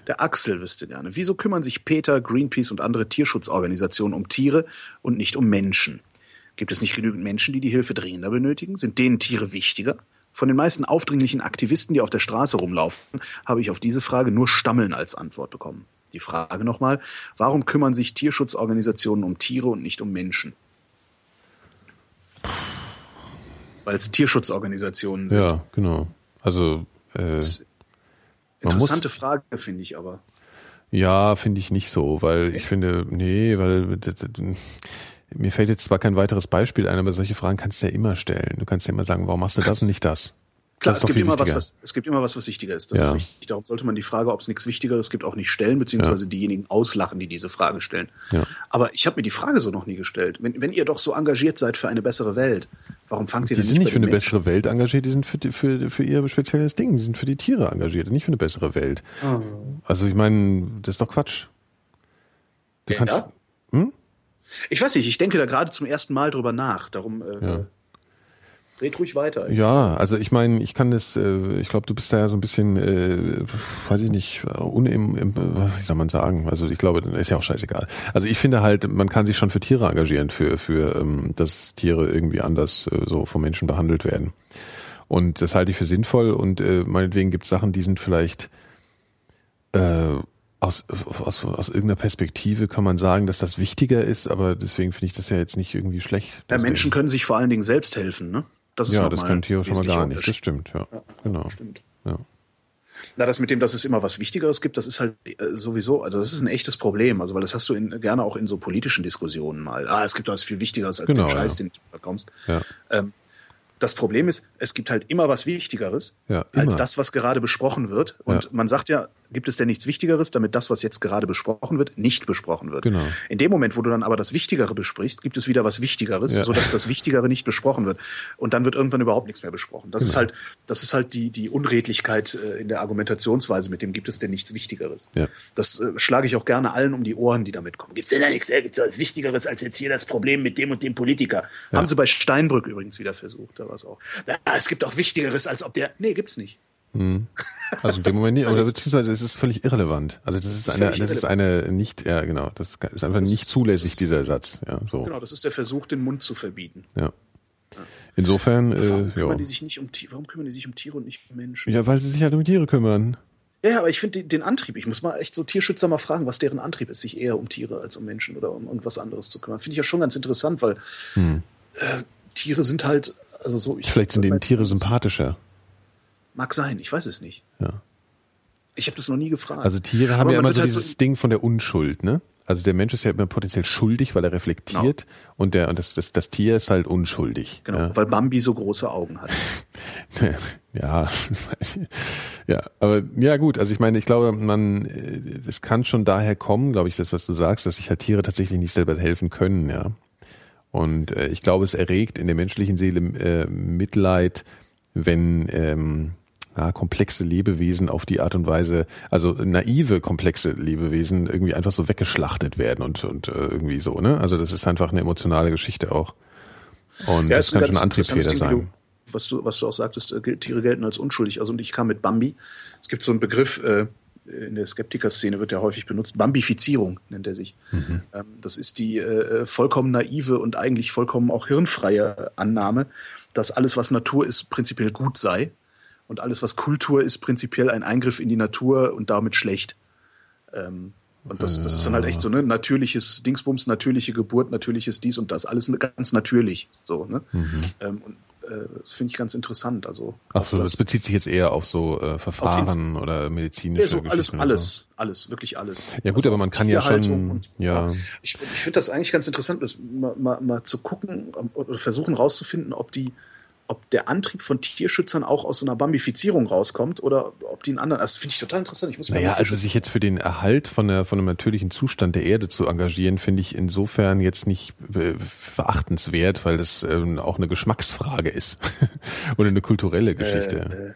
Speaker 4: Der Axel wüsste gerne. Wieso kümmern sich Peter, Greenpeace und andere Tierschutzorganisationen um Tiere und nicht um Menschen? Gibt es nicht genügend Menschen, die die Hilfe dringender benötigen? Sind denen Tiere wichtiger? Von den meisten aufdringlichen Aktivisten, die auf der Straße rumlaufen, habe ich auf diese Frage nur Stammeln als Antwort bekommen. Die Frage nochmal, warum kümmern sich Tierschutzorganisationen um Tiere und nicht um Menschen? Weil es Tierschutzorganisationen sind.
Speaker 3: ja, genau. Also äh, man muss-
Speaker 4: Interessante Frage, finde ich aber.
Speaker 3: Ja, finde ich nicht so, weil ich finde, nee, weil das, das, mir fällt jetzt zwar kein weiteres Beispiel ein, aber solche Fragen kannst du ja immer stellen. Du kannst ja immer sagen, warum machst du das und nicht das?
Speaker 4: Klar,
Speaker 3: das
Speaker 4: es gibt,
Speaker 3: viel
Speaker 4: immer was,
Speaker 3: wichtiger.
Speaker 4: was, es gibt immer was, was wichtiger ist. Das
Speaker 3: Ja.
Speaker 4: ist richtig. Darum sollte man die Frage, ob es nichts Wichtigeres gibt, auch nicht stellen, beziehungsweise diejenigen auslachen, die diese Frage stellen.
Speaker 3: Ja.
Speaker 4: Aber ich habe mir die Frage so noch nie gestellt. Wenn, wenn ihr doch so engagiert seid für eine bessere Welt, warum fangt ihr
Speaker 3: Die
Speaker 4: denn
Speaker 3: sind nicht
Speaker 4: bei
Speaker 3: für
Speaker 4: den
Speaker 3: eine
Speaker 4: Menschen-
Speaker 3: bessere Welt engagiert, die sind für, die- für, für ihr spezielles Ding, die sind für die Tiere engagiert, nicht für eine bessere Welt.
Speaker 4: Ah.
Speaker 3: Also ich meine, das ist doch Quatsch. Du
Speaker 4: Ja.
Speaker 3: kannst,
Speaker 4: Ich weiß nicht, ich denke da gerade zum ersten Mal drüber nach. Darum äh, Red ruhig weiter.
Speaker 3: Ja, also ich meine, ich kann das, äh, ich glaube, du bist da ja so ein bisschen, äh, weiß ich nicht, unim, im, äh, wie soll man sagen? Also ich glaube, ist ja auch scheißegal. Also ich finde halt, man kann sich schon für Tiere engagieren, für, für ähm, dass Tiere irgendwie anders äh, so vom Menschen behandelt werden. Und das halte ich für sinnvoll und äh, meinetwegen gibt es Sachen, die sind vielleicht äh, aus, aus, aus irgendeiner Perspektive kann man sagen, dass das wichtiger ist, aber deswegen finde ich das ja jetzt nicht irgendwie schlecht.
Speaker 4: Ja,
Speaker 3: Deswegen-
Speaker 4: Menschen können sich vor allen Dingen selbst helfen, ne? Das
Speaker 3: ja,
Speaker 4: nochmal
Speaker 3: das können Tiere schon mal
Speaker 4: wesentlicher
Speaker 3: gar nicht. Das
Speaker 4: Unterschied.
Speaker 3: stimmt, ja. genau.
Speaker 4: stimmt.
Speaker 3: Ja.
Speaker 4: Na, das mit dem, dass es immer was Wichtigeres gibt, das ist halt äh, sowieso, also das ist ein echtes Problem. Also, weil das hast du in, gerne auch in so politischen Diskussionen mal. Ah, es gibt was viel Wichtigeres als
Speaker 3: Genau,
Speaker 4: den Scheiß,
Speaker 3: ja.
Speaker 4: den du bekommst.
Speaker 3: Ja.
Speaker 4: Ähm, das Problem ist, es gibt halt immer was Wichtigeres
Speaker 3: Ja,
Speaker 4: als
Speaker 3: immer.
Speaker 4: das, was gerade besprochen wird. Und
Speaker 3: Ja.
Speaker 4: man sagt ja, gibt es denn nichts Wichtigeres, damit das, was jetzt gerade besprochen wird, nicht besprochen wird.
Speaker 3: Genau.
Speaker 4: In dem Moment, wo du dann aber das Wichtigere besprichst, gibt es wieder was Wichtigeres,
Speaker 3: Ja.
Speaker 4: sodass das Wichtigere nicht besprochen wird. Und dann wird irgendwann überhaupt nichts mehr besprochen. Das ist
Speaker 3: Genau.
Speaker 4: halt, das ist halt die, die Unredlichkeit äh, in der Argumentationsweise, mit dem gibt es denn nichts Wichtigeres.
Speaker 3: Ja.
Speaker 4: Das äh, schlage ich auch gerne allen um die Ohren, die damit kommen. Gibt's denn da nichts, äh, gibt's da was Wichtigeres als jetzt hier das Problem mit dem und dem Politiker? Haben sie bei Steinbrück übrigens wieder versucht, da war es auch. Ja, es gibt auch Wichtigeres, als ob der. Nee, gibt's nicht.
Speaker 3: Also in dem Moment nicht, oder beziehungsweise es ist völlig irrelevant. Also das ist eine,
Speaker 4: völlig
Speaker 3: das ist eine nicht, ja genau, das ist einfach nicht zulässig dieser Satz. Ja, so.
Speaker 4: Genau, das ist der Versuch, den Mund zu verbieten.
Speaker 3: Ja. Insofern,
Speaker 4: Warum
Speaker 3: äh,
Speaker 4: kümmern, die
Speaker 3: ja.
Speaker 4: sich nicht um, Ti- warum kümmern die sich um Tiere und nicht um Menschen?
Speaker 3: ja, weil sie sich halt um Tiere kümmern.
Speaker 4: Ja, ja, aber ich finde den- den Antrieb, ich muss mal echt so Tierschützer mal fragen, was deren Antrieb ist, sich eher um Tiere als um Menschen oder um, um was anderes zu kümmern. Finde ich ja schon ganz interessant, weil äh, Tiere sind halt, also so. Ich,
Speaker 3: Hm. Vielleicht sind denen
Speaker 4: weiß-
Speaker 3: Tiere sympathischer.
Speaker 4: Mag sein, ich weiß es nicht.
Speaker 3: Ja.
Speaker 4: Ich habe das noch nie gefragt.
Speaker 3: Also Tiere haben
Speaker 4: Ah. Aber
Speaker 3: ja
Speaker 4: man
Speaker 3: immer
Speaker 4: wird
Speaker 3: so
Speaker 4: halt
Speaker 3: dieses Ding von der Unschuld, ne? Also der Mensch ist ja immer potenziell schuldig, weil er reflektiert und der und das, das, das Tier ist halt unschuldig.
Speaker 4: Genau,
Speaker 3: Ja.
Speaker 4: weil Bambi so große Augen hat.
Speaker 3: Ja, ja, aber ja gut, also ich meine, ich glaube, man, äh, es kann schon daher kommen, glaube ich, das, was du sagst, dass sich halt Tiere tatsächlich nicht selber helfen können, ja. Und äh, ich glaube, es erregt in der menschlichen Seele äh, Mitleid, wenn ähm, ja, komplexe Lebewesen auf die Art und Weise, also naive komplexe Lebewesen irgendwie einfach so weggeschlachtet werden und und äh, irgendwie so, ne? Also das ist einfach eine emotionale Geschichte auch. Und das
Speaker 4: ist
Speaker 3: kann schon
Speaker 4: ganz
Speaker 3: ein
Speaker 4: interessantes
Speaker 3: Antriebsfehler
Speaker 4: Ding, wie
Speaker 3: sein.
Speaker 4: Du, was, du, was du auch sagtest, äh, gel- Tiere gelten als unschuldig. Also und ich kam mit Bambi. Es gibt so einen Begriff, äh, in der Skeptiker-Szene wird ja häufig benutzt, Bambifizierung nennt er sich.
Speaker 3: Mhm.
Speaker 4: Ähm, das ist die äh, vollkommen naive und eigentlich vollkommen auch hirnfreie Annahme, dass alles, was Natur ist, prinzipiell gut sei. Und alles, was Kultur ist, prinzipiell ein Eingriff in die Natur und damit schlecht. Ähm, und das, das ist dann halt echt so, ne? Natürliches Dingsbums, natürliche Geburt, natürliches dies und das. Alles ganz natürlich. So, ne? Ähm, und äh, das finde ich ganz interessant. Also,
Speaker 3: Mhm. Ach so, das,
Speaker 4: das-
Speaker 3: bezieht sich jetzt eher auf so äh, Verfahren oder medizinische
Speaker 4: ja, so alles,
Speaker 3: Geschichten und
Speaker 4: alles, alles, wirklich alles.
Speaker 3: ne?
Speaker 4: Also
Speaker 3: Ja, gut, aber man kann ja
Speaker 4: Tierhaltung
Speaker 3: schon-
Speaker 4: Und,
Speaker 3: ja.
Speaker 4: Ich, ich finde das eigentlich ganz interessant, das mal, mal, mal zu gucken ähm, oder versuchen rauszufinden, ob die, ob der Antrieb von Tierschützern auch aus so einer Bambifizierung rauskommt oder ob die einen anderen. Das finde ich total interessant. Ich muss
Speaker 3: So.
Speaker 4: mir
Speaker 3: Naja,
Speaker 4: mal-
Speaker 3: also sich jetzt für den Erhalt von, der, von einem natürlichen Zustand der Erde zu engagieren, finde ich insofern jetzt nicht äh, verachtenswert, weil das ähm, auch eine Geschmacksfrage ist oder eine kulturelle Geschichte.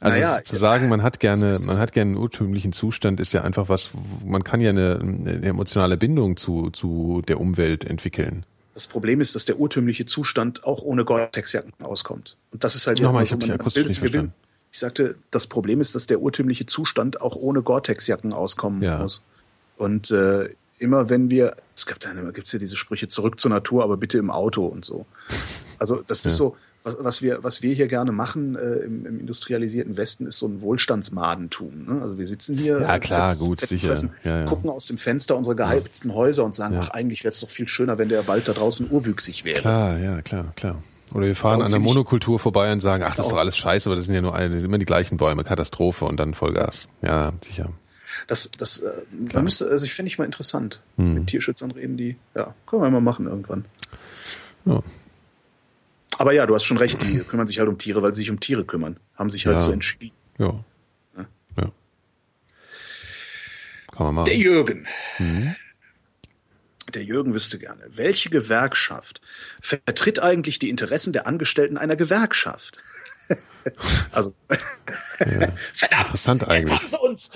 Speaker 3: also
Speaker 4: Äh, naja,
Speaker 3: es zu sagen, man hat gerne,
Speaker 4: es ist-
Speaker 3: man hat gerne einen urtümlichen Zustand, ist ja einfach was, wo- man kann ja eine, eine emotionale Bindung zu, zu der Umwelt entwickeln.
Speaker 4: Das Problem ist, dass der urtümliche Zustand auch ohne Gore-Tex-Jacken auskommt. Und das ist halt
Speaker 3: Nochmal,
Speaker 4: irgendwas,
Speaker 3: ich hab
Speaker 4: wo
Speaker 3: dich
Speaker 4: man-
Speaker 3: akustisch
Speaker 4: Bild-
Speaker 3: nicht
Speaker 4: wir bilden-
Speaker 3: verstanden.
Speaker 4: Ich sagte, das Problem ist, dass der urtümliche Zustand auch ohne Gore-Tex-Jacken auskommen
Speaker 3: Ja.
Speaker 4: muss. Und äh, immer wenn wir, es gibt ja, immer- gibt's ja diese Sprüche zurück zur Natur, aber bitte im Auto und so. Also das ist so, was, was, wir, was wir hier gerne machen äh, im, im industrialisierten Westen, ist so ein Wohlstandsmadentum. Ne? Also wir sitzen hier,
Speaker 3: Ja,
Speaker 4: äh,
Speaker 3: klar,
Speaker 4: fett-
Speaker 3: gut,
Speaker 4: fett
Speaker 3: sicher.
Speaker 4: fressen,
Speaker 3: Ja, ja.
Speaker 4: gucken aus dem Fenster unserer geheizten Häuser und sagen, ach, eigentlich wäre es doch viel schöner, wenn der Wald da draußen urwüchsig wäre.
Speaker 3: Klar, ja, klar, klar. Oder wir fahren
Speaker 4: Darum
Speaker 3: an der
Speaker 4: finde ich-
Speaker 3: Monokultur vorbei und sagen, ach, das ist doch
Speaker 4: Genau.
Speaker 3: alles scheiße, aber das sind ja nur alle, das sind immer die gleichen Bäume, Katastrophe und dann Vollgas. Ja, sicher.
Speaker 4: Das, das äh, man müsste, also ich finde ich mal interessant.
Speaker 3: Hm.
Speaker 4: Mit Tierschützern reden die, ja, können wir mal machen irgendwann.
Speaker 3: Ja.
Speaker 4: Aber ja, du hast schon recht, die kümmern sich halt um Tiere, weil sie sich um Tiere kümmern. Haben sich halt
Speaker 3: Hm. Ja.
Speaker 4: so entschieden.
Speaker 3: Ja. ja. Kann man machen.
Speaker 4: Der Jürgen.
Speaker 3: Hm.
Speaker 4: Der Jürgen wüsste gerne, welche Gewerkschaft vertritt eigentlich die Interessen der Angestellten einer Gewerkschaft? also, verdammt,
Speaker 3: Interessant
Speaker 4: jetzt
Speaker 3: eigentlich.
Speaker 4: haben sie uns.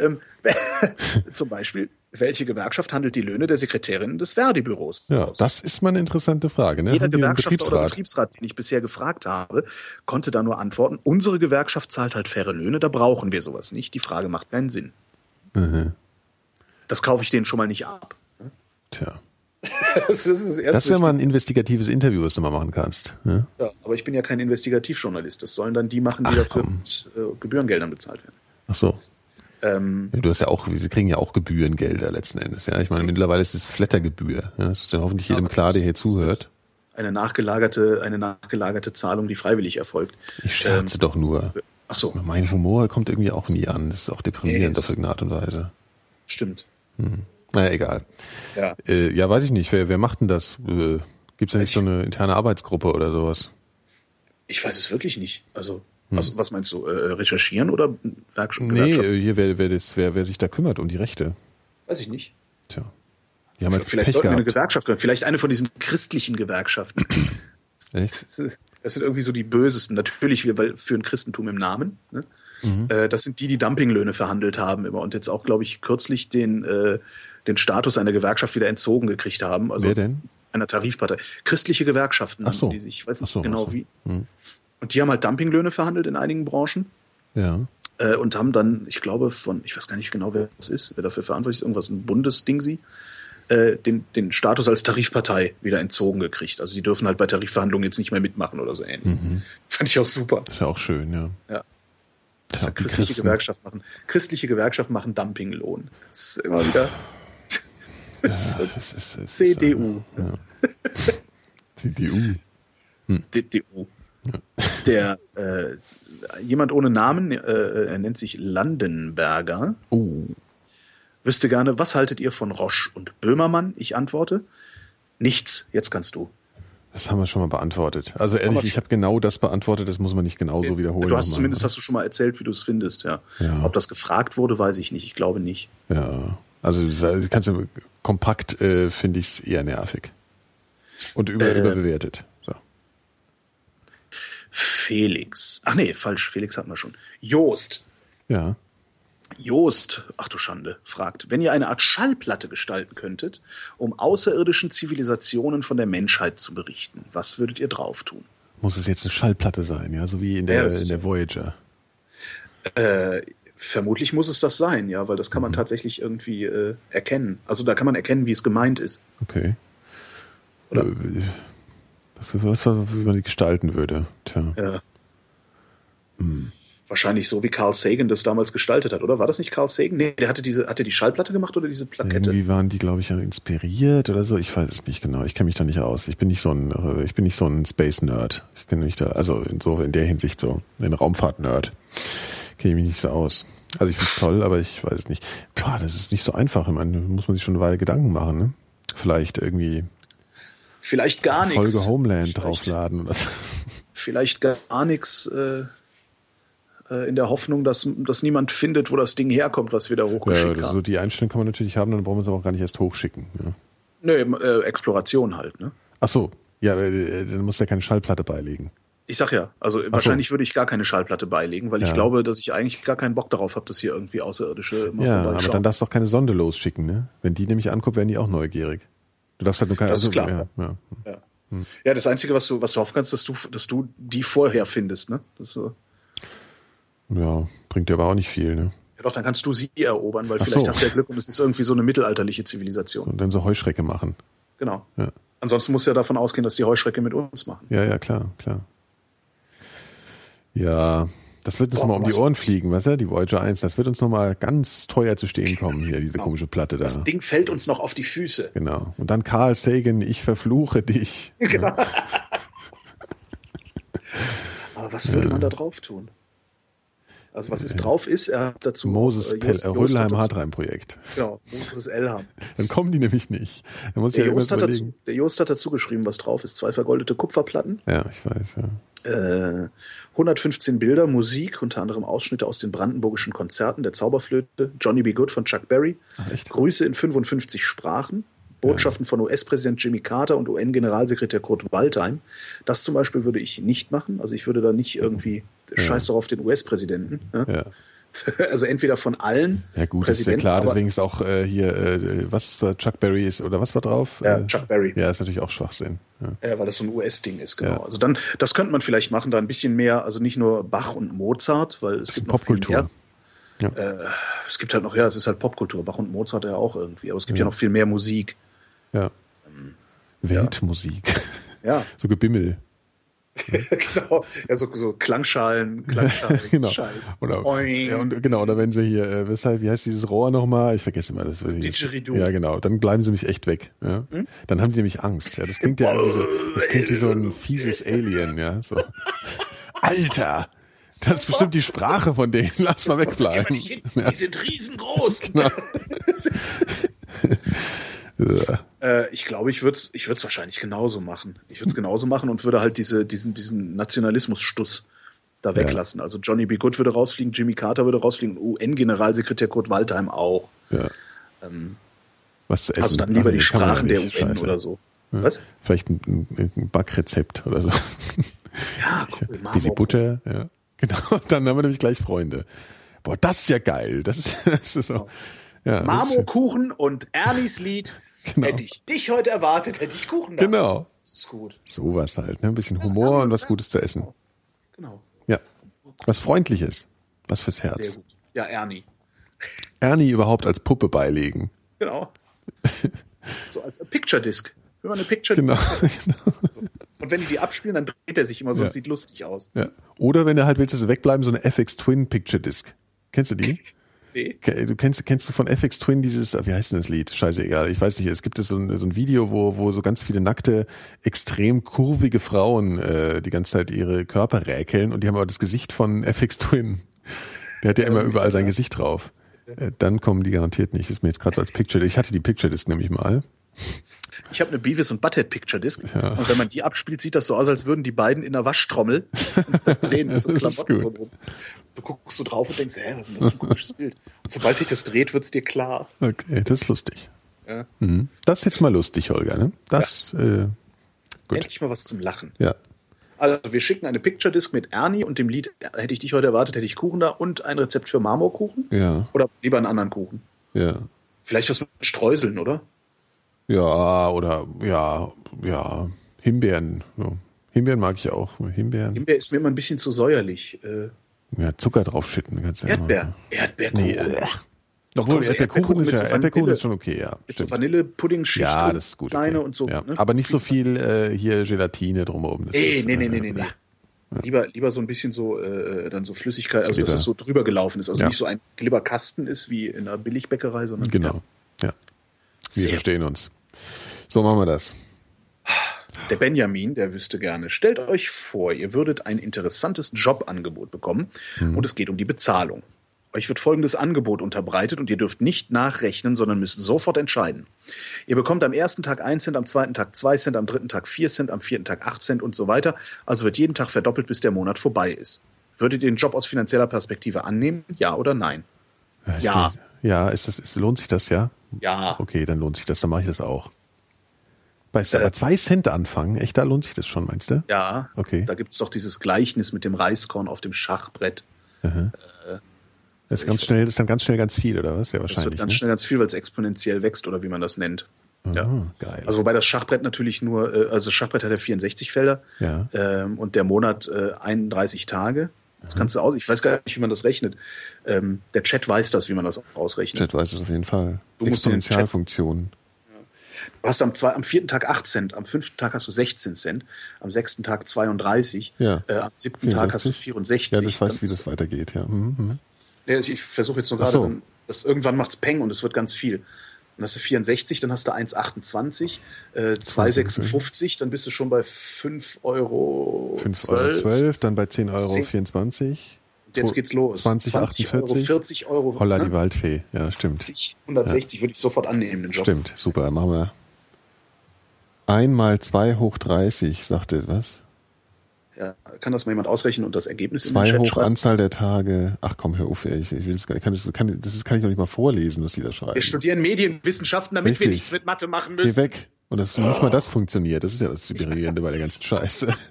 Speaker 4: ähm, zum Beispiel welche Gewerkschaft handelt die Löhne der Sekretärinnen des Verdi-Büros?
Speaker 3: Ja,
Speaker 4: aus?
Speaker 3: das ist mal eine interessante Frage. Ne?
Speaker 4: Jeder
Speaker 3: Haben die einen
Speaker 4: Gewerkschafter oder Betriebsrat, den ich bisher gefragt habe, konnte da nur antworten, unsere Gewerkschaft zahlt halt faire Löhne, da brauchen wir sowas nicht. Die Frage macht keinen Sinn. Das kaufe ich denen schon mal nicht ab.
Speaker 3: Tja.
Speaker 4: Das, ist das, Erste,
Speaker 3: Das wäre
Speaker 4: was
Speaker 3: mal ein investigatives Interview, was du mal machen kannst. Ne?
Speaker 4: ich- ja, Aber ich bin ja kein Investigativjournalist. Das sollen dann die machen, die dafür
Speaker 3: komm.
Speaker 4: mit äh, Gebührengeldern bezahlt werden.
Speaker 3: Ach so.
Speaker 4: Ähm,
Speaker 3: Ja, Du hast ja auch, sie kriegen ja auch Gebührengelder letzten Endes. Ja, ich meine, mittlerweile ist es Flattergebühr. Ja, das ist ja hoffentlich jedem
Speaker 4: aber
Speaker 3: klar,
Speaker 4: das
Speaker 3: der hier
Speaker 4: ist-
Speaker 3: zuhört.
Speaker 4: eine nachgelagerte, eine nachgelagerte Zahlung, die freiwillig erfolgt. Ähm,
Speaker 3: Ich scherze doch nur.
Speaker 4: Ach so,
Speaker 3: Mein Humor kommt irgendwie auch nie an. Das ist auch deprimierend
Speaker 4: Nee,
Speaker 3: auf irgendeine Art und Weise.
Speaker 4: stimmt.
Speaker 3: Naja, egal.
Speaker 4: Ja.
Speaker 3: Äh, ja, weiß ich nicht. Wer, wer macht denn das? Äh, Gibt es da nicht
Speaker 4: Ich-
Speaker 3: so eine interne Arbeitsgruppe oder sowas?
Speaker 4: Ich weiß es wirklich nicht. Also, was, was meinst du? Äh, recherchieren oder Werkstatt?
Speaker 3: Hm. Nee, äh, hier, wer, wer, das, wer, wer sich da kümmert um die Rechte.
Speaker 4: weiß ich nicht.
Speaker 3: Tja. Die haben jetzt
Speaker 4: Vielleicht
Speaker 3: Pech
Speaker 4: sollten wir eine
Speaker 3: gehabt.
Speaker 4: Gewerkschaft gründen. Vielleicht eine von diesen christlichen Gewerkschaften.
Speaker 3: Echt?
Speaker 4: Das sind irgendwie so die bösesten. Natürlich, wir weil für ein Christentum im Namen. Ne?
Speaker 3: Mhm.
Speaker 4: Äh, das sind die, die Dumpinglöhne verhandelt haben immer und jetzt auch, glaube ich, kürzlich den, äh, den Status einer Gewerkschaft wieder entzogen gekriegt haben. Also
Speaker 3: Wer denn?
Speaker 4: Einer Tarifpartei. Christliche Gewerkschaften,
Speaker 3: Ach so.
Speaker 4: die sich, ich weiß
Speaker 3: Ach
Speaker 4: nicht
Speaker 3: so,
Speaker 4: genau
Speaker 3: ach so. Hm.
Speaker 4: wie. Und die haben halt Dumpinglöhne verhandelt in einigen Branchen.
Speaker 3: Ja.
Speaker 4: Äh, und haben dann, ich glaube, von, ich weiß gar nicht genau, wer das ist, wer dafür verantwortlich ist, irgendwas, ein Bundesding sie, äh, den, den Status als Tarifpartei wieder entzogen gekriegt. Also die dürfen halt bei Tarifverhandlungen jetzt nicht mehr mitmachen oder so ähnlich. Fand ich auch super.
Speaker 3: Ist Mhm. ja auch schön, ja.
Speaker 4: Ja.
Speaker 3: Tja,
Speaker 4: Dass da
Speaker 3: die
Speaker 4: christliche
Speaker 3: Christen.
Speaker 4: Gewerkschaft machen. Christliche Gewerkschaft machen Dumpinglohn. Das ist immer wieder. Das
Speaker 3: Ja,
Speaker 4: ist-
Speaker 3: es ist- es ist-
Speaker 4: CDU.
Speaker 3: Ja. CDU.
Speaker 4: DDU. Der äh, jemand ohne Namen, äh, er nennt sich Landenberger.
Speaker 3: Oh.
Speaker 4: Wüsste gerne, was haltet ihr von Roche und Böhmermann? Ich antworte, nichts, jetzt kannst du.
Speaker 3: Das haben wir schon mal beantwortet. Also ehrlich,
Speaker 4: wir
Speaker 3: ich habe genau das beantwortet, das muss man nicht genauso wiederholen.
Speaker 4: du hast
Speaker 3: nochmal. ne?
Speaker 4: zumindest hast du schon mal erzählt, wie du es findest, ja.
Speaker 3: Ja.
Speaker 4: Ob das gefragt wurde, weiß ich nicht. Ich glaube nicht.
Speaker 3: Ja. Also das kannst du kompakt äh, finde ich es eher nervig. Und über,
Speaker 4: Äh.
Speaker 3: überbewertet. So.
Speaker 4: Felix. Ach nee, falsch, Felix hatten wir schon. Joost.
Speaker 3: Ja.
Speaker 4: Joost, ach du Schande, fragt, wenn ihr eine Art Schallplatte gestalten könntet, um außerirdischen Zivilisationen von der Menschheit zu berichten, was würdet ihr drauf tun?
Speaker 3: Muss es jetzt eine Schallplatte sein, ja, so wie in der,
Speaker 4: Ja, das-
Speaker 3: in der Voyager.
Speaker 4: Äh, vermutlich muss es das sein, ja, weil das
Speaker 3: Mhm.
Speaker 4: kann man tatsächlich irgendwie äh, erkennen. Also da kann man erkennen, wie es gemeint ist.
Speaker 3: Okay.
Speaker 4: Oder-
Speaker 3: Äh, Das ist was, was- wie man die gestalten würde. Tja.
Speaker 4: Ja.
Speaker 3: Hm.
Speaker 4: Wahrscheinlich so, wie Carl Sagan das damals gestaltet hat, oder? War das nicht Carl Sagan? Nee, der hatte diese, hatte die Schallplatte gemacht oder diese Plakette?
Speaker 3: Irgendwie waren die, glaube ich, inspiriert oder so. Ich weiß es nicht genau. Ich kenne mich da nicht aus. Ich bin nicht so ein, äh, ich bin nicht so ein Space Nerd. Ich kenne mich da, also in so in der Hinsicht so ein Raumfahrt Nerd kenne ich mich nicht so aus. Also ich finde es toll, aber ich weiß es nicht. Pah, das ist nicht so einfach. Ich meine, da muss man sich schon eine Weile Gedanken machen. Ne? Vielleicht irgendwie
Speaker 4: Vielleicht gar nichts.
Speaker 3: Folge Homeland
Speaker 4: Vielleicht-
Speaker 3: draufladen oder so.
Speaker 4: Vielleicht gar nichts äh, äh, in der Hoffnung, dass, dass niemand findet, wo das Ding herkommt, was wir da
Speaker 3: Ja,
Speaker 4: hochgeschickt
Speaker 3: das-
Speaker 4: haben.
Speaker 3: so die Einstellung kann man natürlich haben, dann brauchen wir es aber auch gar nicht erst hochschicken. Ja.
Speaker 4: Nee, äh, Exploration halt, ne?
Speaker 3: Ach so, ja, äh, dann muss der keine Schallplatte beilegen.
Speaker 4: Ich sag ja, also wahrscheinlich würde ich gar keine Schallplatte beilegen, weil
Speaker 3: Ja.
Speaker 4: ich glaube, dass ich eigentlich gar keinen Bock darauf habe, dass hier irgendwie Außerirdische mal
Speaker 3: Ja, aber
Speaker 4: vorbeischauen.
Speaker 3: dann darfst du auch keine Sonde losschicken, ne? Wenn die nämlich anguckt, werden die auch neugierig. Du darfst halt nur keine.
Speaker 4: Das ist klar.
Speaker 3: Ja, ja.
Speaker 4: ja.
Speaker 3: Hm.
Speaker 4: ja, das Einzige, was du, was du hoffen kannst, dass du, dass du die vorher findest, ne? Das, äh,
Speaker 3: ja, bringt dir aber auch nicht viel, ne?
Speaker 4: ja doch, dann kannst du sie erobern, weil
Speaker 3: Ach
Speaker 4: vielleicht
Speaker 3: so.
Speaker 4: hast du ja Glück und es ist irgendwie so eine mittelalterliche Zivilisation.
Speaker 3: Und dann so Heuschrecke machen.
Speaker 4: Genau.
Speaker 3: Ja.
Speaker 4: Ansonsten muss ja davon ausgehen, dass die Heuschrecke mit uns machen.
Speaker 3: Ja, ja, klar, klar. Ja, das wird uns mal um die
Speaker 4: was-
Speaker 3: Ohren fliegen, weißt du? Die Voyager 1, das wird uns nochmal ganz teuer zu stehen kommen, hier, diese komische Platte da.
Speaker 4: Das Ding fällt uns noch auf die Füße.
Speaker 3: Genau. Und dann Carl Sagan, ich verfluche dich.
Speaker 4: Genau. Aber was würde man da drauf tun? Also was ist drauf ist, er hat dazu
Speaker 3: Moses
Speaker 4: äh,
Speaker 3: Pell, äh,
Speaker 4: Joost- Joost hat dazu-
Speaker 3: Rödelheim-Hartreim-Projekt.
Speaker 4: Genau, Moses Elham.
Speaker 3: Dann kommen die nämlich nicht. Dann muss ich
Speaker 4: Der
Speaker 3: ja irgendwas
Speaker 4: Joost, hat
Speaker 3: überlegen.
Speaker 4: dazu, der Joost hat dazu geschrieben, was drauf ist. Zwei vergoldete Kupferplatten,
Speaker 3: Ja, ich weiß, ja.
Speaker 4: äh, 115 Bilder, Musik, unter anderem Ausschnitte aus den brandenburgischen Konzerten der Zauberflöte, Johnny B. Good von Chuck Berry,
Speaker 3: Ach, echt?
Speaker 4: Grüße in 55 Sprachen, Botschaften von US-Präsident Jimmy Carter und UN-Generalsekretär Kurt Waldheim. Das zum Beispiel würde ich nicht machen. Also ich würde da nicht irgendwie scheiß darauf den US-Präsidenten. Ne?
Speaker 3: Ja.
Speaker 4: also entweder von allen.
Speaker 3: Ja gut, ist ja
Speaker 4: Präsidenten,
Speaker 3: klar,
Speaker 4: aber-
Speaker 3: deswegen ist auch äh, hier, äh, was ist da, Chuck Berry ist, oder was war drauf?
Speaker 4: Ja,
Speaker 3: Äh,
Speaker 4: Chuck Berry.
Speaker 3: Ja, ist natürlich auch Schwachsinn. Ja.
Speaker 4: Ja, Äh, weil das so ein US-Ding ist, genau.
Speaker 3: Ja.
Speaker 4: Also dann, das könnte man vielleicht machen, da ein bisschen mehr, also nicht nur Bach und Mozart, weil es gibt noch viel
Speaker 3: Popkultur.
Speaker 4: mehr. Äh, es gibt halt noch, ja, es ist halt Popkultur, Bach und Mozart ja auch irgendwie, aber es gibt ja, noch viel mehr Musik.
Speaker 3: Ja. Weltmusik.
Speaker 4: Ja.
Speaker 3: so Gebimmel.
Speaker 4: genau. Ja, so, so Klangschalen, Klangschalen,
Speaker 3: genau.
Speaker 4: Scheiß.
Speaker 3: Oder,
Speaker 4: Oing.
Speaker 3: ja, und, genau, oder wenn sie hier, äh, weshalb, wie heißt dieses Rohr nochmal? Ich vergesse immer das.
Speaker 4: Didgeridoo. Hm?
Speaker 3: Ja, genau. Dann bleiben sie mich echt weg. Ja? Dann haben die nämlich Angst. Ja, das klingt ja irgendwie so, das klingt wie so ein fieses Alien, ja. So. Alter! Das ist bestimmt die Sprache von denen. Lass mal
Speaker 4: Geh mal
Speaker 3: wegbleiben.
Speaker 4: nicht hin, die sind riesengroß.
Speaker 3: Genau. Ja.
Speaker 4: Äh, ich glaube, ich würde es ich würd's wahrscheinlich genauso machen. Ich würde es genauso machen und würde halt diese, diesen, diesen Nationalismus-Stuss da weglassen. Also Johnny B. Good würde rausfliegen, Jimmy Carter würde rausfliegen, und UN-Generalsekretär Kurt Waldheim auch.
Speaker 3: Was zu essen.
Speaker 4: Also Ähm, dann
Speaker 3: Ach,
Speaker 4: lieber die
Speaker 3: nee, kann man
Speaker 4: Sprachen der UN
Speaker 3: nicht. Scheiße.
Speaker 4: oder so. Was?
Speaker 3: Vielleicht ein, ein, ein Backrezept oder so.
Speaker 4: Ja, cool,
Speaker 3: Wie die
Speaker 4: Marmor.
Speaker 3: Butter, ja. Genau, dann haben wir nämlich gleich Freunde. Boah, das ist ja geil. Das ist, das ist auch, ja,
Speaker 4: Marmorkuchen und Ernies Lied.
Speaker 3: Genau.
Speaker 4: Hätte ich dich heute erwartet, hätte ich Kuchen da.
Speaker 3: Genau.
Speaker 4: Das ist gut.
Speaker 3: Sowas halt. Ne? Ein bisschen Humor und was Gutes zu essen.
Speaker 4: Genau.
Speaker 3: Ja. Was Freundliches. Was fürs
Speaker 4: Sehr
Speaker 3: Herz.
Speaker 4: gut. Ja, Ernie.
Speaker 3: Ernie überhaupt als Puppe beilegen.
Speaker 4: Genau. so als Picture Disc. Wenn man eine Picture
Speaker 3: Genau.
Speaker 4: Und wenn die die abspielen, dann dreht er sich immer so
Speaker 3: Ja.
Speaker 4: und sieht lustig aus.
Speaker 3: ja. Oder wenn er halt willst, dass sie wegbleiben, so eine FX Twin Picture Disc. Kennst du die?
Speaker 4: Nee.
Speaker 3: Ke- Du kennst, kennst du von FX Twin dieses, ah, wie heißt denn das Lied? Scheißegal, ich weiß nicht, es gibt so ein, so ein Video, wo, wo so ganz viele nackte, extrem kurvige Frauen äh, die ganze Zeit ihre Körper räkeln und die haben aber das Gesicht von FX Twin. Der hat ja immer überall sein Gesicht drauf. Äh, Dann kommen die garantiert nicht. Ist mir jetzt gerade so als Picture. Ich hatte die Picture Disc nämlich mal.
Speaker 4: Ich habe eine Beavis und Butthead Picture Disc. Und wenn man die abspielt, sieht das so aus, als würden die beiden in einer Waschtrommel uns da drehen mit so
Speaker 3: Das ist
Speaker 4: Klamotten
Speaker 3: gut.
Speaker 4: drumherum. Du guckst so drauf und denkst, hä, was ist denn das für ein komisches Bild? Und sobald sich das dreht, wird's dir klar.
Speaker 3: Okay, Äh, das ist lustig.
Speaker 4: Ja.
Speaker 3: Mhm. Das ist jetzt mal lustig, Holger. Ne? Das, äh, Gut.
Speaker 4: Endlich mal was zum Lachen.
Speaker 3: ja.
Speaker 4: Also wir schicken eine Picture Disc mit Ernie und dem Lied Hätte ich dich heute erwartet, hätte ich Kuchen da und ein Rezept für Marmorkuchen.
Speaker 3: Ja,
Speaker 4: Oder lieber einen anderen Kuchen.
Speaker 3: ja.
Speaker 4: Vielleicht was mit Streuseln, oder?
Speaker 3: Ja, oder ja, ja, Himbeeren. Ja. Himbeeren mag ich auch. Himbeeren.
Speaker 4: Himbeer ist mir immer ein bisschen zu säuerlich. Äh,
Speaker 3: ja, Zucker draufschütten kannst du ja
Speaker 4: Erdbeer.
Speaker 3: mal.
Speaker 4: Erdbeerkuchen.
Speaker 3: Nee, äh,
Speaker 4: Doch,
Speaker 3: obwohl
Speaker 4: komm, so
Speaker 3: Erdbeerkuchen
Speaker 4: mit
Speaker 3: ist,
Speaker 4: so
Speaker 3: ja, Erdbeerkuchen
Speaker 4: Vanille-
Speaker 3: ist schon okay, ja.
Speaker 4: Mit so
Speaker 3: stimmt.
Speaker 4: Vanille-Pudding-Schicht.
Speaker 3: Ja,
Speaker 4: drum,
Speaker 3: das ist gut. Okay.
Speaker 4: Kleine und so.
Speaker 3: ja.
Speaker 4: ne?
Speaker 3: Aber
Speaker 4: Das
Speaker 3: nicht so
Speaker 4: kriegt-
Speaker 3: viel äh, hier Gelatine drumherum. Das
Speaker 4: Nee,
Speaker 3: ist,
Speaker 4: nee, nee,
Speaker 3: äh,
Speaker 4: nee, nee. nee. Lieber, lieber so ein bisschen so, äh, dann so Flüssigkeit, also
Speaker 3: Glibber.
Speaker 4: dass es so drüber gelaufen ist. Also
Speaker 3: Ja.
Speaker 4: nicht so ein Glibberkasten ist wie in einer Billigbäckerei, sondern.
Speaker 3: Genau. Ja, wir
Speaker 4: Sehr.
Speaker 3: verstehen uns. So machen wir das.
Speaker 4: Der Benjamin, der wüsste gerne. Stellt euch vor, ihr würdet ein interessantes Jobangebot bekommen und es geht um die Bezahlung. Euch wird folgendes Angebot unterbreitet und ihr dürft nicht nachrechnen, sondern müsst sofort entscheiden. Ihr bekommt am ersten Tag 1 Cent, am zweiten Tag 2 Cent, am dritten Tag 4 Cent, am vierten Tag 8 Cent und so weiter. Also wird jeden Tag verdoppelt, bis der Monat vorbei ist. Würdet ihr den Job aus finanzieller Perspektive annehmen? Ja oder nein?
Speaker 3: ich
Speaker 4: Ja.
Speaker 3: bin- Ja, ist das, ist, lohnt sich das, ja?
Speaker 4: Ja.
Speaker 3: Okay, dann lohnt sich das, dann mache ich das auch. Weißt du, aber zwei Cent anfangen, echt, da lohnt sich das schon, meinst du?
Speaker 4: Äh. Ja.
Speaker 3: Okay.
Speaker 4: Da gibt es doch dieses Gleichnis mit dem Reiskorn auf dem Schachbrett.
Speaker 3: Das ist ganz schnell, das ist dann ganz schnell ganz viel, oder was? Ja,
Speaker 4: Das wird
Speaker 3: wahrscheinlich.
Speaker 4: ganz
Speaker 3: ne?
Speaker 4: schnell ganz viel, weil es exponentiell wächst oder wie man das nennt.
Speaker 3: Ah, geil.
Speaker 4: Also wobei das Schachbrett natürlich nur, äh, also das Schachbrett hat ja 64 Felder
Speaker 3: Ja.
Speaker 4: ähm, und der Monat äh, 31 Tage. Das kannst du aus. Ich weiß gar nicht, wie man das rechnet. Ähm, der Chat weiß das, wie man das ausrechnet.
Speaker 3: Chat weiß es auf jeden Fall.
Speaker 4: Du musst doch im Chat-
Speaker 3: Exponentialfunktion.
Speaker 4: Du hast am, zwei, am vierten Tag 8 Cent, am fünften Tag hast du 16 Cent, am sechsten Tag 32,
Speaker 3: Ja.
Speaker 4: äh, am siebten Tag hast du 64.
Speaker 3: Ja, das weiß,
Speaker 4: Dann
Speaker 3: wie
Speaker 4: ist-
Speaker 3: das weitergeht, ja. Mhm, mhm.
Speaker 4: Nee, also ich versuche jetzt nur
Speaker 3: Ach
Speaker 4: gerade,
Speaker 3: so.
Speaker 4: dann- dass irgendwann macht's Peng und es wird ganz viel. Dann hast du 64, dann hast du 1,28, äh, 2,56, dann bist du schon bei 5 Euro.
Speaker 3: 5,12 Euro, 12, dann bei 10,24 Euro. 24,
Speaker 4: Und jetzt geht's los.
Speaker 3: 20,
Speaker 4: 48,
Speaker 3: 48,
Speaker 4: 40 Euro.
Speaker 3: Holla
Speaker 4: ne?
Speaker 3: die Waldfee, ja, stimmt.
Speaker 4: 60, 160 würde ich sofort annehmen, den Job.
Speaker 3: Stimmt, super, machen wir. Einmal 2 hoch 30, sagte was?
Speaker 4: Ja, kann das mal jemand ausrechnen und das Ergebnis in den
Speaker 3: 2
Speaker 4: Chat
Speaker 3: hoch
Speaker 4: schreiben?
Speaker 3: Anzahl der Tage. Ach komm, hör auf, ey, ich, ich will das, gar- ich kann das, kann, das kann ich noch nicht mal vorlesen, was die da schreiben.
Speaker 4: Wir studieren Medienwissenschaften, damit
Speaker 3: Richtig.
Speaker 4: wir nichts mit Mathe machen
Speaker 3: Geh
Speaker 4: müssen. Oh.
Speaker 3: weg. Und dass nicht mal das funktioniert, das ist ja das Deprimierende bei der ganzen Scheiße.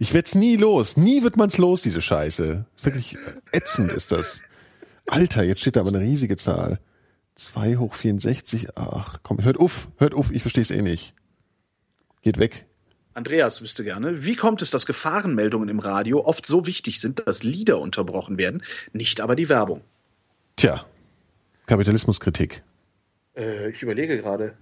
Speaker 3: Ich werd's nie los. Nie wird man's los, diese Scheiße. Wirklich äh, ätzend ist das. Alter, jetzt steht da aber eine riesige Zahl. 2 hoch 64. Ach, komm, hört auf, hört auf, ich versteh's eh nicht. Geht weg.
Speaker 4: Andreas wüsste gerne, wie kommt es, dass Gefahrenmeldungen im Radio oft so wichtig sind, dass Lieder unterbrochen werden, nicht aber die Werbung?
Speaker 3: Tja. Kapitalismuskritik.
Speaker 4: Äh, ich überlege gerade.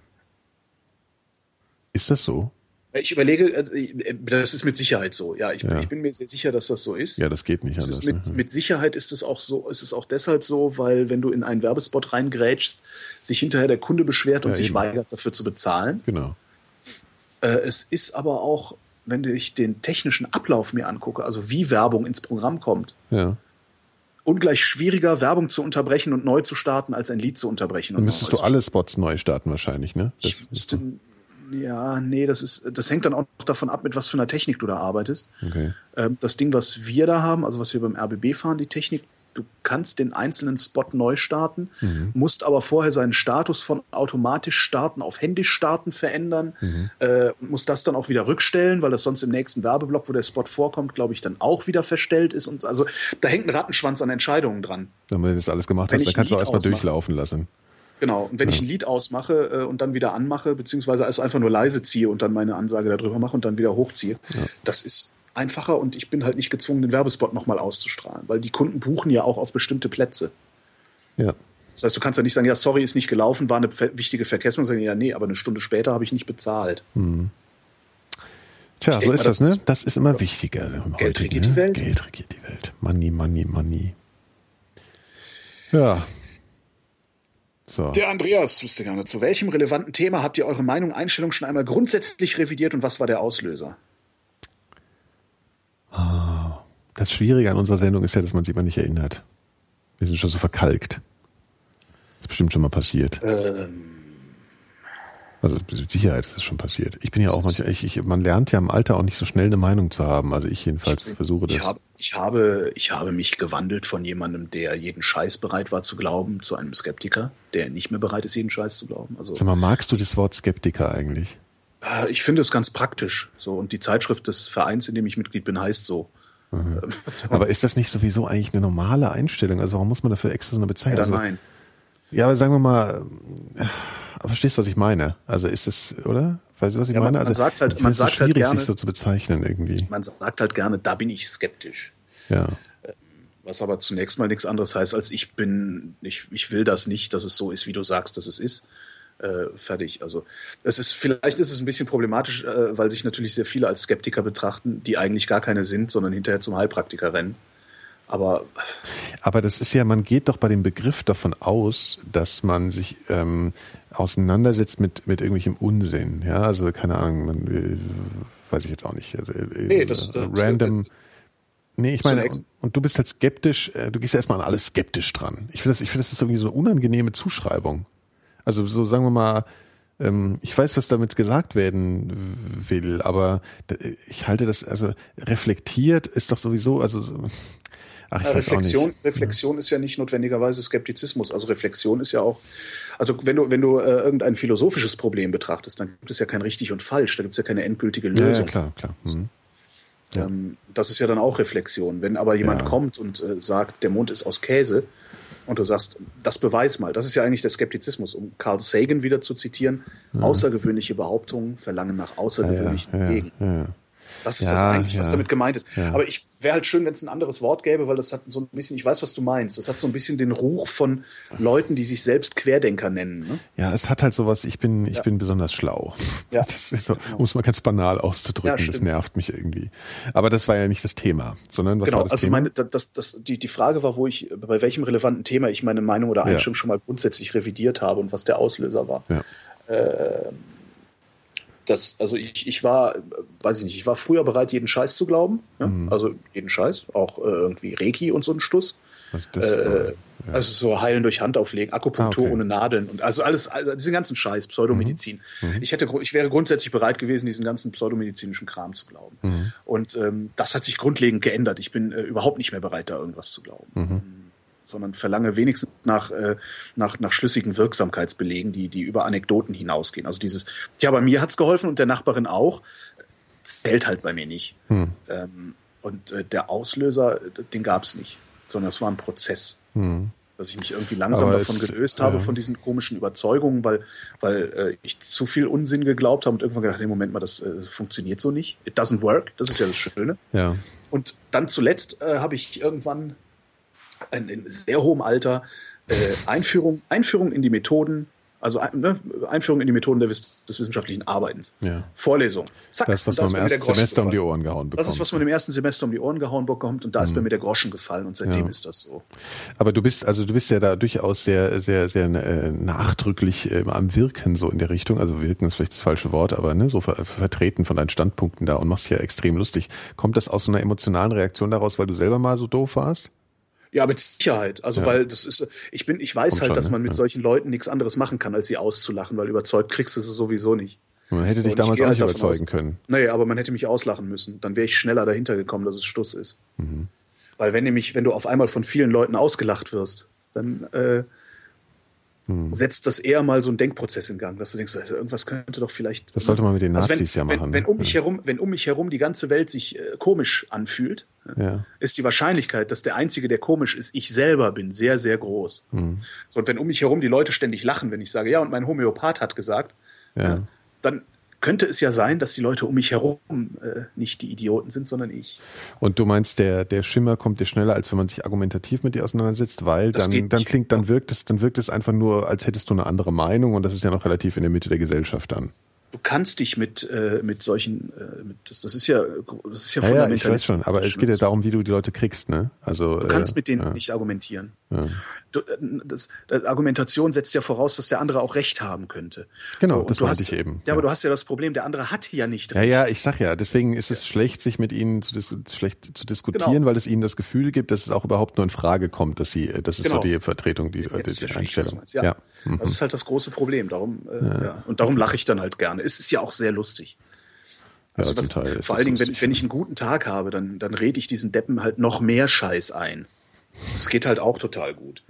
Speaker 3: Ist das so?
Speaker 4: Ich überlege, äh, das ist mit Sicherheit so. Ja, ich,
Speaker 3: Ja.
Speaker 4: ich bin mir sehr sicher, dass das so ist.
Speaker 3: Ja, das geht nicht
Speaker 4: Es
Speaker 3: anders.
Speaker 4: ist mit,
Speaker 3: ne?
Speaker 4: mit Sicherheit ist es auch so, ist es auch deshalb so, weil wenn du in einen Werbespot reingrätschst, sich hinterher der Kunde beschwert und
Speaker 3: Ja,
Speaker 4: sich
Speaker 3: eben.
Speaker 4: weigert, dafür zu bezahlen.
Speaker 3: Genau.
Speaker 4: Äh, es ist aber auch, wenn ich den technischen Ablauf mir angucke, also wie Werbung ins Programm kommt,
Speaker 3: Ja.
Speaker 4: ungleich schwieriger, Werbung zu unterbrechen und neu zu starten, als ein Lied zu unterbrechen.
Speaker 3: Dann
Speaker 4: und
Speaker 3: müsstest
Speaker 4: neu
Speaker 3: du
Speaker 4: zu-
Speaker 3: alle Spots neu starten wahrscheinlich, ne? Das,
Speaker 4: Genau, also Ich müsste, ja, nee, das ist, das hängt dann auch noch davon ab, mit was für einer Technik du da arbeitest.
Speaker 3: okay.
Speaker 4: Ähm, das Ding, was wir da haben, also was wir beim RBB fahren, die Technik, du kannst den einzelnen Spot neu starten, musst aber vorher seinen Status von automatisch starten auf händisch starten verändern äh, und musst das dann auch wieder rückstellen, weil das sonst im nächsten Werbeblock, wo der Spot vorkommt, glaube ich, dann auch wieder verstellt ist. Und also da hängt ein Rattenschwanz an Entscheidungen dran.
Speaker 3: Dann, wenn du das alles gemacht
Speaker 4: Wenn
Speaker 3: hast, dann
Speaker 4: ich
Speaker 3: kannst du
Speaker 4: ein
Speaker 3: auch
Speaker 4: Lied
Speaker 3: erstmal
Speaker 4: ausmache.
Speaker 3: durchlaufen lassen.
Speaker 4: Genau. Und wenn ich ein Lied ausmache äh, und dann wieder anmache, beziehungsweise es einfach nur leise ziehe und dann meine Ansage darüber mache und dann wieder hochziehe, das ist einfacher und ich bin halt nicht gezwungen, den Werbespot nochmal auszustrahlen, weil die Kunden buchen ja auch auf bestimmte Plätze.
Speaker 3: Ja.
Speaker 4: Das heißt, du kannst ja nicht sagen, ja, sorry, ist nicht gelaufen, war eine ver- wichtige Verkehrsmeldung, sagen, ja, nee, aber eine Stunde später habe ich nicht bezahlt.
Speaker 3: Tja,
Speaker 4: Ich
Speaker 3: so
Speaker 4: denk
Speaker 3: ist
Speaker 4: mal,
Speaker 3: das,
Speaker 4: das
Speaker 3: ne?
Speaker 4: ist-
Speaker 3: Das ist immer wichtiger. heute,
Speaker 4: regiert
Speaker 3: ne?
Speaker 4: die Welt.
Speaker 3: Geld regiert die Welt. Money, money, money. Ja. So.
Speaker 4: Der Andreas wüsste gerne, zu welchem relevanten Thema habt ihr eure Meinung, Einstellung schon einmal grundsätzlich revidiert und was war der Auslöser?
Speaker 3: Das Schwierige an unserer Sendung ist ja, dass man sich immer nicht erinnert. Wir sind schon so verkalkt. Das ist bestimmt schon mal passiert.
Speaker 4: Ähm.
Speaker 3: Also mit Sicherheit ist das schon passiert. Ich bin ja auch
Speaker 4: ist-
Speaker 3: manchmal, ich, ich, man lernt ja im Alter auch nicht so schnell eine Meinung zu haben. Also ich jedenfalls versuche das.
Speaker 4: Ich habe, ich, habe, ich habe mich gewandelt von jemandem, der jeden Scheiß bereit war zu glauben, zu einem Skeptiker, der nicht mehr bereit ist, jeden Scheiß zu glauben. Also
Speaker 3: Sag mal, magst du das Wort Skeptiker eigentlich?
Speaker 4: äh, ich finde es ganz praktisch. So und die Zeitschrift des Vereins, in dem ich Mitglied bin, heißt so.
Speaker 3: Aber ist das nicht sowieso eigentlich eine normale Einstellung? Also warum muss man dafür extra so eine Bezeichnung?
Speaker 4: Oder
Speaker 3: also,
Speaker 4: nein.
Speaker 3: Ja, aber sagen wir mal, äh, verstehst du, was ich meine? Also ist es, oder? Weißt du, was ich
Speaker 4: Ja, man-
Speaker 3: meine?
Speaker 4: man
Speaker 3: also
Speaker 4: sagt halt-
Speaker 3: ich
Speaker 4: man
Speaker 3: find's so
Speaker 4: sagt halt
Speaker 3: schwierig,
Speaker 4: gerne-
Speaker 3: sich so zu bezeichnen irgendwie.
Speaker 4: Man sagt halt gerne, da bin ich skeptisch.
Speaker 3: Ja.
Speaker 4: Was aber zunächst mal nichts anderes heißt, als ich bin, ich, ich will das nicht, dass es so ist, wie du sagst, dass es ist. Äh, fertig. Also es ist, vielleicht ist es ein bisschen problematisch, äh, weil sich natürlich sehr viele als Skeptiker betrachten, die eigentlich gar keine sind, sondern hinterher zum Heilpraktiker rennen. Aber
Speaker 3: Aber das ist ja, man geht doch bei dem Begriff davon aus, dass man sich ähm, auseinandersetzt mit, mit irgendwelchem Unsinn. Ja, also keine Ahnung, man, äh, weiß ich jetzt auch nicht. Also, äh,
Speaker 4: Nee, das- das-
Speaker 3: random. Nee, ich meine,
Speaker 4: Zunächst-
Speaker 3: und, und du bist halt skeptisch, äh, du gehst ja erstmal an alles skeptisch dran. Ich finde das, ich finde das ist irgendwie so eine unangenehme Zuschreibung. Also so sagen wir mal, ähm, ich weiß, was damit gesagt werden will, aber d- ich halte das, also reflektiert ist doch sowieso, also so- ach, ich
Speaker 4: Ja,
Speaker 3: weiß auch
Speaker 4: Reflexion,
Speaker 3: nicht.
Speaker 4: Reflexion ist ja nicht notwendigerweise Skeptizismus. Also Reflexion ist ja auch, also wenn du, wenn du äh, irgendein philosophisches Problem betrachtest, dann gibt es ja kein richtig und falsch, da gibt es ja keine endgültige
Speaker 3: Ja, ja,
Speaker 4: Lösung.
Speaker 3: klar, klar. Mhm.
Speaker 4: Ähm, das ist ja dann auch Reflexion. Wenn aber jemand
Speaker 3: Ja.
Speaker 4: kommt und äh, sagt, der Mond ist aus Käse, und du sagst, das beweis mal, das ist ja eigentlich der Skeptizismus, um Carl Sagan wieder zu zitieren, außergewöhnliche Behauptungen verlangen nach
Speaker 3: Ja,
Speaker 4: außergewöhnlichen
Speaker 3: Mhm. Ah, ja,
Speaker 4: Wegen.
Speaker 3: ja.
Speaker 4: Das ist
Speaker 3: Ja,
Speaker 4: das eigentlich,
Speaker 3: ja.
Speaker 4: was damit gemeint ist.
Speaker 3: Ja.
Speaker 4: Aber ich wäre halt schön, wenn es ein anderes Wort gäbe, weil das hat so ein bisschen, ich weiß, was du meinst, das hat so ein bisschen den Ruch von Leuten, die sich selbst Querdenker nennen. Ne?
Speaker 3: ja, es hat halt sowas, ich bin, ich bin besonders schlau.
Speaker 4: Ja.
Speaker 3: Das ist so, um es mal ganz banal auszudrücken,
Speaker 4: Ja,
Speaker 3: das
Speaker 4: stimmt.
Speaker 3: nervt mich irgendwie. Aber das war ja nicht das Thema, sondern was
Speaker 4: Genau,
Speaker 3: war das
Speaker 4: also ich
Speaker 3: Thema?
Speaker 4: meine, das, das, das, die, die Frage war, wo ich, bei welchem relevanten Thema ich meine Meinung oder
Speaker 3: Ja.
Speaker 4: Einstellung schon mal grundsätzlich revidiert habe und was der Auslöser war.
Speaker 3: ja.
Speaker 4: Das, also ich, ich war, äh, weiß ich nicht, ich war früher bereit, jeden Scheiß zu glauben. Ne?
Speaker 3: Mhm.
Speaker 4: Also jeden Scheiß, auch äh, irgendwie Reiki und so ein Stuss.
Speaker 3: Was das
Speaker 4: äh,
Speaker 3: ja.
Speaker 4: Also so heilen durch Handauflegen, Akupunktur
Speaker 3: Ah, okay.
Speaker 4: ohne Nadeln und also alles, also diesen ganzen Scheiß, Pseudomedizin.
Speaker 3: Mhm.
Speaker 4: Ich hätte, gru- ich wäre grundsätzlich bereit gewesen, diesen ganzen pseudomedizinischen Kram zu glauben.
Speaker 3: Mhm.
Speaker 4: Und ähm, das hat sich grundlegend geändert. Ich bin äh, überhaupt nicht mehr bereit, da irgendwas zu glauben.
Speaker 3: Mhm.
Speaker 4: Ähm, Sondern verlange wenigstens nach, äh, nach, nach schlüssigen Wirksamkeitsbelegen, die, die über Anekdoten hinausgehen. Also dieses, ja, bei mir hat's geholfen und der Nachbarin auch zählt halt bei mir nicht.
Speaker 3: hm,
Speaker 4: Ähm, und äh, der Auslöser, äh, den gab es nicht, sondern es war ein Prozess.
Speaker 3: hm.
Speaker 4: Dass ich mich irgendwie langsam
Speaker 3: Aber
Speaker 4: davon
Speaker 3: es-
Speaker 4: gelöst habe,
Speaker 3: ja.
Speaker 4: von diesen komischen Überzeugungen, weil, weil äh, ich zu viel Unsinn geglaubt habe und irgendwann gedacht, nee, Moment mal, das äh, funktioniert so nicht. It doesn't work, das ist ja das Schöne.
Speaker 3: Ja.
Speaker 4: Und dann zuletzt äh, habe ich irgendwann in, in sehr hohem Alter äh, Einführung, Einführung in die Methoden, also ein- ne, Einführung in die Methoden der, Wiss- des wissenschaftlichen Arbeitens.
Speaker 3: Ja.
Speaker 4: Vorlesung. Zack,
Speaker 3: Das, was
Speaker 4: und da
Speaker 3: man
Speaker 4: ist
Speaker 3: im
Speaker 4: mir der
Speaker 3: ersten
Speaker 4: Groschen
Speaker 3: Semester um die
Speaker 4: gefallen.
Speaker 3: Ohren gehauen bekommt.
Speaker 4: Das ist, was man im ersten Semester um die Ohren gehauen bekommt und da ist bei mir der Groschen gefallen und seitdem
Speaker 3: Mhm. Ja.
Speaker 4: ist das so.
Speaker 3: Aber du bist, also du bist ja da durchaus sehr, sehr, sehr äh, nachdrücklich äh, am Wirken so in der Richtung. Also wirken ist vielleicht das falsche Wort, aber ne, so ver vertreten von deinen Standpunkten da und machst dich ja extrem lustig. Kommt das aus so einer emotionalen Reaktion daraus, weil du selber mal so doof warst?
Speaker 4: Ja, mit Sicherheit. Also, weil das ist, ich bin, ich weiß
Speaker 3: Kommt
Speaker 4: halt,
Speaker 3: schon,
Speaker 4: dass
Speaker 3: ne?
Speaker 4: man mit
Speaker 3: Ja.
Speaker 4: solchen Leuten nichts anderes machen kann, als sie auszulachen, weil überzeugt kriegst du sie sowieso nicht.
Speaker 3: Man hätte
Speaker 4: Und
Speaker 3: dich
Speaker 4: ich
Speaker 3: damals
Speaker 4: gehe
Speaker 3: auch
Speaker 4: halt
Speaker 3: nicht
Speaker 4: davon
Speaker 3: überzeugen
Speaker 4: aus-
Speaker 3: können.
Speaker 4: Nee, aber man hätte mich auslachen müssen. Dann wäre ich schneller dahinter gekommen, dass es Stuss ist.
Speaker 3: Mhm.
Speaker 4: Weil wenn nämlich, wenn du auf einmal von vielen Leuten ausgelacht wirst, dann äh,
Speaker 3: Mhm.
Speaker 4: setzt das eher mal so einen Denkprozess in Gang, dass du denkst, also irgendwas könnte doch vielleicht.
Speaker 3: Das sollte man mit den Nazis
Speaker 4: wenn,
Speaker 3: ja machen,
Speaker 4: Wenn, wenn, um
Speaker 3: ne?
Speaker 4: mich herum, wenn um mich herum die ganze Welt sich äh, komisch anfühlt, äh,
Speaker 3: Ja.
Speaker 4: ist die Wahrscheinlichkeit, dass der Einzige, der komisch ist, ich selber bin, sehr, sehr groß.
Speaker 3: Mhm.
Speaker 4: So, Und wenn um mich herum die Leute ständig lachen, wenn ich sage, ja, und mein Homöopath hat gesagt,
Speaker 3: Ja.
Speaker 4: dann könnte es ja sein, dass die Leute um mich herum äh, nicht die Idioten sind, sondern ich.
Speaker 3: Und du meinst, der, der Schimmer kommt dir schneller, als wenn man sich argumentativ mit dir auseinandersetzt, weil
Speaker 4: Das
Speaker 3: dann,
Speaker 4: geht
Speaker 3: dann
Speaker 4: nicht.
Speaker 3: klingt, dann wirkt es, dann wirkt es einfach nur, als hättest du eine andere Meinung und das ist ja noch relativ in der Mitte der Gesellschaft dann.
Speaker 4: Du kannst dich mit, äh, mit solchen, äh, mit, das, das ist ja, das ist ja
Speaker 3: Ja, ja, ich
Speaker 4: fundamentalistisch.
Speaker 3: weiß schon, aber es geht ja darum, wie du die Leute kriegst, ne? Also
Speaker 4: Du kannst mit denen
Speaker 3: ja.
Speaker 4: nicht argumentieren. Du, äh, das, das Argumentation setzt ja voraus, dass der andere auch Recht haben könnte.
Speaker 3: Genau,
Speaker 4: und
Speaker 3: das
Speaker 4: du
Speaker 3: meinte
Speaker 4: hast-
Speaker 3: ich eben.
Speaker 4: Ja, aber
Speaker 3: Ja.
Speaker 4: du hast ja das Problem, der andere hat ja nicht
Speaker 3: Ja,
Speaker 4: Recht.
Speaker 3: ja, ich sag ja, deswegen ist es schlecht, sich mit ihnen zu, dis schlecht zu diskutieren,
Speaker 4: Genau.
Speaker 3: weil es ihnen das Gefühl gibt, dass es auch überhaupt nur in Frage kommt, dass sie, äh, das ist so
Speaker 4: Genau.
Speaker 3: die Vertretung, die, äh,
Speaker 4: Jetzt
Speaker 3: die
Speaker 4: verstehe ich, was
Speaker 3: Einstellung. Mhm.
Speaker 4: du meinst. Ja. Das ist halt das große Problem. Darum, äh, ja. Und darum lache ich dann halt gerne. Es ist ja auch sehr lustig. Also
Speaker 3: zum
Speaker 4: was,
Speaker 3: Teil ist
Speaker 4: vor
Speaker 3: das
Speaker 4: allen Dingen, wenn,
Speaker 3: lustig.
Speaker 4: wenn ich einen guten Tag habe, dann, dann rede ich diesen Deppen halt noch mehr Scheiß ein. Das geht halt auch total gut.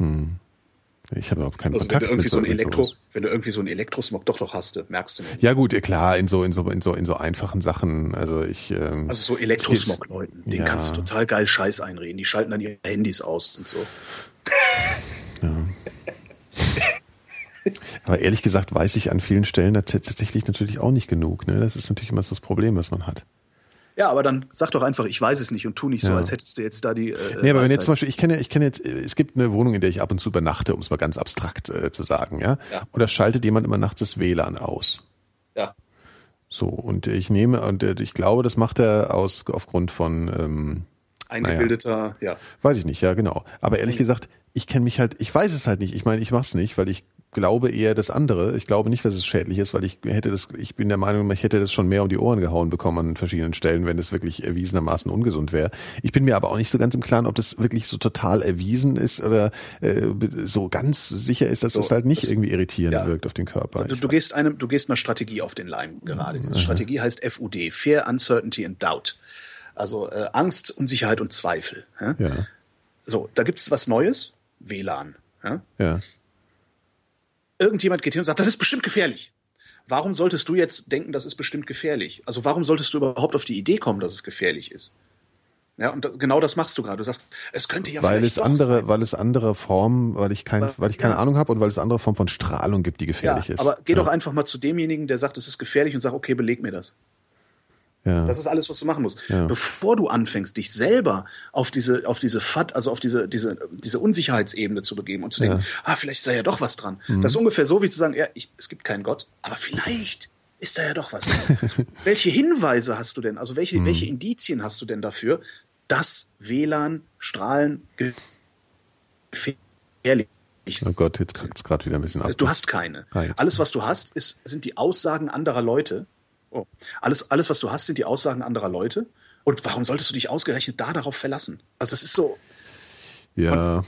Speaker 3: Ich habe überhaupt keinen
Speaker 4: Also
Speaker 3: Hm,
Speaker 4: wenn
Speaker 3: Kontakt
Speaker 4: du irgendwie
Speaker 3: mit
Speaker 4: so ein
Speaker 3: mit
Speaker 4: Elektro,
Speaker 3: sowas.
Speaker 4: wenn du irgendwie so einen Elektrosmog doch doch hast, merkst du nicht.
Speaker 3: Ja gut, eh, klar, in so in so in so in so einfachen Sachen. Also ich. Ähm,
Speaker 4: Also so Elektrosmog-Leuten, denen
Speaker 3: Ja.
Speaker 4: kannst du total geil Scheiß einreden. Die schalten dann ihre Handys aus und so.
Speaker 3: aber ehrlich gesagt weiß ich an vielen Stellen da tats- tatsächlich natürlich auch nicht genug. Ne, das ist natürlich immer so das Problem, was man hat.
Speaker 4: Ja, aber dann sag doch einfach, ich weiß es nicht und tu nicht so,
Speaker 3: Ja.
Speaker 4: als hättest du jetzt da die.
Speaker 3: Nee,
Speaker 4: Äh,
Speaker 3: aber wenn
Speaker 4: Weisheit.
Speaker 3: jetzt zum Beispiel, ich kenne, ich kenne jetzt, äh, es gibt eine Wohnung, in der ich ab und zu übernachte, um es mal ganz abstrakt äh, zu sagen, ja?
Speaker 4: Ja.
Speaker 3: Und da schaltet jemand immer nachts das WLAN aus.
Speaker 4: Ja.
Speaker 3: So, und ich nehme, und äh, ich glaube, das macht er aus, aufgrund von, ähm,
Speaker 4: Eingebildeter, ja.
Speaker 3: weiß ich nicht, ja, genau. Aber ehrlich gesagt, ich kenne mich halt, ich weiß es halt nicht. Ich meine, ich mach's nicht, weil ich glaube eher das andere. Ich glaube nicht, dass es schädlich ist, weil ich hätte das, ich bin der Meinung, ich hätte das schon mehr um die Ohren gehauen bekommen an verschiedenen Stellen, wenn es wirklich erwiesenermaßen ungesund wäre. Ich bin mir aber auch nicht so ganz im Klaren, ob das wirklich so total erwiesen ist oder äh, so ganz sicher ist, dass
Speaker 4: So,
Speaker 3: das halt nicht
Speaker 4: das-
Speaker 3: irgendwie irritierend
Speaker 4: ja.
Speaker 3: wirkt auf den Körper.
Speaker 4: Du,
Speaker 3: Ich Mhm.
Speaker 4: du, gehst einem, du gehst einer Strategie auf den Leim gerade. Diese Strategie heißt FUD, Fear, Uncertainty and Doubt. Also äh, Angst, Unsicherheit und Zweifel. Ja?
Speaker 3: Ja,
Speaker 4: So, da gibt's was Neues, WLAN. Ja?
Speaker 3: ja.
Speaker 4: Irgendjemand geht hin und sagt, das ist bestimmt gefährlich. Warum solltest du jetzt denken, das ist bestimmt gefährlich? Also warum solltest du überhaupt auf die Idee kommen, dass es gefährlich ist? Ja, und das, genau das machst du gerade. Du sagst, es könnte ja
Speaker 3: Weil
Speaker 4: vielleicht
Speaker 3: es
Speaker 4: doch
Speaker 3: andere,
Speaker 4: sein.
Speaker 3: weil es andere Formen, weil ich kein,
Speaker 4: Weil-
Speaker 3: weil ich keine
Speaker 4: ja.
Speaker 3: Ahnung habe und weil es andere Formen von Strahlung gibt, die gefährlich
Speaker 4: ja,
Speaker 3: ist.
Speaker 4: Aber geh
Speaker 3: ja.
Speaker 4: doch einfach mal zu demjenigen, der sagt, es ist gefährlich und sag, okay, beleg mir das.
Speaker 3: Ja.
Speaker 4: Das ist alles, was du machen musst. Bevor du anfängst, dich selber auf diese, auf diese FAT, also auf diese, diese, diese Unsicherheitsebene zu begeben und zu denken, ah, vielleicht ist da ja doch was dran. Das ist ungefähr so, wie zu sagen, ja, ich, es gibt keinen Gott, aber vielleicht ist da ja doch was dran. welche Hinweise hast du denn, also welche, welche Indizien hast du denn dafür, dass WLAN, Strahlen ge- gefährlich
Speaker 3: Oh Gott, jetzt kackt's gerade wieder ein bisschen ab.
Speaker 4: also Du hast keine.
Speaker 3: Ah, jetzt.
Speaker 4: Alles, was du hast, ist, sind die Aussagen anderer Leute. Oh. Alles, alles, was du hast, sind die Aussagen anderer Leute. Und warum solltest du dich ausgerechnet da darauf verlassen? Also das ist so,
Speaker 3: ja.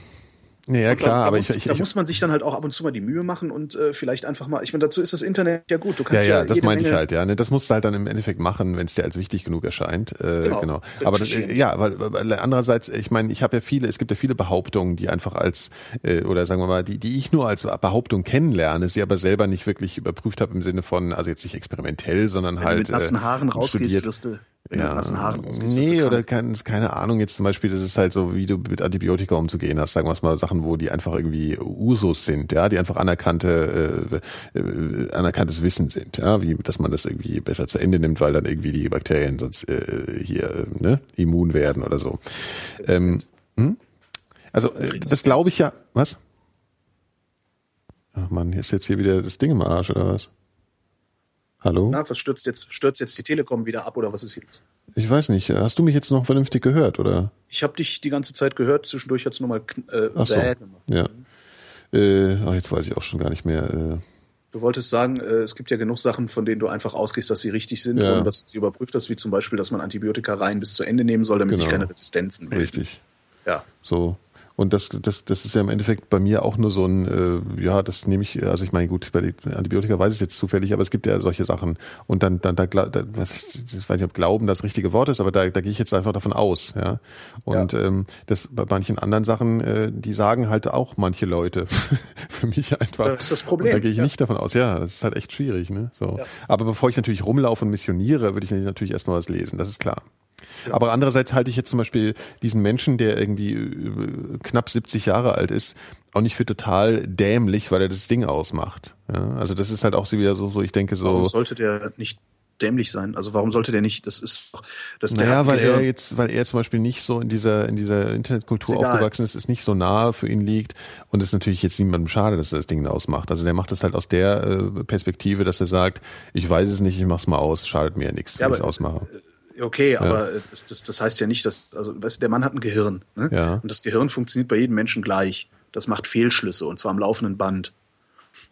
Speaker 3: Ja, ja,
Speaker 4: Und da-
Speaker 3: klar,
Speaker 4: da
Speaker 3: aber
Speaker 4: muss,
Speaker 3: ich- ich-
Speaker 4: da
Speaker 3: ich-
Speaker 4: muss man sich dann halt auch ab und zu mal die Mühe machen und äh, vielleicht einfach mal, ich meine, dazu ist das Internet ja gut. Du
Speaker 3: Ja,
Speaker 4: kannst ja,
Speaker 3: ja, das
Speaker 4: jede
Speaker 3: meinte ich
Speaker 4: Menge-
Speaker 3: halt, ja. Ne? Das musst du halt dann im Endeffekt machen, wenn es dir als wichtig genug erscheint. Äh, genau.
Speaker 4: Genau.
Speaker 3: Aber das, äh, ja, weil, weil andererseits, ich meine, ich habe ja viele, es gibt ja viele Behauptungen, die einfach als, äh, oder sagen wir mal, die, die ich nur als Behauptung kennenlerne, sie aber selber nicht wirklich überprüft habe im Sinne von, also jetzt nicht experimentell, sondern
Speaker 4: Wenn
Speaker 3: halt.
Speaker 4: du mit nassen Haaren
Speaker 3: äh,
Speaker 4: rausgehst,
Speaker 3: studiert.
Speaker 4: wirst du. Wenn du
Speaker 3: Ja,
Speaker 4: mit nassen Haaren rausgehst, wirst du
Speaker 3: nee,
Speaker 4: krank.
Speaker 3: oder kein, keine Ahnung, jetzt zum Beispiel, das ist halt so, wie du mit Antibiotika umzugehen hast, sagen wir es mal, Sachen, wo die einfach irgendwie Usus sind, ja, die einfach anerkannte, äh, äh, anerkanntes Wissen sind, ja, wie, dass man das irgendwie besser zu Ende nimmt, weil dann irgendwie die Bakterien sonst äh, hier, äh, ne, immun werden oder so. Ähm, hm? Also, äh, das glaube ich ja, was? Ach man, hier ist jetzt hier wieder das Ding im Arsch, oder was? Hallo?
Speaker 4: Na, was stürzt jetzt, stürzt jetzt die Telekom wieder ab oder was ist hier? los?
Speaker 3: Ich weiß nicht, hast du mich jetzt noch vernünftig gehört, oder?
Speaker 4: Ich habe dich die ganze Zeit gehört, zwischendurch hat's nochmal äh,
Speaker 3: Ach so.
Speaker 4: bäh gemacht.
Speaker 3: Ja. Äh, ach, jetzt weiß ich auch schon gar nicht mehr. Äh,
Speaker 4: Du wolltest sagen, äh, es gibt ja genug Sachen, von denen du einfach ausgehst, dass sie richtig sind,
Speaker 3: Ja.
Speaker 4: ohne dass du sie überprüft hast, wie zum Beispiel, dass man Antibiotika rein bis zu Ende nehmen soll, damit sich
Speaker 3: Genau.
Speaker 4: keine Resistenzen bilden.
Speaker 3: richtig.
Speaker 4: Ja.
Speaker 3: So. Und das, das, das ist ja im Endeffekt bei mir auch nur so ein, äh, ja, das nehme ich, also ich meine, gut, bei den Antibiotika weiß ich es jetzt zufällig, aber es gibt ja solche Sachen. Und dann, dann, da, gla- da was ist, ich weiß nicht, ob Glauben das richtige Wort ist, aber da, da gehe ich jetzt einfach davon aus, ja. Und Ähm, das bei manchen anderen Sachen, äh, die sagen halt auch manche Leute. Für mich einfach.
Speaker 4: Das ist das Problem,
Speaker 3: Und da gehe ich
Speaker 4: ja.
Speaker 3: nicht davon aus. Ja, das ist halt echt schwierig, ne? So. Aber bevor ich natürlich rumlaufe und missioniere, würde ich natürlich erstmal was lesen, das ist klar. Aber andererseits halte ich jetzt zum Beispiel diesen Menschen, der irgendwie äh, knapp 70 Jahre alt ist, auch nicht für total dämlich, weil er das Ding ausmacht. Ja, also das ist halt auch so wieder so, so ich denke
Speaker 4: Warum
Speaker 3: so.
Speaker 4: sollte der nicht dämlich sein? Also warum sollte der nicht? Das ist doch- das der
Speaker 3: Naja,
Speaker 4: hat
Speaker 3: weil
Speaker 4: Gehirn.
Speaker 3: er jetzt, weil er zum Beispiel nicht so in dieser, in dieser Internetkultur
Speaker 4: Also Ist egal.
Speaker 3: aufgewachsen ist, ist nicht so nahe für ihn liegt und ist natürlich jetzt niemandem schade, dass er das Ding da ausmacht. Also der macht das halt aus der äh, Perspektive, dass er sagt, ich weiß es nicht, ich mach's mal aus, schadet mir ja nichts, wenn
Speaker 4: Ja,
Speaker 3: ich es
Speaker 4: aber-
Speaker 3: ausmache.
Speaker 4: Okay, aber äh, das, das, das heißt ja nicht, dass, also weißt, du, der Mann hat ein Gehirn. Ne?
Speaker 3: Ja.
Speaker 4: Und das Gehirn funktioniert bei jedem Menschen gleich. Das macht Fehlschlüsse und zwar am laufenden Band.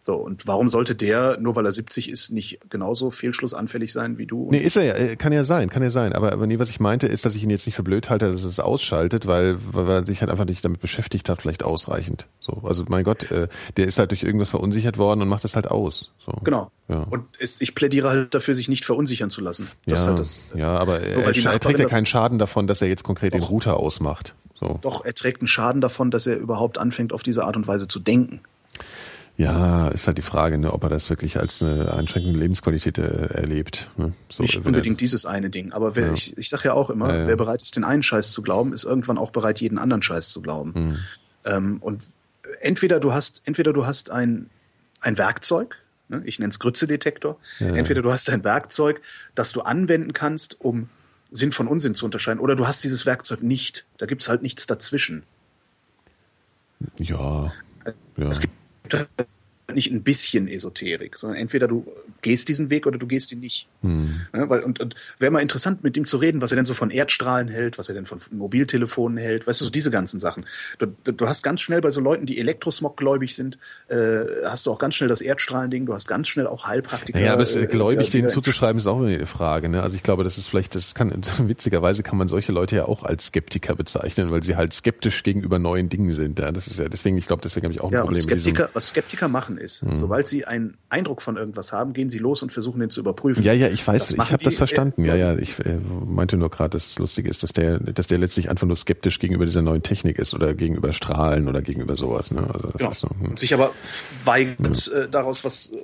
Speaker 4: So, und warum sollte der, nur weil er 70 ist, nicht genauso fehlschlussanfällig sein wie du? und
Speaker 3: Nee, ist er ja, äh, kann ja sein, kann ja sein. Aber, aber nee, was ich meinte, ist, dass ich ihn jetzt nicht für blöd halte, dass er es ausschaltet, weil, weil er sich halt einfach nicht damit beschäftigt hat, vielleicht ausreichend. So, also mein Gott, äh, der ist halt durch irgendwas verunsichert worden und macht das halt aus. So.
Speaker 4: Genau.
Speaker 3: Ja.
Speaker 4: Und es, ich plädiere halt dafür, sich nicht verunsichern zu lassen. Das
Speaker 3: ja,
Speaker 4: ist halt das,
Speaker 3: ja, aber er,
Speaker 4: Nur weil die
Speaker 3: er
Speaker 4: Nachbarin
Speaker 3: trägt ja
Speaker 4: das-
Speaker 3: keinen Schaden davon, dass er jetzt konkret den Router ausmacht. So.
Speaker 4: Doch, er trägt einen Schaden davon, dass er überhaupt anfängt, auf diese Art und Weise zu denken.
Speaker 3: Ja, ist halt die Frage, ne, ob er das wirklich als eine einschränkende Lebensqualität äh, erlebt. Ne? So,
Speaker 4: Nicht
Speaker 3: wenn er-
Speaker 4: unbedingt dieses eine Ding. Aber wer, ich, ich sage ja auch immer,
Speaker 3: Ja, ja.
Speaker 4: wer bereit ist, den einen Scheiß zu glauben, ist irgendwann auch bereit, jeden anderen Scheiß zu glauben.
Speaker 3: Mhm.
Speaker 4: Ähm, und entweder du hast, entweder du hast ein, ein Werkzeug, ne? ich nenne es Grützedetektor, entweder du hast ein Werkzeug, das du anwenden kannst, um Sinn von Unsinn zu unterscheiden, oder du hast dieses Werkzeug nicht. Da gibt es halt nichts dazwischen.
Speaker 3: Ja. ja.
Speaker 4: Es gibt nicht ein bisschen Esoterik, sondern entweder du gehst diesen Weg oder du gehst ihn nicht.
Speaker 3: Hm.
Speaker 4: Ja, weil, und, und wäre mal interessant, mit ihm zu reden, was er denn so von Erdstrahlen hält, was er denn von Mobiltelefonen hält, weißt du, so diese ganzen Sachen. Du, du du hast ganz schnell bei so Leuten, die Elektrosmog-gläubig sind, äh, hast du auch ganz schnell das Erdstrahlending, du hast ganz schnell auch Heilpraktiker.
Speaker 3: Naja, aber es
Speaker 4: äh,
Speaker 3: äh, gläubig
Speaker 4: die-
Speaker 3: denen zuzuschreiben, ist auch eine Frage. Ne? Also ich glaube, das ist vielleicht, das kann witzigerweise kann man solche Leute ja auch als Skeptiker bezeichnen, weil sie halt skeptisch gegenüber neuen Dingen sind. Ja? Das ist ja deswegen, ich glaube, deswegen habe ich auch ein
Speaker 4: Ja, und
Speaker 3: Problem mit diesem.
Speaker 4: Skeptiker, was Skeptiker machen ist,
Speaker 3: Hm.
Speaker 4: sobald sie einen Eindruck von irgendwas haben, gehen sie los und versuchen, den zu überprüfen.
Speaker 3: Ja, ja, ich weiß,
Speaker 4: Das
Speaker 3: ich
Speaker 4: machen
Speaker 3: habe das
Speaker 4: die,
Speaker 3: verstanden.
Speaker 4: äh,
Speaker 3: Ja, ja, ich äh, meinte nur gerade, dass es lustig ist, dass der, dass der letztlich einfach nur skeptisch gegenüber dieser neuen Technik ist oder gegenüber Strahlen oder gegenüber sowas. Ne? Also das
Speaker 4: Genau.
Speaker 3: ist so, hm.
Speaker 4: Und sich aber weigert, äh, daraus was, äh,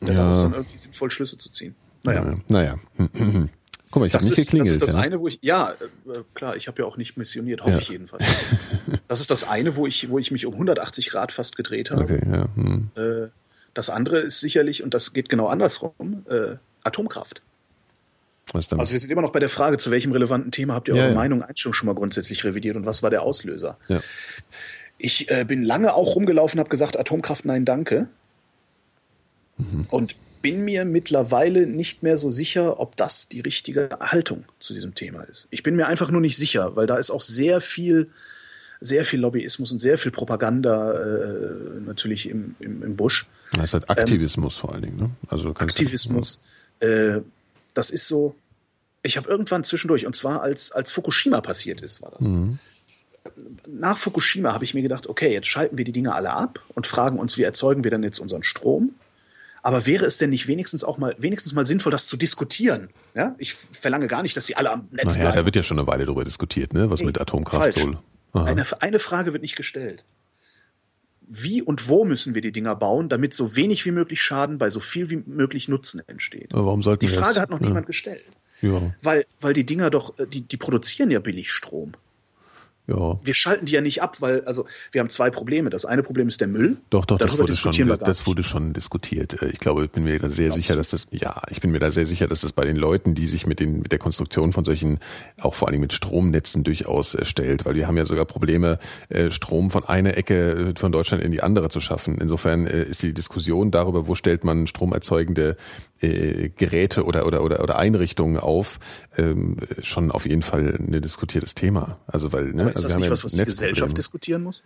Speaker 4: daraus dann irgendwie sinnvoll Schlüsse zu ziehen. Naja.
Speaker 3: ja. Naja. Guck mal, ich habe
Speaker 4: Das
Speaker 3: nicht
Speaker 4: ist,
Speaker 3: geklingelt.
Speaker 4: das ist das
Speaker 3: ja?
Speaker 4: eine, wo ich, ja, äh, klar, ich habe ja auch nicht missioniert, hoffe
Speaker 3: Ja.
Speaker 4: ich jedenfalls. Das ist das eine, wo ich, wo ich mich um 180 Grad fast gedreht habe.
Speaker 3: Okay, ja. Hm.
Speaker 4: Äh, das andere ist sicherlich, und das geht genau andersrum, äh, Atomkraft.
Speaker 3: Was damit?
Speaker 4: Also wir sind immer noch bei der Frage, zu welchem relevanten Thema habt ihr
Speaker 3: Ja,
Speaker 4: eure
Speaker 3: ja.
Speaker 4: Meinung, Einstellung schon mal grundsätzlich revidiert und was war der Auslöser?
Speaker 3: ja.
Speaker 4: Ich äh, bin lange auch rumgelaufen, habe gesagt, Atomkraft, nein, danke. Und bin mir mittlerweile nicht mehr so sicher, ob das die richtige Haltung zu diesem Thema ist. Ich bin mir einfach nur nicht sicher, weil da ist auch sehr viel, sehr viel Lobbyismus und sehr viel Propaganda äh, natürlich im, im, im Busch.
Speaker 3: Das ist halt Aktivismus vor allen Dingen. Ne? Also du kannst-
Speaker 4: Ähm, Aktivismus. Äh, das ist
Speaker 3: Mhm.
Speaker 4: so. Ich habe irgendwann zwischendurch, und zwar als, als Fukushima passiert ist, war das. nach Fukushima habe ich mir gedacht, okay, jetzt schalten wir die Dinge alle ab und fragen uns, wie erzeugen wir denn jetzt unseren Strom? Aber wäre es denn nicht wenigstens auch mal, wenigstens mal sinnvoll, das zu diskutieren? Ja? Ich verlange gar nicht, dass sie alle am Netz
Speaker 3: Naja,
Speaker 4: bleiben.
Speaker 3: da wird ja schon eine Weile drüber diskutiert, ne? Was
Speaker 4: Nee,
Speaker 3: mit Atomkraft
Speaker 4: falsch.
Speaker 3: soll. Aha.
Speaker 4: Eine, eine Frage wird nicht gestellt. Wie und wo müssen wir die Dinger bauen, damit so wenig wie möglich Schaden bei so viel wie möglich Nutzen entsteht?
Speaker 3: Aber warum sollten
Speaker 4: die
Speaker 3: wir das?
Speaker 4: Frage
Speaker 3: ne?
Speaker 4: hat noch
Speaker 3: Ja.
Speaker 4: niemand gestellt.
Speaker 3: Ja,
Speaker 4: Weil, weil die Dinger doch, äh, die, die produzieren ja billig Strom.
Speaker 3: ja.
Speaker 4: Wir schalten die ja nicht ab, weil, also, wir haben zwei Probleme. Das eine Problem ist der Müll.
Speaker 3: Doch, doch, das
Speaker 4: Darüber
Speaker 3: wurde, schon,
Speaker 4: diskutieren wir gar
Speaker 3: das
Speaker 4: nicht.
Speaker 3: wurde schon diskutiert. Äh, Ich glaube, ich bin mir da sehr sicher, dass das, ja, ich bin mir da sehr sicher, dass das bei den Leuten, die sich mit, den, mit der Konstruktion von solchen, auch vor allem mit Stromnetzen durchaus äh, stellt, weil wir haben ja sogar Probleme, äh, Strom von einer Ecke äh, von Deutschland in die andere zu schaffen. Insofern äh, ist die Diskussion darüber, wo stellt man stromerzeugende äh, Geräte oder, oder, oder, oder Einrichtungen auf, ähm, schon auf jeden Fall ein diskutiertes Thema. Also, weil, ne,
Speaker 4: Aber ist
Speaker 3: also
Speaker 4: das
Speaker 3: wir haben
Speaker 4: nicht
Speaker 3: ja
Speaker 4: was, was die
Speaker 3: Netzprobleme.
Speaker 4: Gesellschaft diskutieren muss?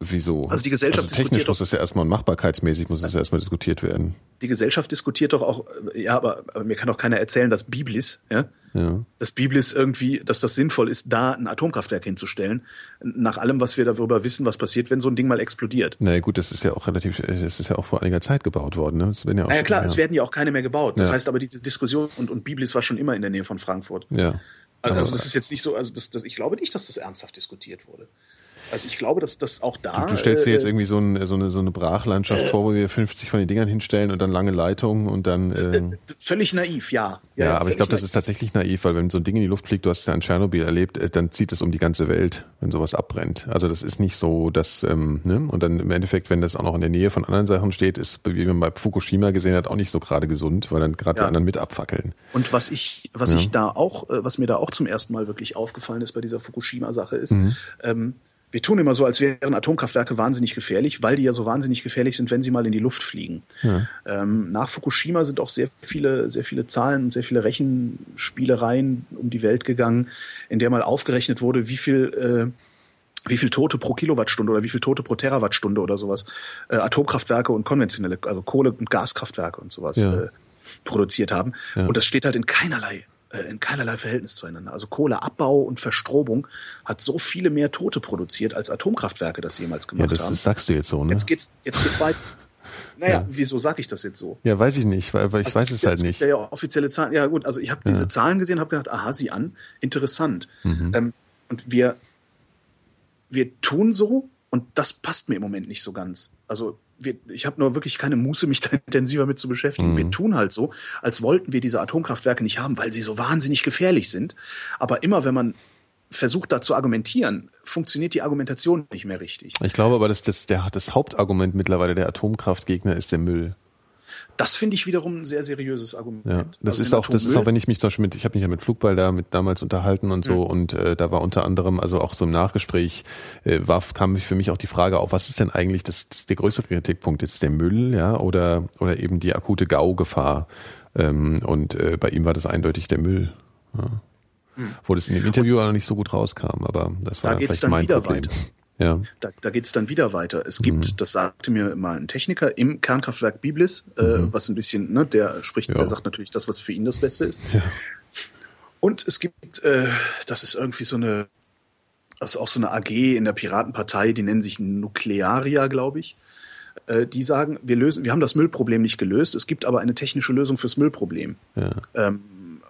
Speaker 3: Wieso?
Speaker 4: Also die Gesellschaft
Speaker 3: technisch
Speaker 4: diskutiert
Speaker 3: muss
Speaker 4: doch-
Speaker 3: das ja erstmal und machbarkeitsmäßig muss das ja erstmal diskutiert werden.
Speaker 4: Die Gesellschaft diskutiert doch auch, äh, ja, aber, aber mir kann doch keiner erzählen, dass Biblis, ja,
Speaker 3: Ja.
Speaker 4: dass Biblis irgendwie, dass das sinnvoll ist, da ein Atomkraftwerk hinzustellen, nach allem, was wir darüber wissen, was passiert, wenn so ein Ding mal explodiert.
Speaker 3: Na ja, gut, das ist ja auch relativ, äh, das ist ja auch vor einiger Zeit gebaut worden. Ne? Das werden ja auch
Speaker 4: Naja
Speaker 3: schon-
Speaker 4: klar,
Speaker 3: ja.
Speaker 4: es werden ja auch keine mehr gebaut. Das
Speaker 3: Ja.
Speaker 4: heißt aber, die Diskussion und, und Biblis war schon immer in der Nähe von Frankfurt.
Speaker 3: Ja.
Speaker 4: Also,
Speaker 3: Aber-
Speaker 4: das ist jetzt nicht so, also das, das, ich glaube nicht, dass das ernsthaft diskutiert wurde. Also ich glaube, dass das auch da.
Speaker 3: Du, du stellst dir jetzt
Speaker 4: äh,
Speaker 3: irgendwie so, ein, so, eine, so eine Brachlandschaft vor, wo wir 50 von den Dingern hinstellen und dann lange Leitungen und dann.
Speaker 4: äh,
Speaker 3: ähm,
Speaker 4: völlig naiv, ja.
Speaker 3: ja, aber ich
Speaker 4: völlig
Speaker 3: glaube, das
Speaker 4: naiv.
Speaker 3: ist tatsächlich naiv, weil wenn so ein Ding in die Luft fliegt, du hast es ja in Tschernobyl erlebt, äh, dann zieht es um die ganze Welt, wenn sowas abbrennt. Also das ist nicht so, dass, ähm, ne? Und dann im Endeffekt, wenn das auch noch in der Nähe von anderen Sachen steht, ist, wie man bei Fukushima gesehen hat, auch nicht so gerade gesund, weil dann gerade
Speaker 4: Ja.
Speaker 3: die anderen mit abfackeln.
Speaker 4: Und was ich, was ich da auch, äh, was mir da auch zum ersten Mal wirklich aufgefallen ist bei dieser Fukushima-Sache ist, ähm, wir tun immer so, als wären Atomkraftwerke wahnsinnig gefährlich, weil die ja so wahnsinnig gefährlich sind, wenn sie mal in die Luft fliegen. Ähm, nach Fukushima sind auch sehr viele, sehr viele Zahlen und sehr viele Rechenspielereien um die Welt gegangen, in der mal aufgerechnet wurde, wie viel äh, wie viel Tote pro Kilowattstunde oder wie viel Tote pro Terawattstunde oder sowas äh, Atomkraftwerke und konventionelle, also Kohle- und Gaskraftwerke und sowas
Speaker 3: Ja.
Speaker 4: äh, produziert haben. Und das steht halt in keinerlei äh, in keinerlei Verhältnis zueinander. Also Kohleabbau und Verstrobung hat so viele mehr Tote produziert, als Atomkraftwerke das jemals
Speaker 3: Ja,
Speaker 4: gemacht
Speaker 3: das
Speaker 4: haben.
Speaker 3: ist, sagst du jetzt so, ne?
Speaker 4: jetzt geht's, jetzt geht's weiter. Naja, wieso sage ich das jetzt so?
Speaker 3: ja, weiß ich nicht, weil, weil ich
Speaker 4: Also
Speaker 3: weiß es
Speaker 4: gibt-
Speaker 3: halt
Speaker 4: gibt
Speaker 3: nicht.
Speaker 4: Ja, ja, offizielle Zahlen. Ja, gut, also ich habe diese Zahlen gesehen, habe gedacht, aha, sieh an, interessant.
Speaker 3: Mhm.
Speaker 4: Ähm, und wir, wir tun so und das passt mir im Moment nicht so ganz. Also wir, ich habe nur wirklich keine Muße, mich da intensiver mit zu beschäftigen.
Speaker 3: Mhm.
Speaker 4: Wir tun halt so, als wollten wir diese Atomkraftwerke nicht haben, weil sie so wahnsinnig gefährlich sind. Aber immer, wenn man versucht, da zu argumentieren, funktioniert die Argumentation nicht mehr richtig.
Speaker 3: Ich glaube aber, dass das, der, das Hauptargument mittlerweile der Atomkraftgegner ist der Müll.
Speaker 4: Das finde ich wiederum ein sehr seriöses Argument.
Speaker 3: Ja, das
Speaker 4: Also
Speaker 3: ist
Speaker 4: den
Speaker 3: auch, das ist
Speaker 4: Atommüll-
Speaker 3: auch, wenn ich mich zum Beispiel mit, ich habe mich ja mit Flugball da mit damals unterhalten und so und äh, da war unter anderem, also auch so im Nachgespräch, äh, war, kam für mich auch die Frage auf, was ist denn eigentlich das, das der größte Kritikpunkt jetzt der Müll, ja, oder oder eben die akute Gau-Gefahr? Ähm, und äh, bei ihm war das eindeutig der Müll, ja. wo das in dem Interview auch noch nicht so gut rauskam, aber das war ja
Speaker 4: Hm. Da geht's
Speaker 3: vielleicht
Speaker 4: dann
Speaker 3: mein
Speaker 4: wieder
Speaker 3: Problem.
Speaker 4: weiter.
Speaker 3: Ja,
Speaker 4: da, da geht es dann wieder weiter. Es gibt, das sagte mir mal ein Techniker im Kernkraftwerk Biblis, äh, was ein bisschen, ne, der spricht,
Speaker 3: Ja.
Speaker 4: der sagt natürlich das, was für ihn das Beste ist. Und es gibt, äh, das ist irgendwie so eine, das ist auch so eine AG in der Piratenpartei, die nennen sich Nuklearia, glaube ich. Äh, Die sagen, wir lösen, wir haben das Müllproblem nicht gelöst, es gibt aber eine technische Lösung fürs Müllproblem. Ähm,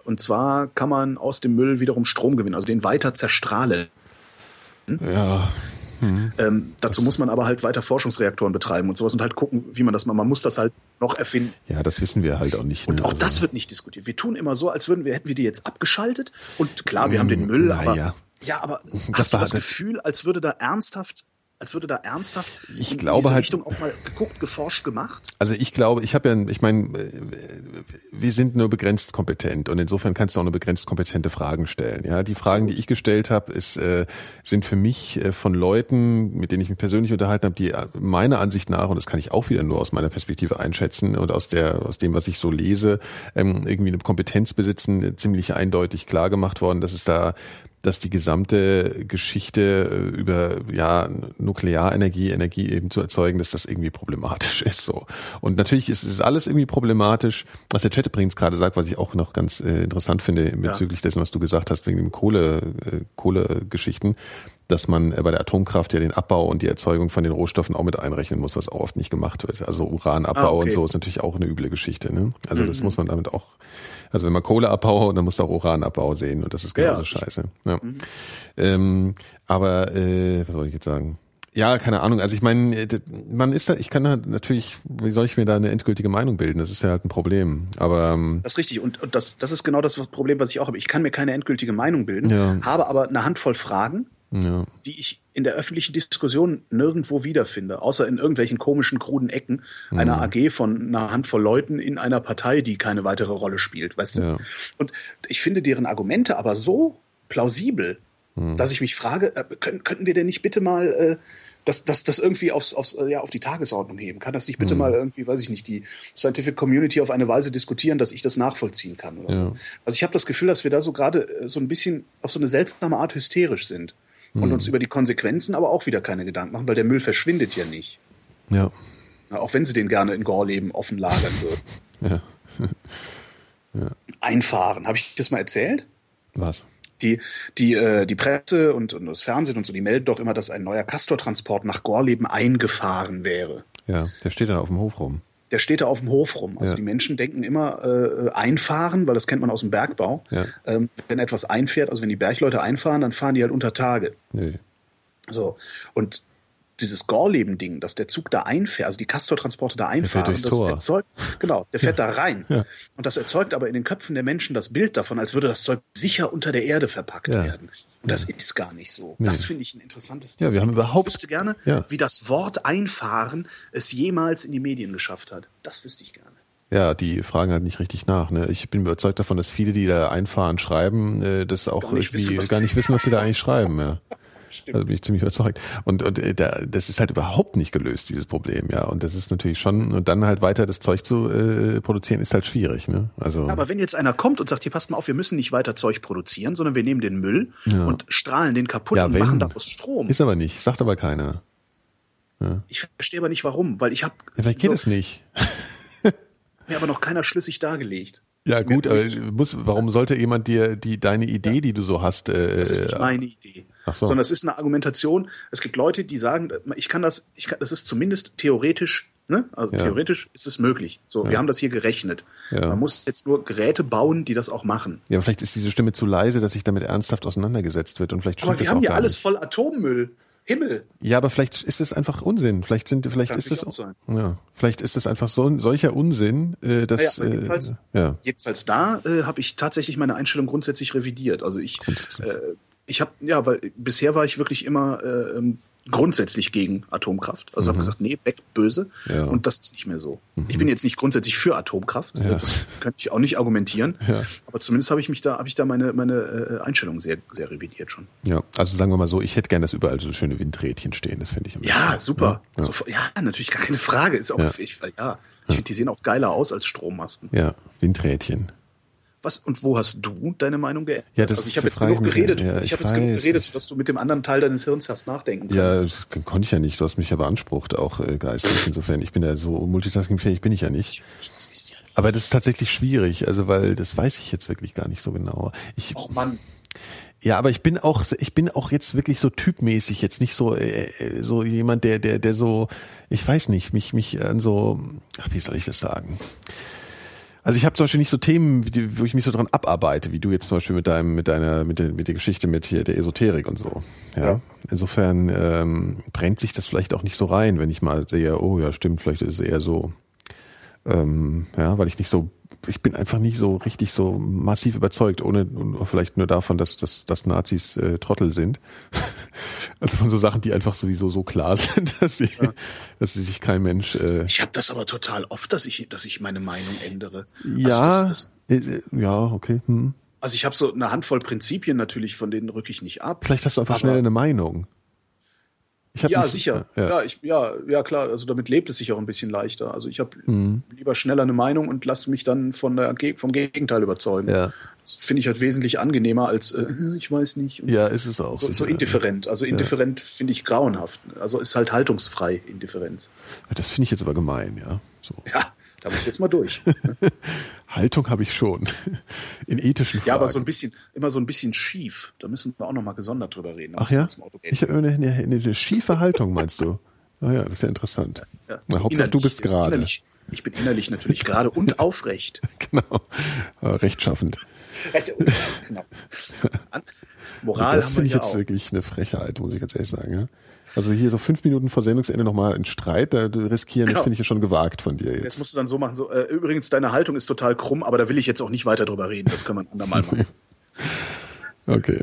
Speaker 4: und zwar kann man aus dem Müll wiederum Strom gewinnen, also den weiter zerstrahlen. Hm?
Speaker 3: ja,
Speaker 4: Ähm, dazu muss man aber halt weiter Forschungsreaktoren betreiben und sowas und halt gucken, wie man das macht. Man muss das halt noch erfinden.
Speaker 3: ja, das wissen wir halt auch nicht.
Speaker 4: Und
Speaker 3: ne?
Speaker 4: auch
Speaker 3: Also-
Speaker 4: das wird nicht diskutiert. Wir tun immer so, als würden wir, hätten wir die jetzt abgeschaltet. Und klar, wir haben den Müll,
Speaker 3: na
Speaker 4: aber,
Speaker 3: ja.
Speaker 4: ja. aber
Speaker 3: Mm, Das
Speaker 4: hast du
Speaker 3: war- halt
Speaker 4: das Gefühl, als würde da ernsthaft, als würde da ernsthaft
Speaker 3: Ich
Speaker 4: in
Speaker 3: glaube
Speaker 4: diese
Speaker 3: halt-
Speaker 4: Richtung auch mal geguckt, geforscht, gemacht?
Speaker 3: Also ich glaube, ich habe ja, ich meine, äh, wir sind nur begrenzt kompetent und insofern kannst du auch nur begrenzt kompetente Fragen stellen. Ja, die Fragen, die ich gestellt habe, ist, äh, sind für mich äh, von Leuten, mit denen ich mich persönlich unterhalten habe, die äh, meiner Ansicht nach und das kann ich auch wieder nur aus meiner Perspektive einschätzen und aus der, aus dem, was ich so lese, ähm, irgendwie eine Kompetenz besitzen, äh, ziemlich eindeutig klar gemacht worden, dass es da dass die gesamte Geschichte äh, über ja Nuklearenergie, Energie eben zu erzeugen, dass das irgendwie problematisch ist so. Und natürlich ist es alles irgendwie problematisch, was der Chat übrigens gerade sagt, was ich auch noch ganz äh, interessant finde bezüglich dessen, was du gesagt hast wegen dem Kohle äh, Kohlegeschichten. dass man äh, bei der Atomkraft ja den Abbau und die Erzeugung von den Rohstoffen auch mit einrechnen muss, was auch oft nicht gemacht wird. Also Uranabbau
Speaker 4: Ah, okay.
Speaker 3: und so ist natürlich auch eine üble Geschichte. Ne? Also
Speaker 4: Mhm.
Speaker 3: das muss man damit auch, also wenn man Kohleabbau, dann muss man auch Uranabbau sehen und das ist genauso
Speaker 4: Ja, Mhm. ich-
Speaker 3: scheiße. Ja. Ähm, aber äh, was soll ich jetzt sagen? Ja, keine Ahnung. Also ich meine, äh, d- man ist da, ich kann da natürlich, wie soll ich mir da eine endgültige Meinung bilden? Das ist ja halt ein Problem. Aber ähm,
Speaker 4: Das ist richtig. Und, und das, das ist genau das was- Problem, was ich auch habe. Ich kann mir keine endgültige Meinung bilden,
Speaker 3: Ja.
Speaker 4: habe aber eine Handvoll Fragen,
Speaker 3: ja.
Speaker 4: die ich in der öffentlichen Diskussion nirgendwo wiederfinde, außer in irgendwelchen komischen, kruden Ecken einer AG von einer Handvoll Leuten in einer Partei, die keine weitere Rolle spielt, weißt du?
Speaker 3: Ja.
Speaker 4: Und ich finde deren Argumente aber so plausibel, dass ich mich frage, äh, können, könnten wir denn nicht bitte mal äh, das, das, das irgendwie aufs, aufs, äh, ja, auf die Tagesordnung heben? Kann das nicht bitte mal irgendwie, weiß ich nicht, die Scientific Community auf eine Weise diskutieren, dass ich das nachvollziehen kann? Oder
Speaker 3: Ja.
Speaker 4: so? Also ich habe das Gefühl, dass wir da so gerade äh, so ein bisschen auf so eine seltsame Art hysterisch sind
Speaker 3: Hm.
Speaker 4: und uns über die Konsequenzen aber auch wieder keine Gedanken machen, weil der Müll verschwindet ja nicht.
Speaker 3: ja.
Speaker 4: Na, Auch wenn sie den gerne in Gorleben offen lagern würden.
Speaker 3: Ja.
Speaker 4: Einfahren, habe ich das mal erzählt?
Speaker 3: Was?
Speaker 4: Die, die, äh, die Presse und, und das Fernsehen und so, die melden doch immer, dass ein neuer Castortransport nach Gorleben eingefahren wäre.
Speaker 3: Ja, der steht da auf dem Hof rum.
Speaker 4: Der steht da auf dem Hof rum. Also
Speaker 3: Ja.
Speaker 4: die Menschen denken immer äh, einfahren, weil das kennt man aus dem Bergbau.
Speaker 3: Ja.
Speaker 4: Ähm, wenn etwas einfährt, also wenn die Bergleute einfahren, dann fahren die halt unter Tage.
Speaker 3: Nee.
Speaker 4: So. Und dieses Gorleben-Ding, dass der Zug da einfährt, also die Castortransporte da
Speaker 3: fährt
Speaker 4: einfahren,
Speaker 3: durchs
Speaker 4: das
Speaker 3: Tor.
Speaker 4: erzeugt, genau, der fährt da rein. Und das erzeugt aber in den Köpfen der Menschen das Bild davon, als würde das Zeug sicher unter der Erde verpackt
Speaker 3: Ja.
Speaker 4: werden. Und das ist gar nicht so. Das finde ich ein interessantes
Speaker 3: Ja, wir haben überhaupt-
Speaker 4: Ich wüsste gerne,
Speaker 3: Ja.
Speaker 4: wie das Wort einfahren es jemals in die Medien geschafft hat. Das wüsste ich gerne.
Speaker 3: Ja, die fragen halt nicht richtig nach. Ne? Ich bin überzeugt davon, dass viele, die da einfahren, schreiben, äh, das auch
Speaker 4: Gar nicht
Speaker 3: irgendwie
Speaker 4: wissen, was-
Speaker 3: gar nicht wissen, was sie da eigentlich schreiben. Ja. Also bin ich ziemlich überzeugt. Und, und äh, da, das ist halt überhaupt nicht gelöst, dieses Problem, ja. Und das ist natürlich schon, und dann halt weiter das Zeug zu äh, produzieren, ist halt schwierig, ne? Also
Speaker 4: Aber wenn jetzt einer kommt und sagt, hier passt mal auf, wir müssen nicht weiter Zeug produzieren, sondern wir nehmen den Müll und strahlen den kaputt
Speaker 3: Ja,
Speaker 4: und
Speaker 3: wenn.
Speaker 4: machen daraus Strom.
Speaker 3: ist aber nicht, sagt aber keiner.
Speaker 4: Ich verstehe aber nicht warum, weil ich habe
Speaker 3: Ja, vielleicht geht es nicht.
Speaker 4: mir aber noch keiner schlüssig dargelegt.
Speaker 3: Ja, gut,
Speaker 4: Mir-
Speaker 3: aber muss, warum sollte jemand dir die deine Idee, die du so hast, äh,
Speaker 4: Das ist nicht meine Idee.
Speaker 3: Ach so.
Speaker 4: Sondern es ist eine Argumentation. Es gibt Leute, die sagen, ich kann das, ich kann, das ist zumindest theoretisch, ne? Also
Speaker 3: Ja.
Speaker 4: theoretisch ist es möglich. So, wir haben das hier gerechnet.
Speaker 3: Ja.
Speaker 4: Man muss jetzt nur Geräte bauen, die das auch machen.
Speaker 3: ja, vielleicht ist diese Stimme zu leise, dass sich damit ernsthaft auseinandergesetzt wird und vielleicht
Speaker 4: Aber
Speaker 3: stimmt
Speaker 4: wir
Speaker 3: das
Speaker 4: haben
Speaker 3: auch
Speaker 4: hier
Speaker 3: gar
Speaker 4: alles
Speaker 3: nicht.
Speaker 4: voll Atommüll. Himmel.
Speaker 3: Ja, aber vielleicht ist es einfach Unsinn. Vielleicht sind, vielleicht
Speaker 4: Kann
Speaker 3: ist
Speaker 4: natürlich auch
Speaker 3: es,
Speaker 4: sein.
Speaker 3: ja, vielleicht ist es einfach so ein solcher Unsinn, äh, dass,
Speaker 4: Naja, aber Ah jedenfalls-
Speaker 3: äh, ja,
Speaker 4: Jedenfalls da äh, habe ich tatsächlich meine Einstellung grundsätzlich revidiert. Also ich, äh, ich habe, ja, weil bisher war ich wirklich immer äh, ähm, grundsätzlich gegen Atomkraft. Also habe gesagt, nee, weg, böse.
Speaker 3: Mhm. Ja. Mhm.
Speaker 4: Und das ist nicht mehr so. Ich bin jetzt nicht grundsätzlich für Atomkraft.
Speaker 3: Ja.
Speaker 4: Das könnte ich auch nicht argumentieren.
Speaker 3: Ja.
Speaker 4: Aber zumindest habe ich mich da, habe ich da meine, meine äh, Einstellung sehr, sehr revidiert schon.
Speaker 3: ja, also sagen wir mal so, ich hätte gern, dass überall so schöne Windrädchen stehen, das finde ich am
Speaker 4: Ja,
Speaker 3: besten.
Speaker 4: super.
Speaker 3: Ja.
Speaker 4: So, ja, natürlich gar keine Frage. Ist auch,
Speaker 3: Ja.
Speaker 4: ich, ja, ich finde, die sehen auch geiler aus als Strommasten.
Speaker 3: Ja, Windrädchen.
Speaker 4: Was und wo hast du deine Meinung geändert?
Speaker 3: Ja, das
Speaker 4: also ich habe
Speaker 3: ist
Speaker 4: jetzt
Speaker 3: die Frage
Speaker 4: genug
Speaker 3: mit-
Speaker 4: geredet.
Speaker 3: ja,
Speaker 4: ich
Speaker 3: ich
Speaker 4: habe jetzt genug
Speaker 3: weiß.
Speaker 4: geredet, sodass du mit dem anderen Teil deines Hirns hast nachdenken können.
Speaker 3: Ja, das konnte ich ja nicht. Du hast mich aber beansprucht, auch äh, geistig. Insofern, ich bin ja so multitaskingfähig, bin ich ja nicht.
Speaker 4: Das ist ja.
Speaker 3: Aber das ist tatsächlich schwierig, also weil das weiß ich jetzt wirklich gar nicht so genau. Ich,
Speaker 4: Och Mann,
Speaker 3: Ja, aber ich bin auch, ich bin auch jetzt wirklich so typmäßig, jetzt nicht so, äh, äh, so jemand, der, der, der so, ich weiß nicht, mich, mich an so, ach, wie soll ich das sagen? Also ich habe zum Beispiel nicht so Themen, wie die- wo ich mich so dran abarbeite, wie du jetzt zum Beispiel mit deinem, mit deiner, mit der, mit der Geschichte mit hier der Esoterik und so. Ja. Insofern ähm, brennt sich das vielleicht auch nicht so rein, wenn ich mal sehe, oh ja, stimmt, vielleicht ist es eher so. Ähm, ja, weil ich nicht so, ich bin einfach nicht so richtig so massiv überzeugt, ohne und vielleicht nur davon, dass, dass, dass Nazis äh, Trottel sind. also von so Sachen, die einfach sowieso so klar sind, dass sie, dass sie sich kein Mensch. Äh,
Speaker 4: ich habe das aber total oft, dass ich, dass ich meine Meinung ändere.
Speaker 3: ja,
Speaker 4: Also, das, das,
Speaker 3: äh, äh, ja, okay. Hm.
Speaker 4: also ich habe so eine Handvoll Prinzipien natürlich, von denen rücke ich nicht ab.
Speaker 3: Vielleicht hast du einfach
Speaker 4: Aber-
Speaker 3: schnell eine Meinung. Ich hab
Speaker 4: Ja,
Speaker 3: nicht-
Speaker 4: sicher. Ja.
Speaker 3: Ja, ja.
Speaker 4: ich, ja, ja, klar. Also damit lebt es sich auch ein bisschen leichter. Also ich habe
Speaker 3: Mhm.
Speaker 4: lieber schneller eine Meinung und lasse mich dann von der, Geg- vom Gegenteil überzeugen.
Speaker 3: Ja.
Speaker 4: Das finde ich halt wesentlich angenehmer als äh, ich weiß nicht. und
Speaker 3: ist es auch.
Speaker 4: so, so
Speaker 3: sicher.
Speaker 4: indifferent. Also indifferent finde ich grauenhaft. Also ist halt haltungsfrei Indifferenz.
Speaker 3: Das finde ich jetzt aber gemein, ja. So.
Speaker 4: Ja, Da muss ich jetzt mal durch.
Speaker 3: Haltung habe ich schon. In ethischen Fragen.
Speaker 4: Ja, aber so ein bisschen, immer so ein bisschen schief. Da müssen wir auch nochmal gesondert drüber reden.
Speaker 3: Ach ja?
Speaker 4: Zum Auto
Speaker 3: Ich äh,
Speaker 4: geht.
Speaker 3: habe eine, eine, eine schiefe Haltung, meinst du? Ah ja, das ist ja interessant.
Speaker 4: Ja,
Speaker 3: Na,
Speaker 4: so
Speaker 3: Hauptsache, du
Speaker 4: innerlich
Speaker 3: bist
Speaker 4: ist
Speaker 3: gerade.
Speaker 4: innerlich- Ich bin innerlich natürlich gerade und aufrecht.
Speaker 3: Genau. Äh, Rechtschaffend.
Speaker 4: genau. An- Moral
Speaker 3: das
Speaker 4: haben
Speaker 3: finde ich
Speaker 4: wir
Speaker 3: jetzt
Speaker 4: ja auch.
Speaker 3: wirklich eine Frechheit, muss ich ganz ehrlich sagen. Ja? Also hier so fünf Minuten vor Sendungsende nochmal einen Streit da riskieren, das
Speaker 4: Genau.
Speaker 3: finde ich ja schon gewagt von dir
Speaker 4: Jetzt
Speaker 3: jetzt.
Speaker 4: musst du dann so machen, so, äh, übrigens, deine Haltung ist total krumm, aber da will ich jetzt auch nicht weiter drüber reden. Das können wir ein andermal machen.
Speaker 3: Okay.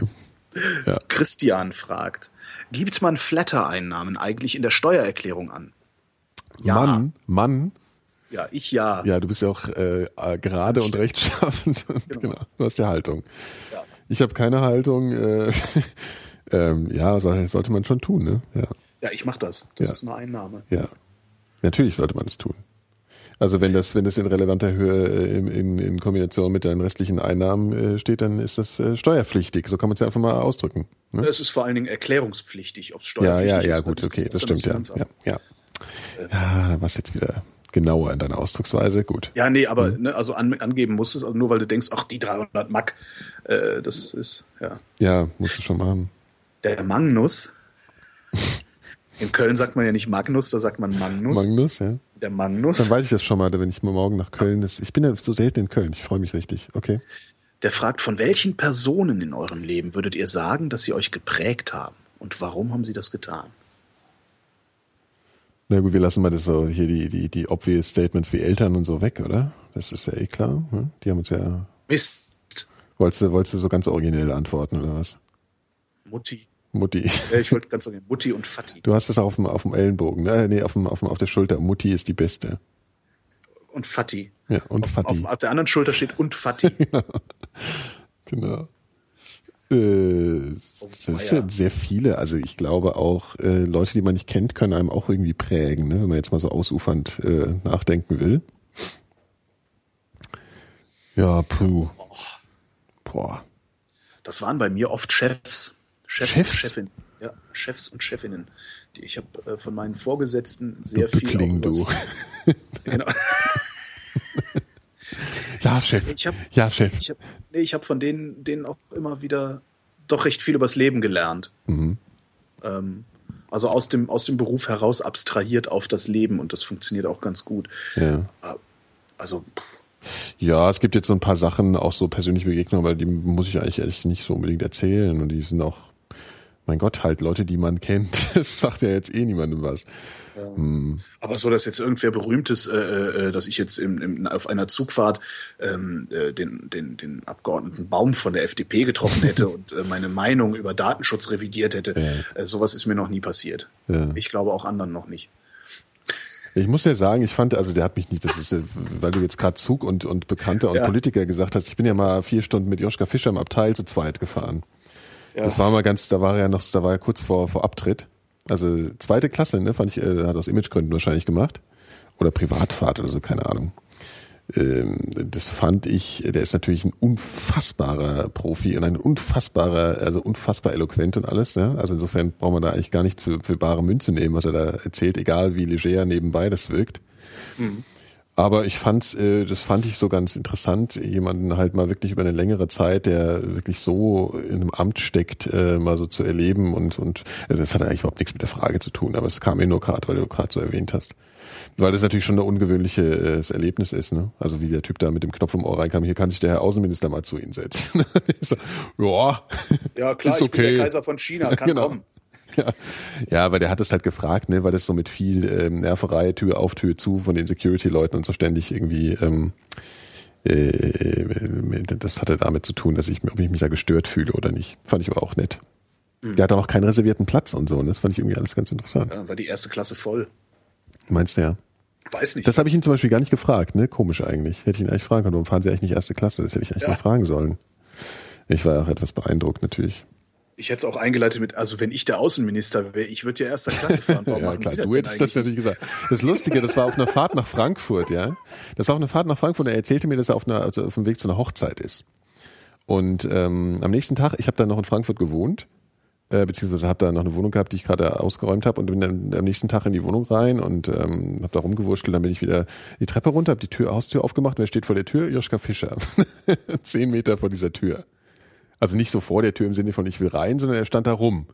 Speaker 4: Christian fragt, gibt man Flatter-Einnahmen eigentlich in der Steuererklärung an? Ja.
Speaker 3: Mann, Mann,
Speaker 4: Ja, ich ja.
Speaker 3: ja, du bist ja auch äh, äh, gerade und rechtschaffend. Und, genau. Du hast ja Haltung.
Speaker 4: Ja.
Speaker 3: Ich habe keine Haltung. Äh, ähm, ja, soll, sollte man schon tun, ne? Ja.
Speaker 4: Ja, ich mache das. Das
Speaker 3: Ja.
Speaker 4: ist eine Einnahme.
Speaker 3: Ja. Natürlich sollte man es tun. Also wenn das, wenn das in relevanter Höhe äh, in, in, in Kombination mit deinen restlichen Einnahmen äh, steht, dann ist das äh, steuerpflichtig. So kann man es ja einfach mal ausdrücken. Ne?
Speaker 4: Es ist vor allen Dingen erklärungspflichtig, ob es
Speaker 3: Ja,
Speaker 4: steuerpflichtig
Speaker 3: ja,
Speaker 4: ist.
Speaker 3: ja,
Speaker 4: oder
Speaker 3: gut,
Speaker 4: nicht.
Speaker 3: okay, das
Speaker 4: ist dann
Speaker 3: stimmt ja.
Speaker 4: Finanzamt.
Speaker 3: Ja, ja. ja was jetzt wieder genauer in deiner Ausdrucksweise? Gut.
Speaker 4: Ja, nee, aber
Speaker 3: Hm.
Speaker 4: ne, also an, angeben musst du es, also nur weil du denkst, ach, die 300 Mack, äh, das ist, ja.
Speaker 3: Ja, musst du schon machen.
Speaker 4: Der Magnus, in Köln sagt man ja nicht Magnus, da sagt man Magnus.
Speaker 3: Magnus, ja.
Speaker 4: der Magnus,
Speaker 3: Dann weiß ich das schon mal, wenn ich morgen nach Köln ist. Ich bin ja so selten in Köln, ich freue mich richtig. Okay.
Speaker 4: der fragt, von welchen Personen in eurem Leben würdet ihr sagen, dass sie euch geprägt haben? Und warum haben sie das getan?
Speaker 3: Na gut, wir lassen mal das so hier die, die, die obvious Statements wie Eltern und so weg, oder? Das ist ja eh klar. Ne? Die haben uns ja.
Speaker 4: Mist,
Speaker 3: Wolltest du, wolltest du so ganz originell antworten, oder was?
Speaker 4: Mutti.
Speaker 3: Mutti.
Speaker 4: Äh, Ich wollte ganz sagen, Mutti und Fatti.
Speaker 3: Du hast es auf dem, auf dem Ellenbogen, ne? Nee, auf, dem, auf, dem, auf der Schulter. Mutti ist die beste.
Speaker 4: Und Fatti.
Speaker 3: Ja, und Fatti.
Speaker 4: Auf, auf der anderen Schulter steht und Fatti.
Speaker 3: Genau. Äh,
Speaker 4: Oh,
Speaker 3: das sind sehr viele. Also ich glaube auch, äh, Leute, die man nicht kennt, können einem auch irgendwie prägen, ne? wenn man jetzt mal so ausufernd äh, nachdenken will. Ja, puh. Boah.
Speaker 4: Das waren bei mir oft Chefs. Chefs,
Speaker 3: Chefs?
Speaker 4: und Chefinnen. Ja, Chefs und Chefinnen. Die, ich habe äh, von meinen Vorgesetzten sehr
Speaker 3: Du
Speaker 4: viel.
Speaker 3: Kling,
Speaker 4: auch
Speaker 3: du.
Speaker 4: übers- Genau.
Speaker 3: Ja, Chef.
Speaker 4: Ich hab-
Speaker 3: ja, Chef.
Speaker 4: Ich habe nee, ich hab von denen, denen auch immer wieder doch recht viel übers Leben gelernt.
Speaker 3: Mhm.
Speaker 4: Ähm, also aus dem, aus dem Beruf heraus abstrahiert auf das Leben und das funktioniert auch ganz gut.
Speaker 3: ja.
Speaker 4: Äh, Also, pff,
Speaker 3: ja, es gibt jetzt so ein paar Sachen, auch so persönliche Begegnungen, aber die muss ich eigentlich ehrlich nicht so unbedingt erzählen. Und die sind auch, mein Gott, halt Leute, die man kennt. Das sagt ja jetzt eh niemandem was.
Speaker 4: Aber so, dass jetzt irgendwer Berühmtes, äh, äh, dass ich jetzt im, im, auf einer Zugfahrt ähm, äh, den, den, den Abgeordneten Baum von der FDP getroffen hätte und äh, meine Meinung über Datenschutz revidiert hätte, äh, sowas ist mir noch nie passiert.
Speaker 3: Ja.
Speaker 4: Ich glaube auch anderen noch nicht.
Speaker 3: Ich muss ja sagen, ich fand, also der hat mich nicht, das ist, äh, weil du jetzt gerade Zug und, und Bekannter und
Speaker 4: Ja.
Speaker 3: Politiker gesagt hast, ich bin ja mal vier Stunden mit Joschka Fischer im Abteil zu zweit gefahren. Das war mal ganz, da war er ja noch, da war er kurz vor, vor Abtritt. Also zweite Klasse, ne, fand ich, äh, hat aus Imagegründen wahrscheinlich gemacht. Oder Privatfahrt oder so, keine Ahnung. Ähm, das fand ich, der ist natürlich ein unfassbarer Profi und ein unfassbarer, also unfassbar eloquent und alles. Ne? Also insofern braucht man da eigentlich gar nichts für, für bare Münze nehmen, was er da erzählt, egal wie leger nebenbei das wirkt. Aber ich fand's, äh, das fand ich so ganz interessant, jemanden halt mal wirklich über eine längere Zeit, der wirklich so in einem Amt steckt, äh, mal so zu erleben und und äh, das hat eigentlich überhaupt nichts mit der Frage zu tun, aber es kam mir nur gerade, weil du gerade so erwähnt hast. Weil das natürlich schon ein ungewöhnliches Erlebnis ist, ne? Also wie der Typ da mit dem Knopf im Ohr reinkam, hier kann sich der Herr Außenminister mal zu Ihnen setzen. Ich so, ja,
Speaker 4: Ja, klar,
Speaker 3: ist
Speaker 4: ich bin
Speaker 3: okay.
Speaker 4: der Kaiser von China, kann
Speaker 3: Genau.
Speaker 4: kommen.
Speaker 3: Ja. ja, weil der hat es halt gefragt, ne, weil das so mit viel ähm, Nerverei, Tür auf, Tür zu von den Security-Leuten und so ständig irgendwie, ähm, äh, das hatte damit zu tun, dass ich, mir- ob ich mich da gestört fühle oder nicht. Fand ich aber auch nett. Der hat auch noch keinen reservierten Platz und so, und das fand ich irgendwie alles ganz interessant.
Speaker 4: Mhm. Ja, war die erste Klasse voll.
Speaker 3: Meinst du ja?
Speaker 4: Weiß nicht.
Speaker 3: Das habe ich ihn zum Beispiel gar nicht gefragt, ne? Komisch eigentlich. Hätte ich ihn eigentlich fragen können, warum fahren Sie eigentlich nicht erste Klasse? Das hätte ich eigentlich
Speaker 4: Ja.
Speaker 3: mal fragen sollen. Ich war ja auch etwas beeindruckt natürlich.
Speaker 4: ich hätte es auch eingeleitet mit, also wenn ich der Außenminister wäre, ich würde ja erster Klasse fahren. Warum
Speaker 3: Ja,
Speaker 4: machen
Speaker 3: klar,
Speaker 4: Sie das
Speaker 3: du
Speaker 4: denn
Speaker 3: hättest das natürlich
Speaker 4: eigentlich?
Speaker 3: gesagt. Das Lustige, das war auf einer Fahrt nach Frankfurt, ja. Das war auf einer Fahrt nach Frankfurt. Er erzählte mir, dass er auf, einer, also auf dem Weg zu einer Hochzeit ist. Und ähm, am nächsten Tag, ich habe dann noch in Frankfurt gewohnt, äh, beziehungsweise habe da noch eine Wohnung gehabt, die ich gerade ausgeräumt habe und bin dann am nächsten Tag in die Wohnung rein und ähm, habe da rumgewurschtelt. Dann bin ich wieder die Treppe runter, habe die Tür, Haustür aufgemacht und wer steht vor der Tür? Joschka Fischer. Zehn Meter vor dieser Tür. Also nicht so vor der Tür im Sinne von ich will rein, sondern er stand da rum.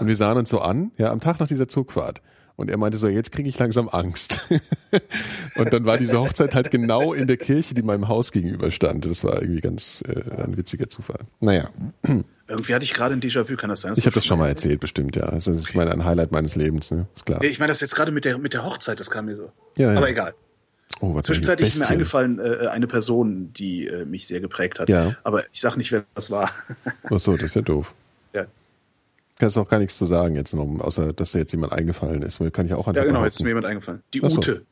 Speaker 3: Und wir sahen uns so an, ja, am Tag nach dieser Zugfahrt. Und er meinte so, jetzt kriege ich langsam Angst. und dann war diese Hochzeit halt genau in der Kirche, die meinem Haus gegenüber stand. Das war irgendwie ganz äh, ein witziger Zufall. Naja,
Speaker 4: Irgendwie hatte ich gerade ein Déjà-vu, kann das sein?
Speaker 3: ich habe das schon mal erzählt, bestimmt, ja. Also Das ist mein, ein Highlight meines Lebens, ne? Ist klar.
Speaker 4: Nee, ich meine das jetzt gerade mit der, mit der Hochzeit, das kam mir so.
Speaker 3: Ja, ja.
Speaker 4: Aber egal.
Speaker 3: Oh, was für eine
Speaker 4: Zwischenzeitlich ist mir
Speaker 3: Bestie.
Speaker 4: eingefallen, äh, eine Person, die äh, mich sehr geprägt hat.
Speaker 3: Ja.
Speaker 4: Aber ich sag nicht, wer das war.
Speaker 3: Ach so, das ist ja doof.
Speaker 4: ja.
Speaker 3: Kannst auch gar nichts zu sagen jetzt noch, außer dass da jetzt jemand eingefallen ist. Mir Kann ich auch einfach
Speaker 4: ja, genau,
Speaker 3: behaupten.
Speaker 4: jetzt ist mir jemand eingefallen. Die
Speaker 3: Ach so.
Speaker 4: Ute.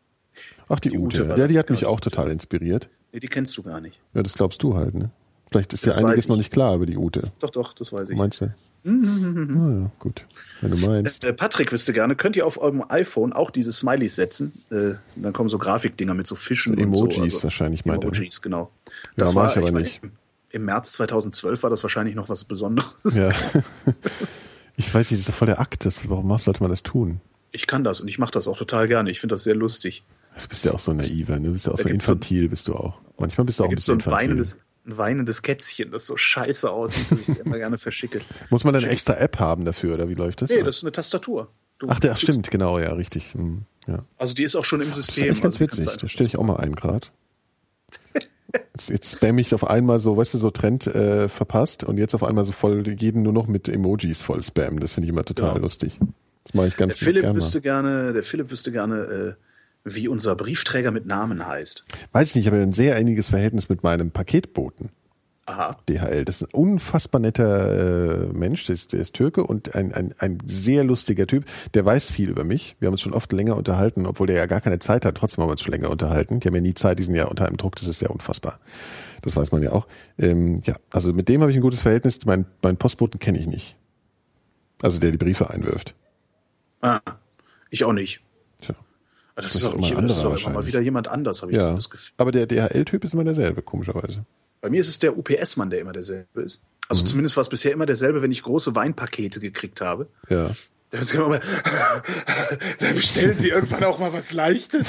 Speaker 3: Ach, die,
Speaker 4: die
Speaker 3: Ute.
Speaker 4: Ute war
Speaker 3: ja, die
Speaker 4: das,
Speaker 3: hat mich
Speaker 4: genau.
Speaker 3: auch total inspiriert.
Speaker 4: Nee, die kennst du gar nicht.
Speaker 3: Ja, das glaubst du halt, ne? Vielleicht ist dir
Speaker 4: Das weiß
Speaker 3: einiges
Speaker 4: ich.
Speaker 3: noch nicht klar über die Ute.
Speaker 4: Doch, doch, das weiß ich.
Speaker 3: Meinst du?
Speaker 4: Mhm.
Speaker 3: Ah, ja, gut. Wenn du meinst.
Speaker 4: Äh, Patrick wüsste gerne, könnt ihr auf eurem iPhone auch diese Smileys setzen? Äh, dann kommen so Grafikdinger mit so Fischen und so. also
Speaker 3: Emojis wahrscheinlich, meint er. ne?
Speaker 4: Emojis, genau.
Speaker 3: Ja, mach ich aber
Speaker 4: meine,
Speaker 3: nicht.
Speaker 4: im- Im März 2012 war das wahrscheinlich noch was Besonderes.
Speaker 3: Ja. Ich weiß nicht, das ist doch voll der Akt. Das, warum machst- sollte man das tun?
Speaker 4: Ich kann das und ich mache das auch total gerne. Ich finde das sehr lustig.
Speaker 3: Du bist ja auch so naiver, ne? Du bist ja auch
Speaker 4: Da
Speaker 3: so
Speaker 4: gibt's so-
Speaker 3: infantil, bist du auch. Manchmal bist du
Speaker 4: Da
Speaker 3: auch ein
Speaker 4: gibt es so
Speaker 3: bisschen
Speaker 4: ein
Speaker 3: infantil.
Speaker 4: weinendes, ein weinendes Kätzchen, das so scheiße aussieht, dass ich es immer gerne verschicke.
Speaker 3: Muss man dann eine extra App haben dafür, oder wie läuft das?
Speaker 4: Nee, das ist eine Tastatur. Du
Speaker 3: Ach, der,
Speaker 4: drückst-
Speaker 3: stimmt, genau, ja, richtig. Hm, ja.
Speaker 4: Also die ist auch schon im
Speaker 3: Das ist
Speaker 4: System.
Speaker 3: eigentlich ganz
Speaker 4: also die kannst
Speaker 3: witzig.
Speaker 4: du
Speaker 3: Da stelle ich auch mal ein grad. Jetzt, jetzt spam ich auf einmal so, weißt du, so Trend äh, verpasst und jetzt auf einmal so voll jeden nur noch mit Emojis voll spammen. Das finde ich immer total
Speaker 4: Genau.
Speaker 3: lustig. Das mache ich ganz
Speaker 4: Der Philipp
Speaker 3: gerne.
Speaker 4: wüsste gerne, der Philipp wüsste gerne, äh, wie unser Briefträger mit Namen heißt.
Speaker 3: Weiß nicht, ich habe ein sehr einiges Verhältnis mit meinem Paketboten.
Speaker 4: Aha.
Speaker 3: DHL. Das ist ein unfassbar netter äh, Mensch, der ist, der ist Türke und ein, ein, ein sehr lustiger Typ. Der weiß viel über mich. Wir haben uns schon oft länger unterhalten, obwohl der ja gar keine Zeit hat. Trotzdem haben wir uns schon länger unterhalten. Die haben ja nie Zeit, die sind ja unter einem Druck. Das ist ja unfassbar. Das weiß man ja auch. Ähm, ja, also mit dem habe ich ein gutes Verhältnis. Mein, mein Postboten kenne ich nicht. Also der die Briefe einwirft.
Speaker 4: Ah, ich auch nicht. Ah,
Speaker 3: Tja.
Speaker 4: Das,
Speaker 3: ist
Speaker 4: ist auch
Speaker 3: immer
Speaker 4: nicht,
Speaker 3: ein
Speaker 4: das ist
Speaker 3: anderer
Speaker 4: auch immer mal
Speaker 3: wahrscheinlich.
Speaker 4: wieder jemand anders, habe ich
Speaker 3: Ja,
Speaker 4: das Gefühl.
Speaker 3: aber der DHL-Typ ist immer derselbe, komischerweise.
Speaker 4: Bei mir ist es der UPS-Mann, der immer derselbe ist.
Speaker 3: Mhm.
Speaker 4: Also zumindest war es bisher immer derselbe, wenn ich große Weinpakete gekriegt habe.
Speaker 3: Ja.
Speaker 4: Der ist immer mal,
Speaker 5: Dann bestellen sie irgendwann auch mal was Leichtes.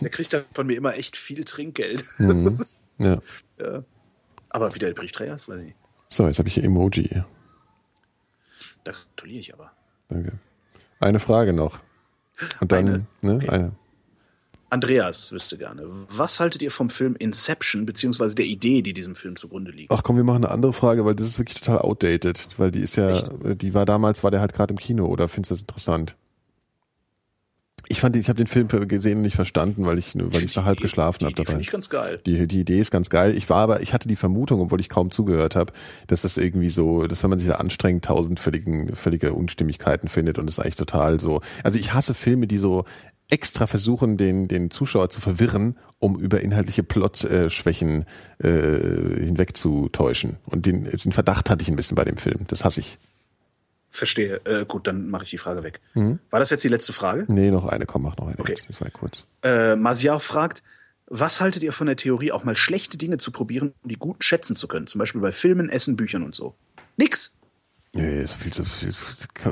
Speaker 4: der kriegt dann von mir immer echt viel Trinkgeld.
Speaker 3: Mhm. Ja.
Speaker 4: aber wie der Briefträger ist, weiß ich nicht.
Speaker 3: So, jetzt habe ich hier Emoji.
Speaker 4: Da gratuliere ich aber.
Speaker 3: Danke. Eine Frage noch. Und dann, ne? Eine.
Speaker 4: Andreas wüsste gerne, was haltet ihr vom Film Inception, beziehungsweise der Idee, die diesem Film zugrunde liegt?
Speaker 3: Ach komm, wir machen eine andere Frage, weil das ist wirklich total outdated, weil die ist ja, äh, die war damals, war der halt gerade im Kino, oder findest du das interessant? Ich fand, die- ich habe den Film gesehen und nicht verstanden, weil ich, weil ich so halb
Speaker 4: Die-
Speaker 3: geschlafen
Speaker 4: die
Speaker 3: habe
Speaker 4: Idee
Speaker 3: dabei.
Speaker 4: Finde ich ganz geil.
Speaker 3: Die, die Idee ist ganz geil. Ich war aber, ich hatte die Vermutung, obwohl ich kaum zugehört habe, dass das irgendwie so, dass wenn man sich da anstrengt, tausend völligen, völlige Unstimmigkeiten findet und das ist eigentlich total so. Also ich hasse Filme, die so extra versuchen, den, den Zuschauer zu verwirren, um über inhaltliche Plot-Schwächen äh, hinwegzutäuschen. Und den, den Verdacht hatte ich ein bisschen bei dem Film. Das hasse ich.
Speaker 4: Verstehe. Äh, gut, dann mache ich die Frage weg.
Speaker 3: Mhm.
Speaker 4: War das jetzt die letzte Frage?
Speaker 3: Nee, noch eine, komm, mach noch eine.
Speaker 4: Okay.
Speaker 3: Das war ja kurz.
Speaker 4: Äh, Masiar fragt, was haltet ihr von der Theorie, auch mal schlechte Dinge zu probieren, um die guten schätzen zu können? Zum Beispiel bei Filmen, Essen, Büchern und so. Nix.
Speaker 3: Nee, ist viel zu viel,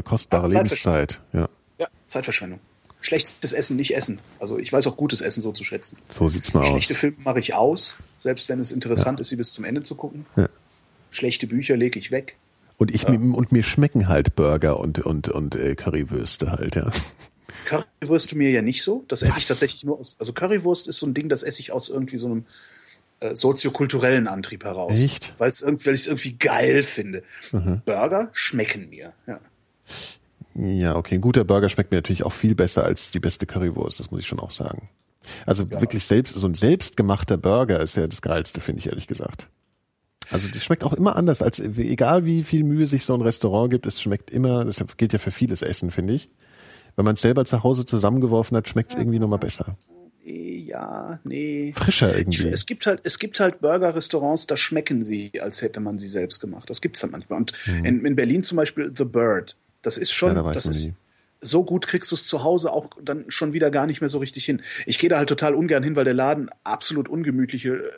Speaker 3: kostbare
Speaker 4: Ach, Zeit
Speaker 3: Lebenszeit. Ja.
Speaker 4: Ja, Zeitverschwendung. Schlechtes Essen nicht essen. Also ich weiß auch gutes Essen so zu schätzen.
Speaker 3: So sieht's mal aus.
Speaker 4: Schlechte Filme mache ich aus, selbst wenn es interessant ist, sie bis zum Ende zu gucken.
Speaker 3: Ja.
Speaker 4: Schlechte Bücher lege ich weg.
Speaker 3: Und ich und mir schmecken halt Burger und und und äh, Currywürste halt, ja.
Speaker 4: Currywürste mir ja nicht so. Das esse
Speaker 3: Was?
Speaker 4: ich tatsächlich nur aus. Also Currywurst ist so ein Ding, das esse ich aus irgendwie so einem äh, soziokulturellen Antrieb heraus.
Speaker 3: Echt?
Speaker 4: Weil es irgendwie, weil ich es irgendwie geil finde. Burger schmecken mir. Ja.
Speaker 3: Ja, okay, ein guter Burger schmeckt mir natürlich auch viel besser als die beste Currywurst, das muss ich schon auch sagen. Also wirklich selbst so ein selbstgemachter Burger ist ja das geilste, finde ich ehrlich gesagt. Also das schmeckt auch immer anders, als äh, egal wie viel Mühe sich so ein Restaurant gibt, es schmeckt immer, das gilt ja für vieles Essen, finde ich. Wenn man es selber zu Hause zusammengeworfen hat, schmeckt es irgendwie nochmal besser.
Speaker 4: Nee, ja, nee.
Speaker 3: Frischer
Speaker 4: Ich,
Speaker 3: irgendwie.
Speaker 4: es gibt halt, es gibt halt Burger-Restaurants, da schmecken sie, als hätte man sie selbst gemacht. Das gibt's halt manchmal. Und in, in Berlin zum Beispiel The Bird. Das ist schon,
Speaker 3: Mhm. Ja, da war ich
Speaker 4: das
Speaker 3: noch
Speaker 4: ist
Speaker 3: nie.
Speaker 4: so gut kriegst du es zu Hause auch dann schon wieder gar nicht mehr so richtig hin. Ich gehe da halt total ungern hin, weil der Laden absolut ungemütliche äh,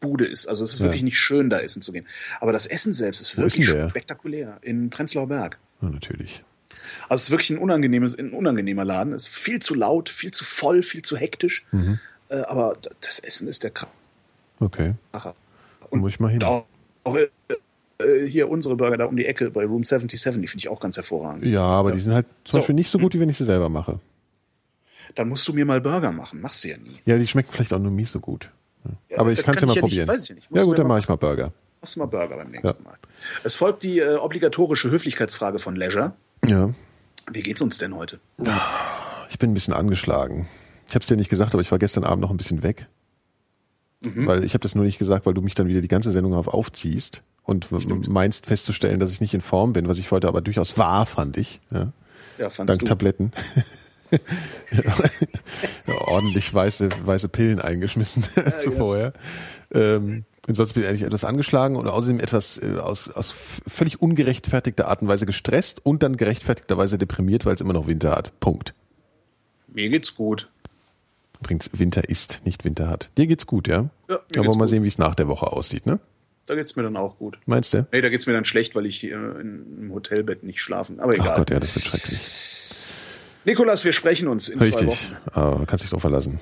Speaker 4: Bude ist. Also es ist wirklich nicht schön, da essen zu gehen. Aber das Essen selbst ist
Speaker 3: Wo ist
Speaker 4: wirklich
Speaker 3: denn der?
Speaker 4: spektakulär in Prenzlauer Berg.
Speaker 3: Ja, natürlich.
Speaker 4: Also es ist wirklich ein, unangenehmes, ein unangenehmer Laden. Es ist viel zu laut, viel zu voll, viel zu hektisch.
Speaker 3: Mhm.
Speaker 4: Äh, aber d- das Essen ist der Kracher.
Speaker 3: Okay. Muss ich mal hin.
Speaker 4: Auch, auch äh, hier unsere Burger da um die Ecke bei Room 77, die finde ich auch ganz hervorragend.
Speaker 3: Ja, aber die sind halt zum
Speaker 4: So.
Speaker 3: Beispiel nicht so gut, wie wenn ich sie selber mache.
Speaker 4: Dann musst du mir mal Burger machen. Machst du ja nie.
Speaker 3: Ja, die schmecken vielleicht auch nur mies so gut. Ja. aber ich
Speaker 4: das
Speaker 3: kann es ja mal
Speaker 4: kann ich ja nicht,
Speaker 3: probieren.
Speaker 4: weiß ich ja nicht.
Speaker 3: ja
Speaker 4: Muss
Speaker 3: gut,
Speaker 4: man
Speaker 3: dann
Speaker 4: mal
Speaker 3: mache ich mal Burger.
Speaker 4: Machst du mal Burger beim nächsten Mal. Es folgt die äh, obligatorische Höflichkeitsfrage von Leisure.
Speaker 3: Ja.
Speaker 4: Wie geht's uns denn heute?
Speaker 3: Ich bin ein bisschen angeschlagen. Ich habe es dir nicht gesagt, aber ich war gestern Abend noch ein bisschen weg.
Speaker 4: Mhm.
Speaker 3: Weil ich habe das nur nicht gesagt, weil du mich dann wieder die ganze Sendung auf aufziehst und meinst festzustellen, dass ich nicht in Form bin, was ich heute aber durchaus war, fand ich. Ja.
Speaker 4: Ja, fandst
Speaker 3: Dank
Speaker 4: du.
Speaker 3: Tabletten. ja, ordentlich weiße, weiße Pillen eingeschmissen zuvor. Ja. Ähm, ansonsten bin ich eigentlich etwas angeschlagen und außerdem etwas äh, aus, aus f- völlig ungerechtfertigter Art und Weise gestresst und dann gerechtfertigterweise deprimiert, weil es immer noch Winter hat. Punkt.
Speaker 4: Mir geht's gut.
Speaker 3: Übrigens, Winter ist, nicht Winter hat. Dir geht's gut, ja?
Speaker 4: mir
Speaker 3: Aber
Speaker 4: geht's
Speaker 3: mal
Speaker 4: gut.
Speaker 3: sehen, wie es nach der Woche aussieht, ne?
Speaker 4: Da geht's mir dann auch gut.
Speaker 3: Meinst du?
Speaker 4: Nee, da geht's mir dann schlecht, weil ich äh, in- im Hotelbett nicht schlafen. Aber egal.
Speaker 3: Ach Gott, ja, das wird schrecklich.
Speaker 4: Nikolas, wir sprechen uns in zwei
Speaker 3: Richtig.
Speaker 4: Wochen.
Speaker 3: Aber kannst dich drauf verlassen.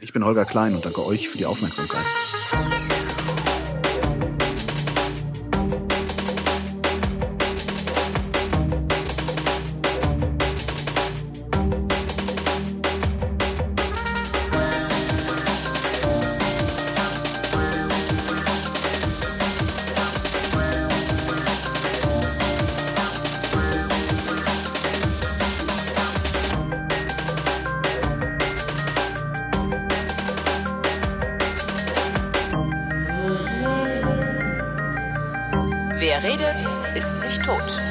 Speaker 4: Ich bin Holger Klein und danke euch für die Aufmerksamkeit.
Speaker 1: Wer redet, ist nicht tot.